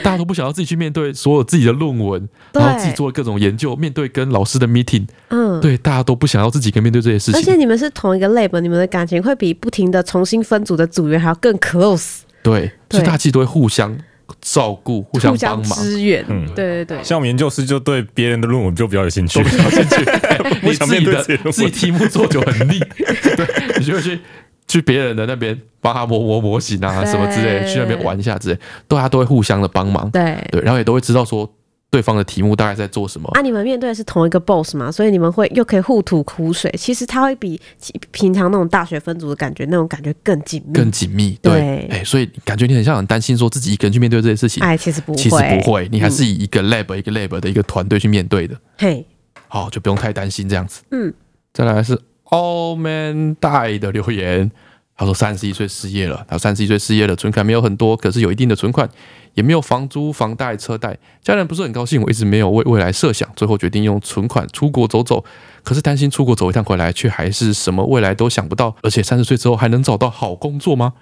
Speaker 2: 大家都不想要自己去面对所有自己的论文，
Speaker 1: 对
Speaker 2: 然后自己做各种研究，面对跟老师的 meeting，
Speaker 1: 嗯，。
Speaker 2: 对，大家都不想要自己跟面对这些事
Speaker 1: 而且
Speaker 2: 情，
Speaker 1: 你们是同一个 lab，你们的感情会比不停的重新分组的组员还要更 close，
Speaker 2: 对，所
Speaker 1: 对
Speaker 2: 以大家其实都会互相照顾、互相
Speaker 4: 互相
Speaker 2: 帮忙。
Speaker 4: 支援
Speaker 3: 嗯，
Speaker 4: 对对对，
Speaker 3: 像我们研究室就对别人的论文就比较有兴趣，
Speaker 2: 你
Speaker 3: 不
Speaker 2: 自
Speaker 3: 想
Speaker 2: 己
Speaker 3: 面对
Speaker 2: 的
Speaker 3: 自己的问
Speaker 2: 自己题目做久很腻，对，你就会去去别人的那边帮他磨磨模型啊什么之类的，
Speaker 1: 对
Speaker 2: 去那边玩一下之类，大家都会互相的帮忙。
Speaker 1: 对。
Speaker 2: 对，然后也都会知道说对方的题目大概在做什么。
Speaker 1: 啊，你们面对的是同一个 boss 嘛，所以你们会又可以互吐苦水。其实他会比其平常那种大学分组的感觉，那种感觉更紧密。
Speaker 2: 更紧密，
Speaker 1: 对
Speaker 2: 哎，所以感觉你很像很担心，说自己一个人去面对这些事情，
Speaker 1: 哎，其实不会，嗯
Speaker 2: 其实不会，你还是以一个 lab、一个 lab 的一个团队去面对的，
Speaker 1: 嘿，
Speaker 2: 好，就不用太担心这样子。
Speaker 1: 嗯，
Speaker 2: 再来是 All Man Die 的留言，他说三十一岁失业了，他三十一岁失业了，存款没有很多，可是有一定的存款，也没有房租、房贷、车贷，家人不是很高兴，我一直没有为未来设想，最后决定用存款出国走走，可是担心出国走一趟回来，却还是什么未来都想不到，而且三十岁之后还能找到好工作吗？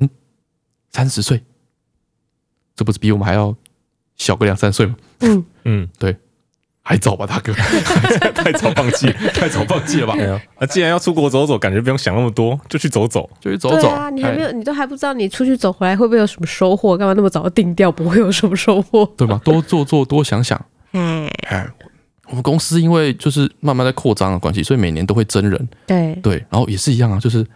Speaker 2: 嗯，三十岁，这不是比我们还要小个两三岁吗？
Speaker 1: 嗯，
Speaker 3: 嗯，
Speaker 2: 还早吧，大哥，
Speaker 3: 太早放 弃。
Speaker 2: 太早放弃了吧？
Speaker 3: 对啊，那既然要出国走走，感觉不用想那么多，就去走走。
Speaker 2: 就去走走。
Speaker 1: 对啊，你还没
Speaker 2: 哎
Speaker 1: 有，你都还不知道你出去走回来会不会有什么收获？干嘛那么早定掉？不会有什么收获？
Speaker 2: 对吧？ 多做做，多想想。
Speaker 1: 哎，
Speaker 2: 哎，我们公司因为就是慢慢在扩张的关系，所以每年都会增人。
Speaker 1: 对，。
Speaker 2: 对，然后也是一样啊，就是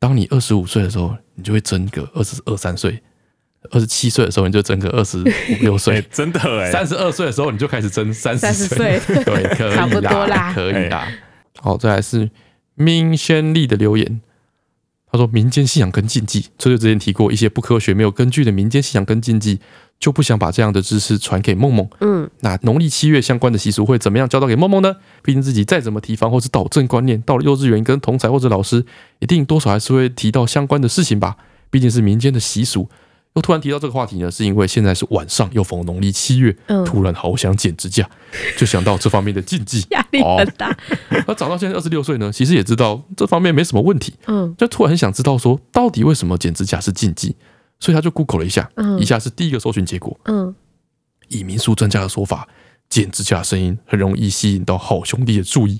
Speaker 2: 当你二十五岁的时候，你就会增个二十二三岁；二十七岁的时候，你就增个二十五六
Speaker 3: 对，
Speaker 2: 岁；
Speaker 3: 真的哎、
Speaker 2: 三十二岁的时候，你就开始增三十
Speaker 4: 30岁
Speaker 2: 对，可以啦，
Speaker 4: 差不多啦
Speaker 2: 可以啦。好，再来是明轩丽的留言，他说民间信仰跟禁忌，这就之前提过一些不科学、没有根据的民间信仰跟禁忌，就不想把这样的知识传给梦梦。
Speaker 5: 嗯，
Speaker 2: 那农历七月相关的习俗会怎么样交代给梦梦呢？毕竟自己再怎么提防或是导正观念，到了幼稚园跟同才或者老师，一定多少还是会提到相关的事情吧。毕竟是民间的习俗。又突然提到这个话题呢，是因为现在是晚上，又逢农历七月，
Speaker 5: 嗯
Speaker 2: 突然好想剪指甲，就想到这方面的禁忌
Speaker 1: 压力很大，
Speaker 2: 而长到现在二十六岁呢，其实也知道这方面没什么问题，
Speaker 5: 嗯
Speaker 2: 就突然很想知道说，到底为什么剪指甲是禁忌？所以他就 Google 了一下，
Speaker 5: 嗯
Speaker 2: 以下是第一个搜寻结果。
Speaker 5: 嗯，
Speaker 2: 以民俗专家的说法，剪指甲的声音很容易吸引到好兄弟的注意。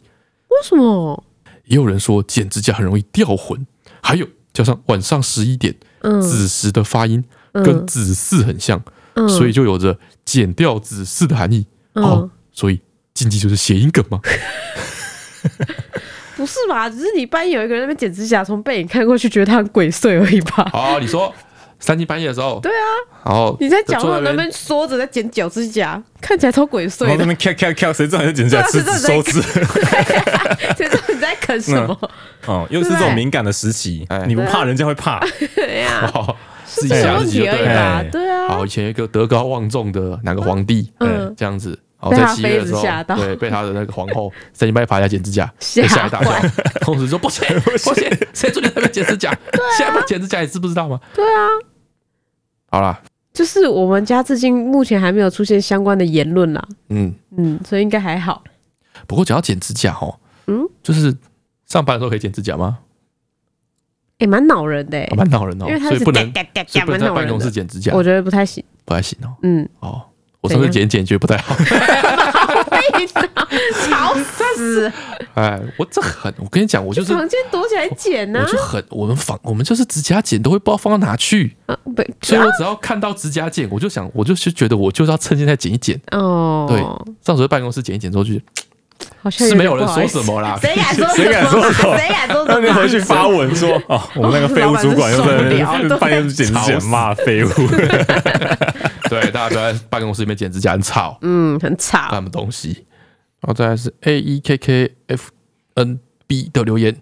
Speaker 5: 为什么？
Speaker 2: 也有人说剪指甲很容易掉魂，还有加上晚上十一点
Speaker 5: 嗯，
Speaker 2: 子时的发音
Speaker 5: 嗯
Speaker 2: 跟子嗣很像，
Speaker 5: 嗯
Speaker 2: 所以就有着剪掉子嗣的含义。
Speaker 5: 嗯
Speaker 2: 哦，所以禁忌就是谐音梗嘛。
Speaker 1: 不是吧？只是你班有一个人在那边剪指甲，从背影看过去，觉得他很鬼祟而已吧？
Speaker 2: 好，你说三更半夜的时候，
Speaker 1: 对啊，
Speaker 2: 然后
Speaker 1: 你在角
Speaker 2: 坐
Speaker 1: 落那
Speaker 2: 那边
Speaker 1: 边缩着在剪脚指甲，看起来超鬼
Speaker 3: 然
Speaker 1: 祟
Speaker 2: 哦
Speaker 3: 后那
Speaker 1: 的。
Speaker 3: 边咔咔咔，谁知道你在剪指甲吃
Speaker 1: 对啊谁知
Speaker 3: 手
Speaker 1: 道你
Speaker 3: 指
Speaker 1: 在？ 谁知道你在啃什么？
Speaker 3: 哦，又是这种敏感的时期
Speaker 2: 哎，
Speaker 3: 你不怕人家会怕，
Speaker 1: 对呀，
Speaker 2: 好嗯哦自己
Speaker 3: 这
Speaker 2: 吓
Speaker 3: 种
Speaker 2: 自
Speaker 1: 问
Speaker 2: 己就
Speaker 1: 题而
Speaker 2: 对
Speaker 1: 已
Speaker 2: 了。
Speaker 1: 吧
Speaker 3: 哎？
Speaker 1: 对啊
Speaker 2: 好，，以前有一个德高望重的哪个皇帝，
Speaker 5: 嗯
Speaker 2: 这样子，哦，
Speaker 1: 被
Speaker 2: 在
Speaker 1: 他
Speaker 2: 七月的
Speaker 1: 妃
Speaker 2: 时
Speaker 1: 子
Speaker 2: 候
Speaker 1: 吓，到
Speaker 2: 对，被他的那个皇后三更半夜爬起来剪指甲，被吓
Speaker 1: 吓
Speaker 2: 一大跳
Speaker 1: 坏，
Speaker 2: 同时说 不行不行，谁准你在那边剪指甲？ 现在不剪指甲，你知不知道吗？
Speaker 1: 啊对啊，
Speaker 2: 好啦，
Speaker 1: 就是我们家至今目前还没有出现相关的言论啦。
Speaker 2: 嗯，
Speaker 1: 嗯，所以应该还好。
Speaker 2: 不过讲到剪指甲哦，
Speaker 5: 嗯，
Speaker 2: 就是上班的时候可以剪指甲吗？
Speaker 1: 也蛮恼人的欸，
Speaker 2: 啊蛮恼人哦
Speaker 1: 因为，他
Speaker 2: 所以
Speaker 1: 是
Speaker 2: 不能，
Speaker 1: 哒哒哒
Speaker 2: 所
Speaker 1: 哒
Speaker 2: 以不
Speaker 1: 蛮
Speaker 2: 能在
Speaker 1: 恼
Speaker 2: 办
Speaker 1: 人
Speaker 2: 公室
Speaker 1: 的。
Speaker 2: 剪指甲，
Speaker 1: 我觉得不太行。
Speaker 2: 不太行哦。
Speaker 1: 嗯，
Speaker 2: 哦，我上次
Speaker 1: 怎样
Speaker 2: 剪一剪觉得不太 好，
Speaker 1: 吵死！
Speaker 2: 哎，我这很，我跟你讲，我就是
Speaker 1: 房间躲起来剪啊呢
Speaker 2: 我。就很，我们仿，我们就是指甲剪都会不知道放到哪去，
Speaker 1: 啊不，
Speaker 2: 所以我只要看到指甲剪，我就想，我就是觉得我就是要趁现在剪一剪。
Speaker 1: 哦，
Speaker 2: 对，上次在办公室剪一剪之后就觉
Speaker 1: 好
Speaker 2: 得
Speaker 1: 像
Speaker 2: 是没有
Speaker 1: 点
Speaker 2: 人
Speaker 1: 不好
Speaker 2: 说
Speaker 1: 意思
Speaker 2: 什。么啦，
Speaker 1: 谁敢说什么？
Speaker 3: 谁敢说什么
Speaker 1: 谁敢说
Speaker 3: 那
Speaker 1: 什
Speaker 3: 边
Speaker 1: 么？
Speaker 3: 回去发文说：“哦，我们那个废物主管又在
Speaker 1: 啊老板真受
Speaker 3: 那
Speaker 1: 不了
Speaker 3: 边半夜剪指甲骂废物。
Speaker 2: 对，大家不要在办公室里面剪指甲，很吵，
Speaker 1: 嗯，很吵。
Speaker 2: 什么东西。然后再来是 A E K K F N B 的留言，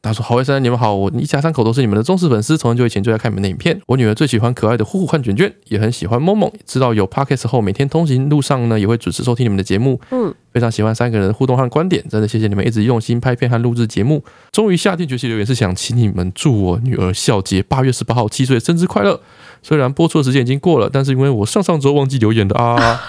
Speaker 2: 他说：“好，魏三，你们好，我一家三口都是你们的忠实粉丝，从很久以前就在看你们的影片。我女儿最喜欢可爱的呼呼和卷卷，也很喜欢梦梦。知道有 podcast 后，每天通行路上呢也会准时收听你们的节目。
Speaker 5: 嗯，
Speaker 2: 非常喜欢三个人的互动和观点，真的谢谢你们一直用心拍片和录制节目。终于下定决心留言，是想请你们祝我女儿笑杰八月十八号七岁生日快乐。虽然播出的时间已经过了，但是因为我上上周忘记留言的啊，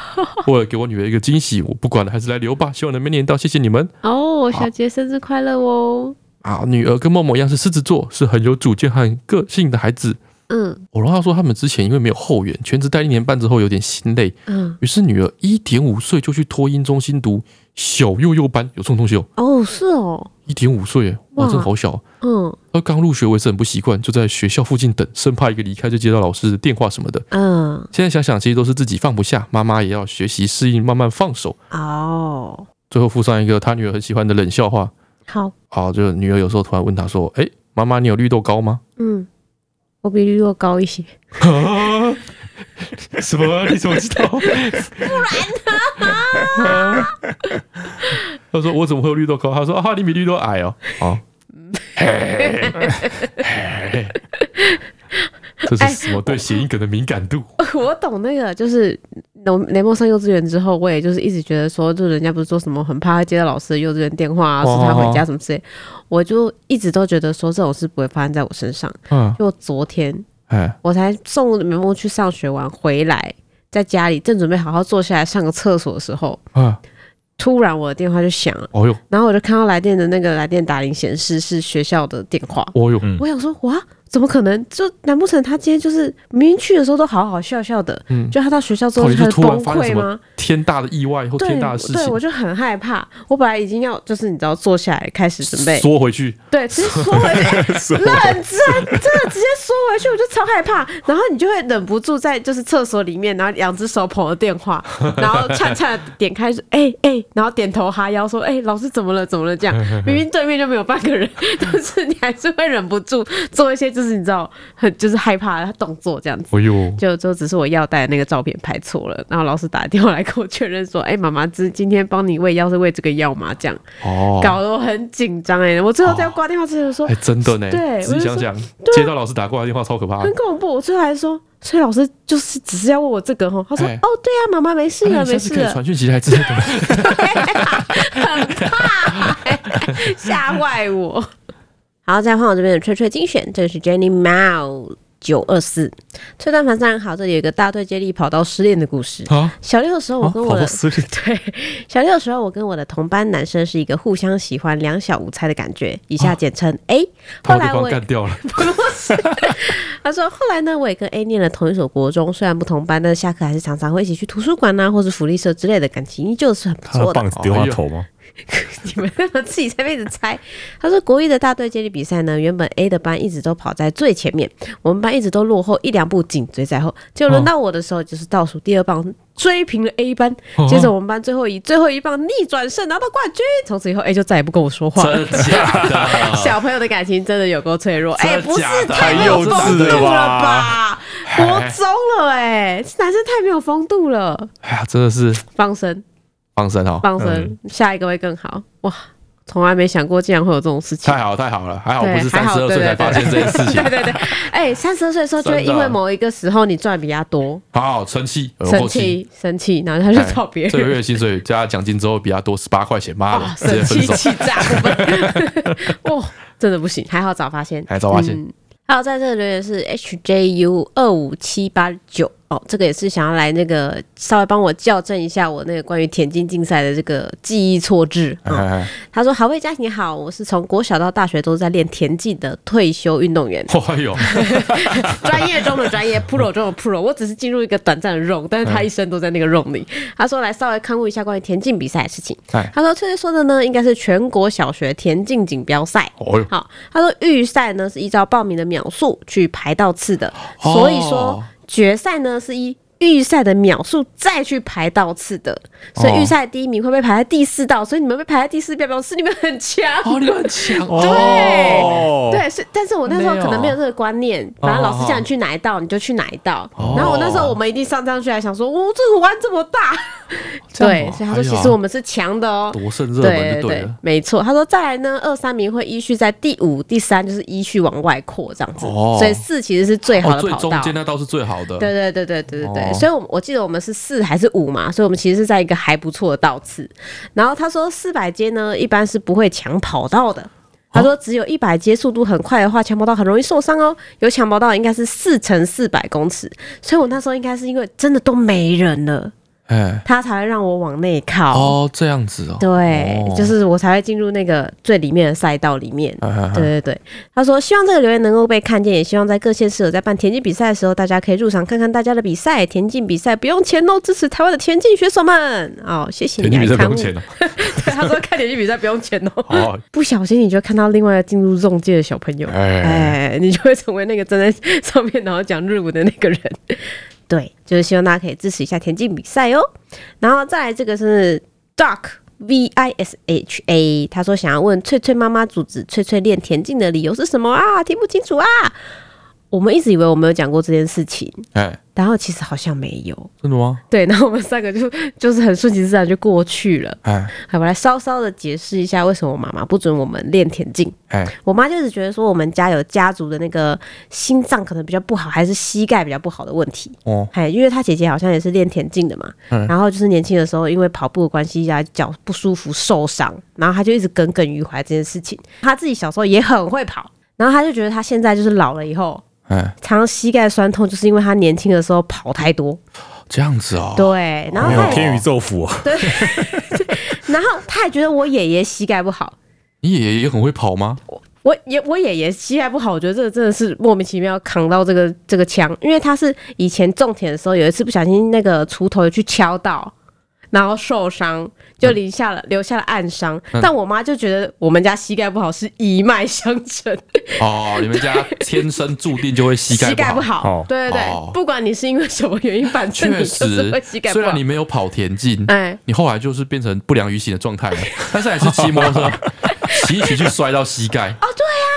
Speaker 2: 为了给我女儿一个惊喜，我不管了，还是来留吧。希望能被念到，谢谢你们。
Speaker 1: 哦，小杰生日快乐哦！
Speaker 2: 啊，女儿跟默默一样是狮子座，是很有主见和个性的孩子。
Speaker 5: 嗯
Speaker 2: 我荣耀说，他们之前因为没有后援，全职带一年半之后有点心累，
Speaker 5: 嗯，
Speaker 2: 于是女儿一点五岁就去托婴中心读小幼幼班，有这种东西哦，
Speaker 5: 哦，是哦，
Speaker 2: 一点五岁耶，哇，
Speaker 5: 哇
Speaker 2: 这个好小哦、
Speaker 5: 嗯
Speaker 2: 她刚入学，我也是很不习惯，就在学校附近等，生怕一个离开就接到老师的电话什么的。
Speaker 5: 嗯，
Speaker 2: 现在想想，其实都是自己放不下，妈妈也要学习适应，慢慢放手。
Speaker 5: 哦，
Speaker 2: 最后附上一个她女儿很喜欢的冷笑话，
Speaker 5: 好，
Speaker 2: 啊，就是女儿有时候突然问她说：“哎、妈妈，你有绿豆糕吗？”
Speaker 5: 嗯，
Speaker 1: 我比绿豆高一些，
Speaker 2: 啊？ 什么？啊你怎么知道？不然
Speaker 1: 啊
Speaker 2: 呢？他说：“我怎么会有绿豆糕？”他说：“啊，你比绿豆矮哦。”哦，嘿嘿这是什么对谐音梗的敏感度？
Speaker 1: 我懂那个，就是我雷梦上幼稚园之后，我也就是一直觉得说，就人家不是说什么很怕会接到老师的幼稚园电话啊，
Speaker 2: 哦
Speaker 1: 是他回家什么之类，我就一直都觉得说这种事不会发生在我身上。
Speaker 2: 嗯，
Speaker 1: 就昨天
Speaker 2: 哎，
Speaker 1: 我才送雷梦去上学完回来，在家里正准备好好坐下来上个厕所的时候，
Speaker 2: 啊，
Speaker 1: 突然我的电话就响了，
Speaker 2: 哦哟，
Speaker 1: 然后我就看到来电的那个来电打铃显示是学校的电话，
Speaker 2: 哦哟，
Speaker 3: 嗯
Speaker 1: 我想说哇，怎么可能？就难不成他今天就是明明去的时候都好好笑笑的，
Speaker 2: 嗯，
Speaker 1: 就他到学校之
Speaker 2: 到
Speaker 1: 后
Speaker 2: 底
Speaker 1: 就开始
Speaker 2: 是突然
Speaker 1: 崩
Speaker 2: 发生什
Speaker 1: 溃
Speaker 2: 么
Speaker 1: 吗？
Speaker 2: 天大的意外或
Speaker 1: 对
Speaker 2: 天大的事，
Speaker 1: 对，
Speaker 2: 情
Speaker 1: 我？就很害怕。我本来已经要就是你知道坐下来开始准备，
Speaker 2: 缩回去，
Speaker 1: 对， 直接缩回去，认真真的直接缩回去，我就超害怕。然后你就会忍不住在就是厕所里面，然后两只手捧着电话，然 后颤颤的点开说：“哎、哎、然后点头哈腰说：“哎、老 师怎么了？怎么了？”这样明明对面就没有半个人，但是你还是会忍不住做一些就是
Speaker 4: 就是你知道，很就是害怕他动作这样子。
Speaker 2: 哎呦，
Speaker 4: 就就只是我药袋的那个照片拍错了，然后老师打电话来跟我确认说：“哎、妈妈，这今天帮你喂药是喂这个药吗？”这样
Speaker 2: 哦，
Speaker 4: 搞得我很紧张哎，我最后在挂电话之前说
Speaker 2: 哎，真的呢，
Speaker 4: 对
Speaker 2: 仔
Speaker 4: 我就
Speaker 2: 细想
Speaker 4: 说
Speaker 2: 想，
Speaker 4: 啊
Speaker 2: 接到老师打过来的电话超可怕的
Speaker 4: 很。恐怖，我最后还说，所以老师就是只是要问我这个哈，他说：“
Speaker 2: 哎
Speaker 4: 哦，对啊，妈妈没事
Speaker 2: 那
Speaker 4: 了，
Speaker 2: 哎你
Speaker 4: 没
Speaker 2: 下次
Speaker 4: 事
Speaker 2: 可以
Speaker 4: 了。”
Speaker 2: 传讯息来之类的。
Speaker 4: 欸吓坏 我。
Speaker 1: 好，再换我这边的吹吹精选，这个是 Jenny Mao 九二四，崔蛋盘上好，这里有一个大队接力跑到失恋的故事。
Speaker 2: 啊，
Speaker 1: 小六的时候，我跟哦我
Speaker 3: 哦跑
Speaker 1: 的、
Speaker 2: 哦
Speaker 3: 到私立
Speaker 1: 对小六的时候，我跟我的同班男生是一个互相喜欢、两小无猜的感觉，以下简称 A、后
Speaker 2: 把哦我对
Speaker 1: 来
Speaker 2: 方
Speaker 1: 我也
Speaker 2: 干掉 了，
Speaker 1: 他说后来呢，我也跟 A 念了同一所国中，虽然不同班，但下课还是常常会一起去图书馆呐、啊或是福利社之类的，感情依旧是很不
Speaker 3: 他
Speaker 1: 错
Speaker 3: 的
Speaker 1: 的
Speaker 3: 棒。子丢他头吗？
Speaker 1: 你们为什么自己在那边一直猜？他说国一的大队接力比赛呢，原本 A 的班一直都跑在最前面，我们班一直都落后一两步，紧追在后。结果轮到我的时候，就是倒数第二棒追平了 A 班，接着我们班最后一最后一棒逆转胜拿到冠军。从此以后 A 就再也不跟我说话了。
Speaker 2: 真假的？
Speaker 4: 小朋友的感情真的有够脆弱，哎、
Speaker 2: 啊真的
Speaker 4: 不是
Speaker 2: 假的
Speaker 4: 太没有风度了吧？国中了、哎，这男生太没有风度了。
Speaker 2: 哎呀，真的是
Speaker 4: 放生，
Speaker 2: 放生哦，
Speaker 4: 放生，下一个会更好。哇，从来没想过竟然会有这种事情
Speaker 2: 太。好太好了，还好
Speaker 4: 对，
Speaker 2: 不是
Speaker 4: 还
Speaker 2: 三
Speaker 4: 好
Speaker 2: 十二岁才发现这件事 情
Speaker 4: 对，对对，哎，三十二岁的时候就会因为某一个时候你赚比较多，
Speaker 2: 好好生气，有
Speaker 4: 生
Speaker 2: 后期。
Speaker 4: 气生气，然后他去找别
Speaker 2: 这个
Speaker 4: 人，
Speaker 2: 月薪水加奖金之后比他多十八块钱，妈
Speaker 4: 啊，
Speaker 2: 的，直接
Speaker 4: 生
Speaker 2: 分
Speaker 4: 气
Speaker 2: 手，
Speaker 4: 气炸部分， 哇，真的不行，还好早发现，
Speaker 2: 还早发现
Speaker 4: 嗯，
Speaker 1: 还有在这个留言是 HJU 二五七八九哦，这个也是想要来那个稍微帮我校正一下我那个关于田径竞赛的这个记忆错置
Speaker 2: 哎
Speaker 4: 嗯
Speaker 1: 啊。
Speaker 2: 哎 哎，
Speaker 1: 他说：“好，魏佳你好，我是从国小到大学都在练田径的退休运动员
Speaker 2: 哎呦，
Speaker 4: 专业中的专业，pro 中的 pro，我只是进入一个短暂的 r 但是他一生都在那个 r 里。
Speaker 1: 他说来稍微看顾一下关于田径比赛的事情。
Speaker 2: 哎
Speaker 1: 他说翠翠说的呢，应该是全国小学田径锦标赛。
Speaker 2: 哦呦，
Speaker 1: 好，他说预赛呢是依照报名的秒数去排到次的，所以说
Speaker 2: 哦
Speaker 1: 决赛呢是依预赛的秒数再去排到次的，所以
Speaker 2: 哦
Speaker 1: 预赛第一名会被排在第四道，所以你们被排在第四，表表示你们很强。
Speaker 2: 哦，你很 强哦，
Speaker 3: 哦，
Speaker 1: 对，是，但是我那时候可能没
Speaker 2: 没
Speaker 1: 有
Speaker 2: 有啊
Speaker 1: 这个观念，反正老师叫你去哪一道你就去哪一道。
Speaker 2: 哦
Speaker 1: 然后我那时候我们一定上上去还想说，哇，这个弯这么大，
Speaker 2: 这样
Speaker 1: 对
Speaker 2: 哦，
Speaker 1: 所以他说
Speaker 2: 哎呀
Speaker 1: 其实我们是强的哦。
Speaker 2: 夺胜热门
Speaker 1: 对
Speaker 2: 就对
Speaker 1: 对
Speaker 2: 了，，
Speaker 1: 没错。他说再来呢，二三名会依序在第五、第三，就是依序往外扩这样子。
Speaker 2: 哦
Speaker 1: 所以四其实是最好
Speaker 2: 哦，
Speaker 1: 的
Speaker 2: 最
Speaker 1: 跑
Speaker 2: 中
Speaker 1: 道。
Speaker 2: 间那道是最好的，
Speaker 1: 对对对对对对对，
Speaker 2: 哦
Speaker 1: 所以我们我记得我们是四还是五嘛，所以我们其实是在一个还不错的倒次。然后他说四百阶呢，一般是不会抢跑道
Speaker 2: 啊
Speaker 1: 的。他说只有一百阶速度很快的话，抢跑道很容易受伤哦。有抢跑道应该是四乘四百公尺，所以我那时候应该是因为真的都没人了，
Speaker 2: 哎，
Speaker 1: 他才会让我往内靠。
Speaker 2: 哦，这样子哦，
Speaker 1: 对，
Speaker 2: 哦
Speaker 1: 就是我才会进入那个最里面的赛道里面。
Speaker 2: 哎哎
Speaker 1: 对对
Speaker 2: 哎
Speaker 1: 对，他说希望这个留言能够被看见，也希望在各县市有在办田径比赛的时候，大家可以入场看看大家的比赛。田径比赛不用钱哦，支持台湾的田径选手们哦，谢谢你。
Speaker 2: 田径比赛不用 钱。了，
Speaker 4: 对，他说看连续比赛不用钱哦，
Speaker 2: 哦，
Speaker 1: 不小心你就看到另外进入中介的小朋友，
Speaker 2: 哎，
Speaker 1: 哎，你就会成为那个站在上面然后讲日文的那个人。 对，就是希望大家可以支持一下田径比赛哦。然后再来这个是 Duck V I S H A，他说想要问翠翠妈妈阻止翠翠练田径的理由是什么啊？听不清楚啊！我们一直以为我们有讲过这件事情，
Speaker 2: 哎，
Speaker 1: 然后其实好像没有。
Speaker 2: 真的吗？
Speaker 1: 对， 然后我们三个就就是很顺其自然就过去了。
Speaker 2: 哎
Speaker 1: 好，我来稍稍的解释一下为什么我妈妈不准我们练田径。
Speaker 2: 哎，
Speaker 1: 我妈就是觉得说我们家有家族的那个心脏可能比较不好，还是膝盖比较不好的问题。
Speaker 2: 哦，
Speaker 1: 哎，因为她姐姐好像也是练田径的嘛，
Speaker 2: 嗯
Speaker 1: 然后就是年轻的时候因为跑步的关系啊，脚不舒服受伤，然后她就一直耿耿于怀这件事情。她自己小时候也很会跑，然后她就觉得她现在就是老了以后，
Speaker 2: 哎，
Speaker 1: 常常膝盖酸痛，就是因为她年轻的时候跑太多。
Speaker 2: 这样子哦，
Speaker 1: 对，然后
Speaker 3: 没
Speaker 1: 她
Speaker 3: 有
Speaker 1: 也，
Speaker 3: 天宇宙服啊，
Speaker 1: 然后她还觉得我爷爷膝盖不好。
Speaker 2: 你爷爷也很会跑吗？
Speaker 1: 我也我爷爷膝盖不好，我觉得这个真的是莫名其妙扛到这个这个枪，因为他是以前种田的时候有一次不小心那个锄头去敲到，然后受伤，就留下了、留下了暗伤。
Speaker 2: 嗯
Speaker 1: 但我妈就觉得我们家膝盖不好是一脉相承，
Speaker 2: 哦，你们家天生注定就会膝 盖
Speaker 1: 膝盖不好，
Speaker 3: 哦
Speaker 1: 对对对，
Speaker 2: 哦
Speaker 1: 不管你是因为什么原因，反正
Speaker 2: 确
Speaker 1: 你就是
Speaker 2: 实
Speaker 1: 会膝盖，不
Speaker 2: 虽
Speaker 1: 好
Speaker 2: 然你。没有跑田径，
Speaker 1: 哎，
Speaker 2: 你后来就是变成不 良于行的状态了，但是还是骑摩托车骑一骑去摔到膝盖。
Speaker 1: 哦，对啊，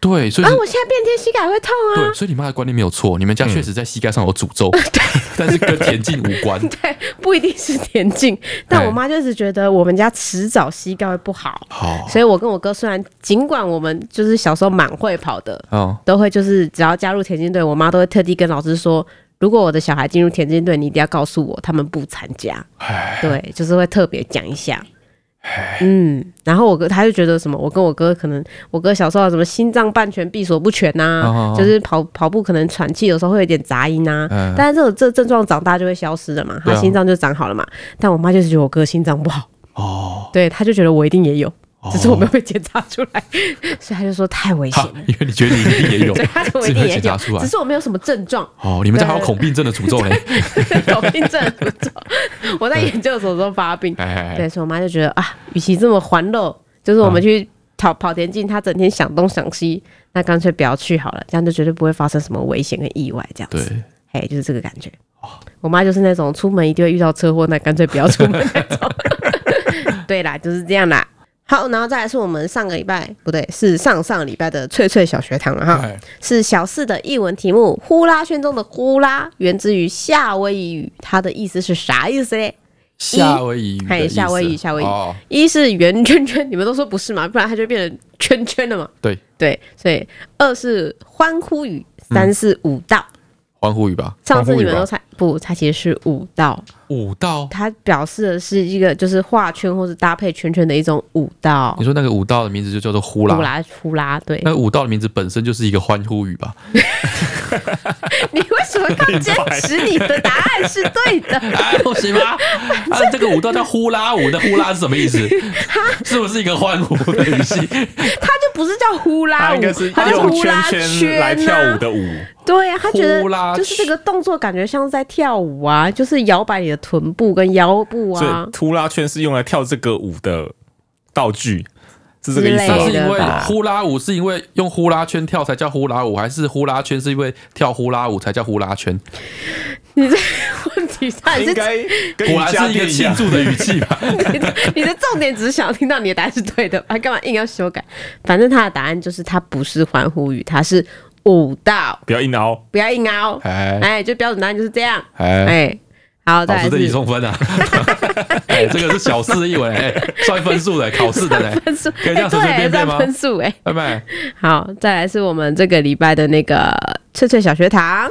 Speaker 2: 对，所以
Speaker 1: 啊
Speaker 2: 你、，
Speaker 1: 我现在变天膝盖会痛啊
Speaker 2: 对，！所以你妈的观念没有错，你们家确实在膝盖上有诅 咒，但是跟田径无关。
Speaker 1: 对， 不一定是田径，但我妈就是觉得我们家迟早膝盖会不好，
Speaker 2: 好，
Speaker 1: 所以我跟我哥虽然尽管我们就是小时候蛮会跑的，
Speaker 2: 哦，
Speaker 1: 都会就是只要加入田径队，我妈都会特地跟老师说，如果我的小孩进入田径队，你一定要告诉我他们不参加。
Speaker 2: 哎，
Speaker 1: 对，就是会特别讲一下。嗯，然后我哥他就觉得什么，我跟我哥可能，我哥小时候有什么心脏半全闭锁不全呐、
Speaker 2: 哦哦哦
Speaker 1: 就是跑跑步可能喘气有时候会有点杂音呐、
Speaker 2: 嗯
Speaker 1: 但是这种这症状长大就会消失的嘛，他
Speaker 2: 对啊
Speaker 1: 心脏就长好了嘛。但我妈就是觉得我哥心脏不好，
Speaker 2: 哦，
Speaker 1: 对，他就觉得我一定也有，只是我没
Speaker 2: 们
Speaker 1: 有被检查出来， 所以他就说太危险
Speaker 2: 好
Speaker 1: 了，，
Speaker 2: 因为你觉得你一定 也有，
Speaker 1: 对，他说我一
Speaker 2: 自己
Speaker 1: 定
Speaker 2: 没
Speaker 1: 也
Speaker 2: 检
Speaker 1: 有，
Speaker 2: 查出来
Speaker 1: 只。是我没有什么症状，
Speaker 2: 哦，你们家还有恐病症的诅咒嘞！
Speaker 1: 狗病症的诅咒。 我在研究所的时候发病，
Speaker 2: 哎哎，
Speaker 1: 对，
Speaker 2: 哎
Speaker 1: 所以我妈就觉得啊，与其这么环漏，就是我们
Speaker 2: 嗯
Speaker 1: 去跑跑田径，她整天想东想西，那干脆不要去好了，这样就绝对不会发生什么危险跟意外，这样子，
Speaker 2: 对，哦
Speaker 1: 哎，就是这个感觉。我妈就是那种出门一定会遇到车祸，那干脆不要出门那 种。对啦，就是这样啦。好，然后再来是我们上个礼拜不对，是上上礼拜的翠翠小学堂了哈。
Speaker 2: 哎
Speaker 1: 是小四的译文题目“呼啦圈”中的“呼啦”源自于夏威夷语，它的意思是啥意思嘞？
Speaker 2: 夏威夷语的
Speaker 1: 哎
Speaker 2: 意思，啊
Speaker 1: 夏威夷夏威夷
Speaker 2: 哦，
Speaker 1: 一是圆圈圈，你们都说不是嘛，不然它就变成圈圈了嘛。
Speaker 2: 对，
Speaker 1: 对，所以二是欢呼语，三是舞蹈。
Speaker 2: 欢呼语吧，
Speaker 1: 上次
Speaker 3: 欢
Speaker 1: 你
Speaker 3: 呼语
Speaker 1: 们
Speaker 3: 吧
Speaker 1: 都猜不？它其实是舞蹈，
Speaker 2: 舞蹈。
Speaker 1: 它表示的是一个就是画圈或是搭配圈圈的一种舞蹈
Speaker 2: 你。说那个舞蹈的名字就叫做呼啦，
Speaker 1: 呼啦呼啦，对
Speaker 2: 那个舞蹈的名字本身就是一个欢呼语吧？
Speaker 1: 你为什么要坚持你的答案是对 的？
Speaker 2: 哎，不 行吗？啊，这个舞蹈叫呼啦舞，那呼啦是什么意思？是不是一个欢呼的语系？
Speaker 1: 它就不是叫呼啦
Speaker 3: 他应该
Speaker 1: 舞，
Speaker 3: 是
Speaker 1: 它
Speaker 3: 用
Speaker 1: 呼
Speaker 3: 圈
Speaker 1: 啦
Speaker 3: 圈来
Speaker 1: 啊
Speaker 3: 跳舞的舞，
Speaker 1: 对呀、他觉得
Speaker 2: 呼啦
Speaker 1: 就是这个动作感觉像是在跳舞啊，就是摇摆你的臀部跟腰部
Speaker 3: 所
Speaker 1: 啊
Speaker 3: 以。呼啦圈是用来跳这个舞的道具，是这个意思
Speaker 1: 之类
Speaker 2: 它
Speaker 1: 的
Speaker 2: 是因
Speaker 3: 吗？
Speaker 2: 为
Speaker 1: 吧
Speaker 2: 呼啦舞是因为用呼啦圈跳才叫呼啦舞，还是呼啦圈是因为跳呼啦舞才叫呼啦圈？
Speaker 1: 你这 问题到底
Speaker 3: 应
Speaker 1: 是
Speaker 3: 该跟
Speaker 2: 果
Speaker 3: 瑜伽
Speaker 2: 然是一个
Speaker 3: 垫一
Speaker 2: 庆
Speaker 3: 样。
Speaker 2: 祝的语气吧？
Speaker 1: 你的你的重点只是想要听到你的答案是对的， 还干嘛硬要修改？反正他的答案就是他不是欢呼语，他是舞蹈，
Speaker 3: 不要硬凹，
Speaker 1: 不要硬凹。
Speaker 2: 哎
Speaker 1: 哎，就标准答案就是这样。
Speaker 2: 哎，
Speaker 1: 哎，好，
Speaker 2: 老
Speaker 1: 再
Speaker 2: 师
Speaker 1: 来
Speaker 2: 对你
Speaker 1: 是
Speaker 2: 送分啊！哎，这个是小事一文，哎，算分数的，考试的嘞，
Speaker 1: 分数，
Speaker 2: 可以这
Speaker 1: 哎，
Speaker 2: 样随随
Speaker 1: 对，
Speaker 2: 便便
Speaker 1: 算
Speaker 2: 吗
Speaker 1: 分数，哎，
Speaker 2: 拜拜。
Speaker 1: 好，再来是我们这个礼拜的那个翠翠小学堂。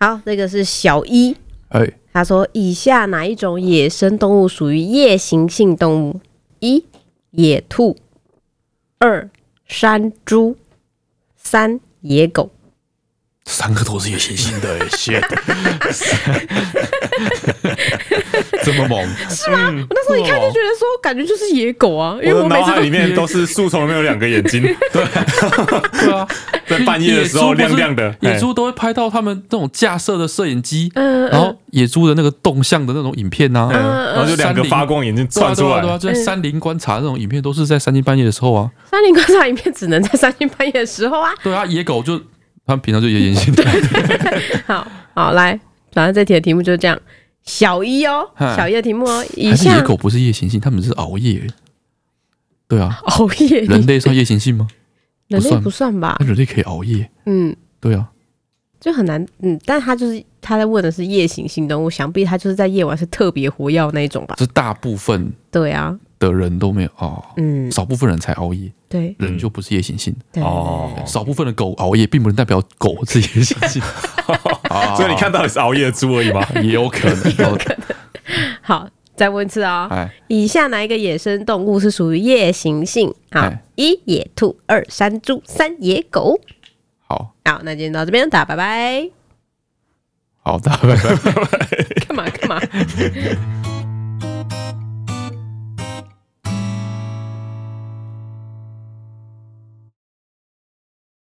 Speaker 1: 好，这个是小一。
Speaker 2: 哎，
Speaker 1: 他说：“以下哪一种野生动物属于夜行性动物？一、野兔；二、山猪；三、野狗。
Speaker 2: 三个都是有信心的，哎 ，shit，这么猛，
Speaker 3: 嗯，哦
Speaker 1: 那时候一看就觉得说，感觉就是野狗啊，因为
Speaker 3: 我的
Speaker 1: 我每
Speaker 3: 脑
Speaker 1: 次
Speaker 3: 海里
Speaker 1: 都
Speaker 3: 面都是树丛里面有两个眼 睛，
Speaker 2: 对啊，
Speaker 3: 在半夜的时候亮亮的，
Speaker 2: 野
Speaker 3: 哎
Speaker 2: 猪都会拍到他们那种架设的摄影机，
Speaker 1: 嗯
Speaker 2: 然后野猪的那个动向的那种影片呐、
Speaker 3: 嗯
Speaker 2: 啊，
Speaker 3: 然后就两个发光眼睛
Speaker 2: 对啊
Speaker 3: 窜
Speaker 2: 对
Speaker 3: 出
Speaker 2: 啊
Speaker 3: 来
Speaker 2: 对，啊，就在山林观察那种影片，都是在三更半夜的时候啊。
Speaker 1: 山林观察影片只能在三更半夜的时候 啊。
Speaker 2: 对啊，野狗就他们平常就野眼 性的，
Speaker 1: 好好来，反正这题的题目就是这样。小一哦，
Speaker 2: 嗨
Speaker 1: 小一的题目哦，以
Speaker 2: 还是野
Speaker 1: 下
Speaker 2: 狗不是夜行性，他们只是熬夜。对啊，
Speaker 1: 熬夜，
Speaker 2: 人类算夜行性吗？
Speaker 1: 人类
Speaker 2: 不算
Speaker 1: 不算吧？
Speaker 2: 那人类可以熬夜。
Speaker 1: 嗯，
Speaker 2: 对啊，
Speaker 1: 就很难，嗯，但他就是他在问的是夜行性动物，想必他就是在夜晚是特别活跃那一种吧？
Speaker 2: 这大部分
Speaker 1: 对啊，
Speaker 2: 的人都没有哦，
Speaker 1: 嗯，
Speaker 2: 少部分人才熬夜，
Speaker 1: 对
Speaker 2: 人就不是夜行性。
Speaker 1: 对，
Speaker 3: 哦，
Speaker 2: 少部分的狗熬夜，并不能代表狗是夜行性。啊
Speaker 3: 所以你看到底是熬夜的猪而已吗？
Speaker 2: 也有可能，有可能。
Speaker 1: 好，再问一次啊、哦，
Speaker 2: 哎，
Speaker 1: 以下哪一个野生动物是属于夜行性？好
Speaker 2: 哎，
Speaker 1: 一野兔，二山猪，三野狗。
Speaker 2: 好
Speaker 1: 好，那今天到这边，大家拜拜。
Speaker 2: 好的，拜拜。
Speaker 1: 干嘛干嘛？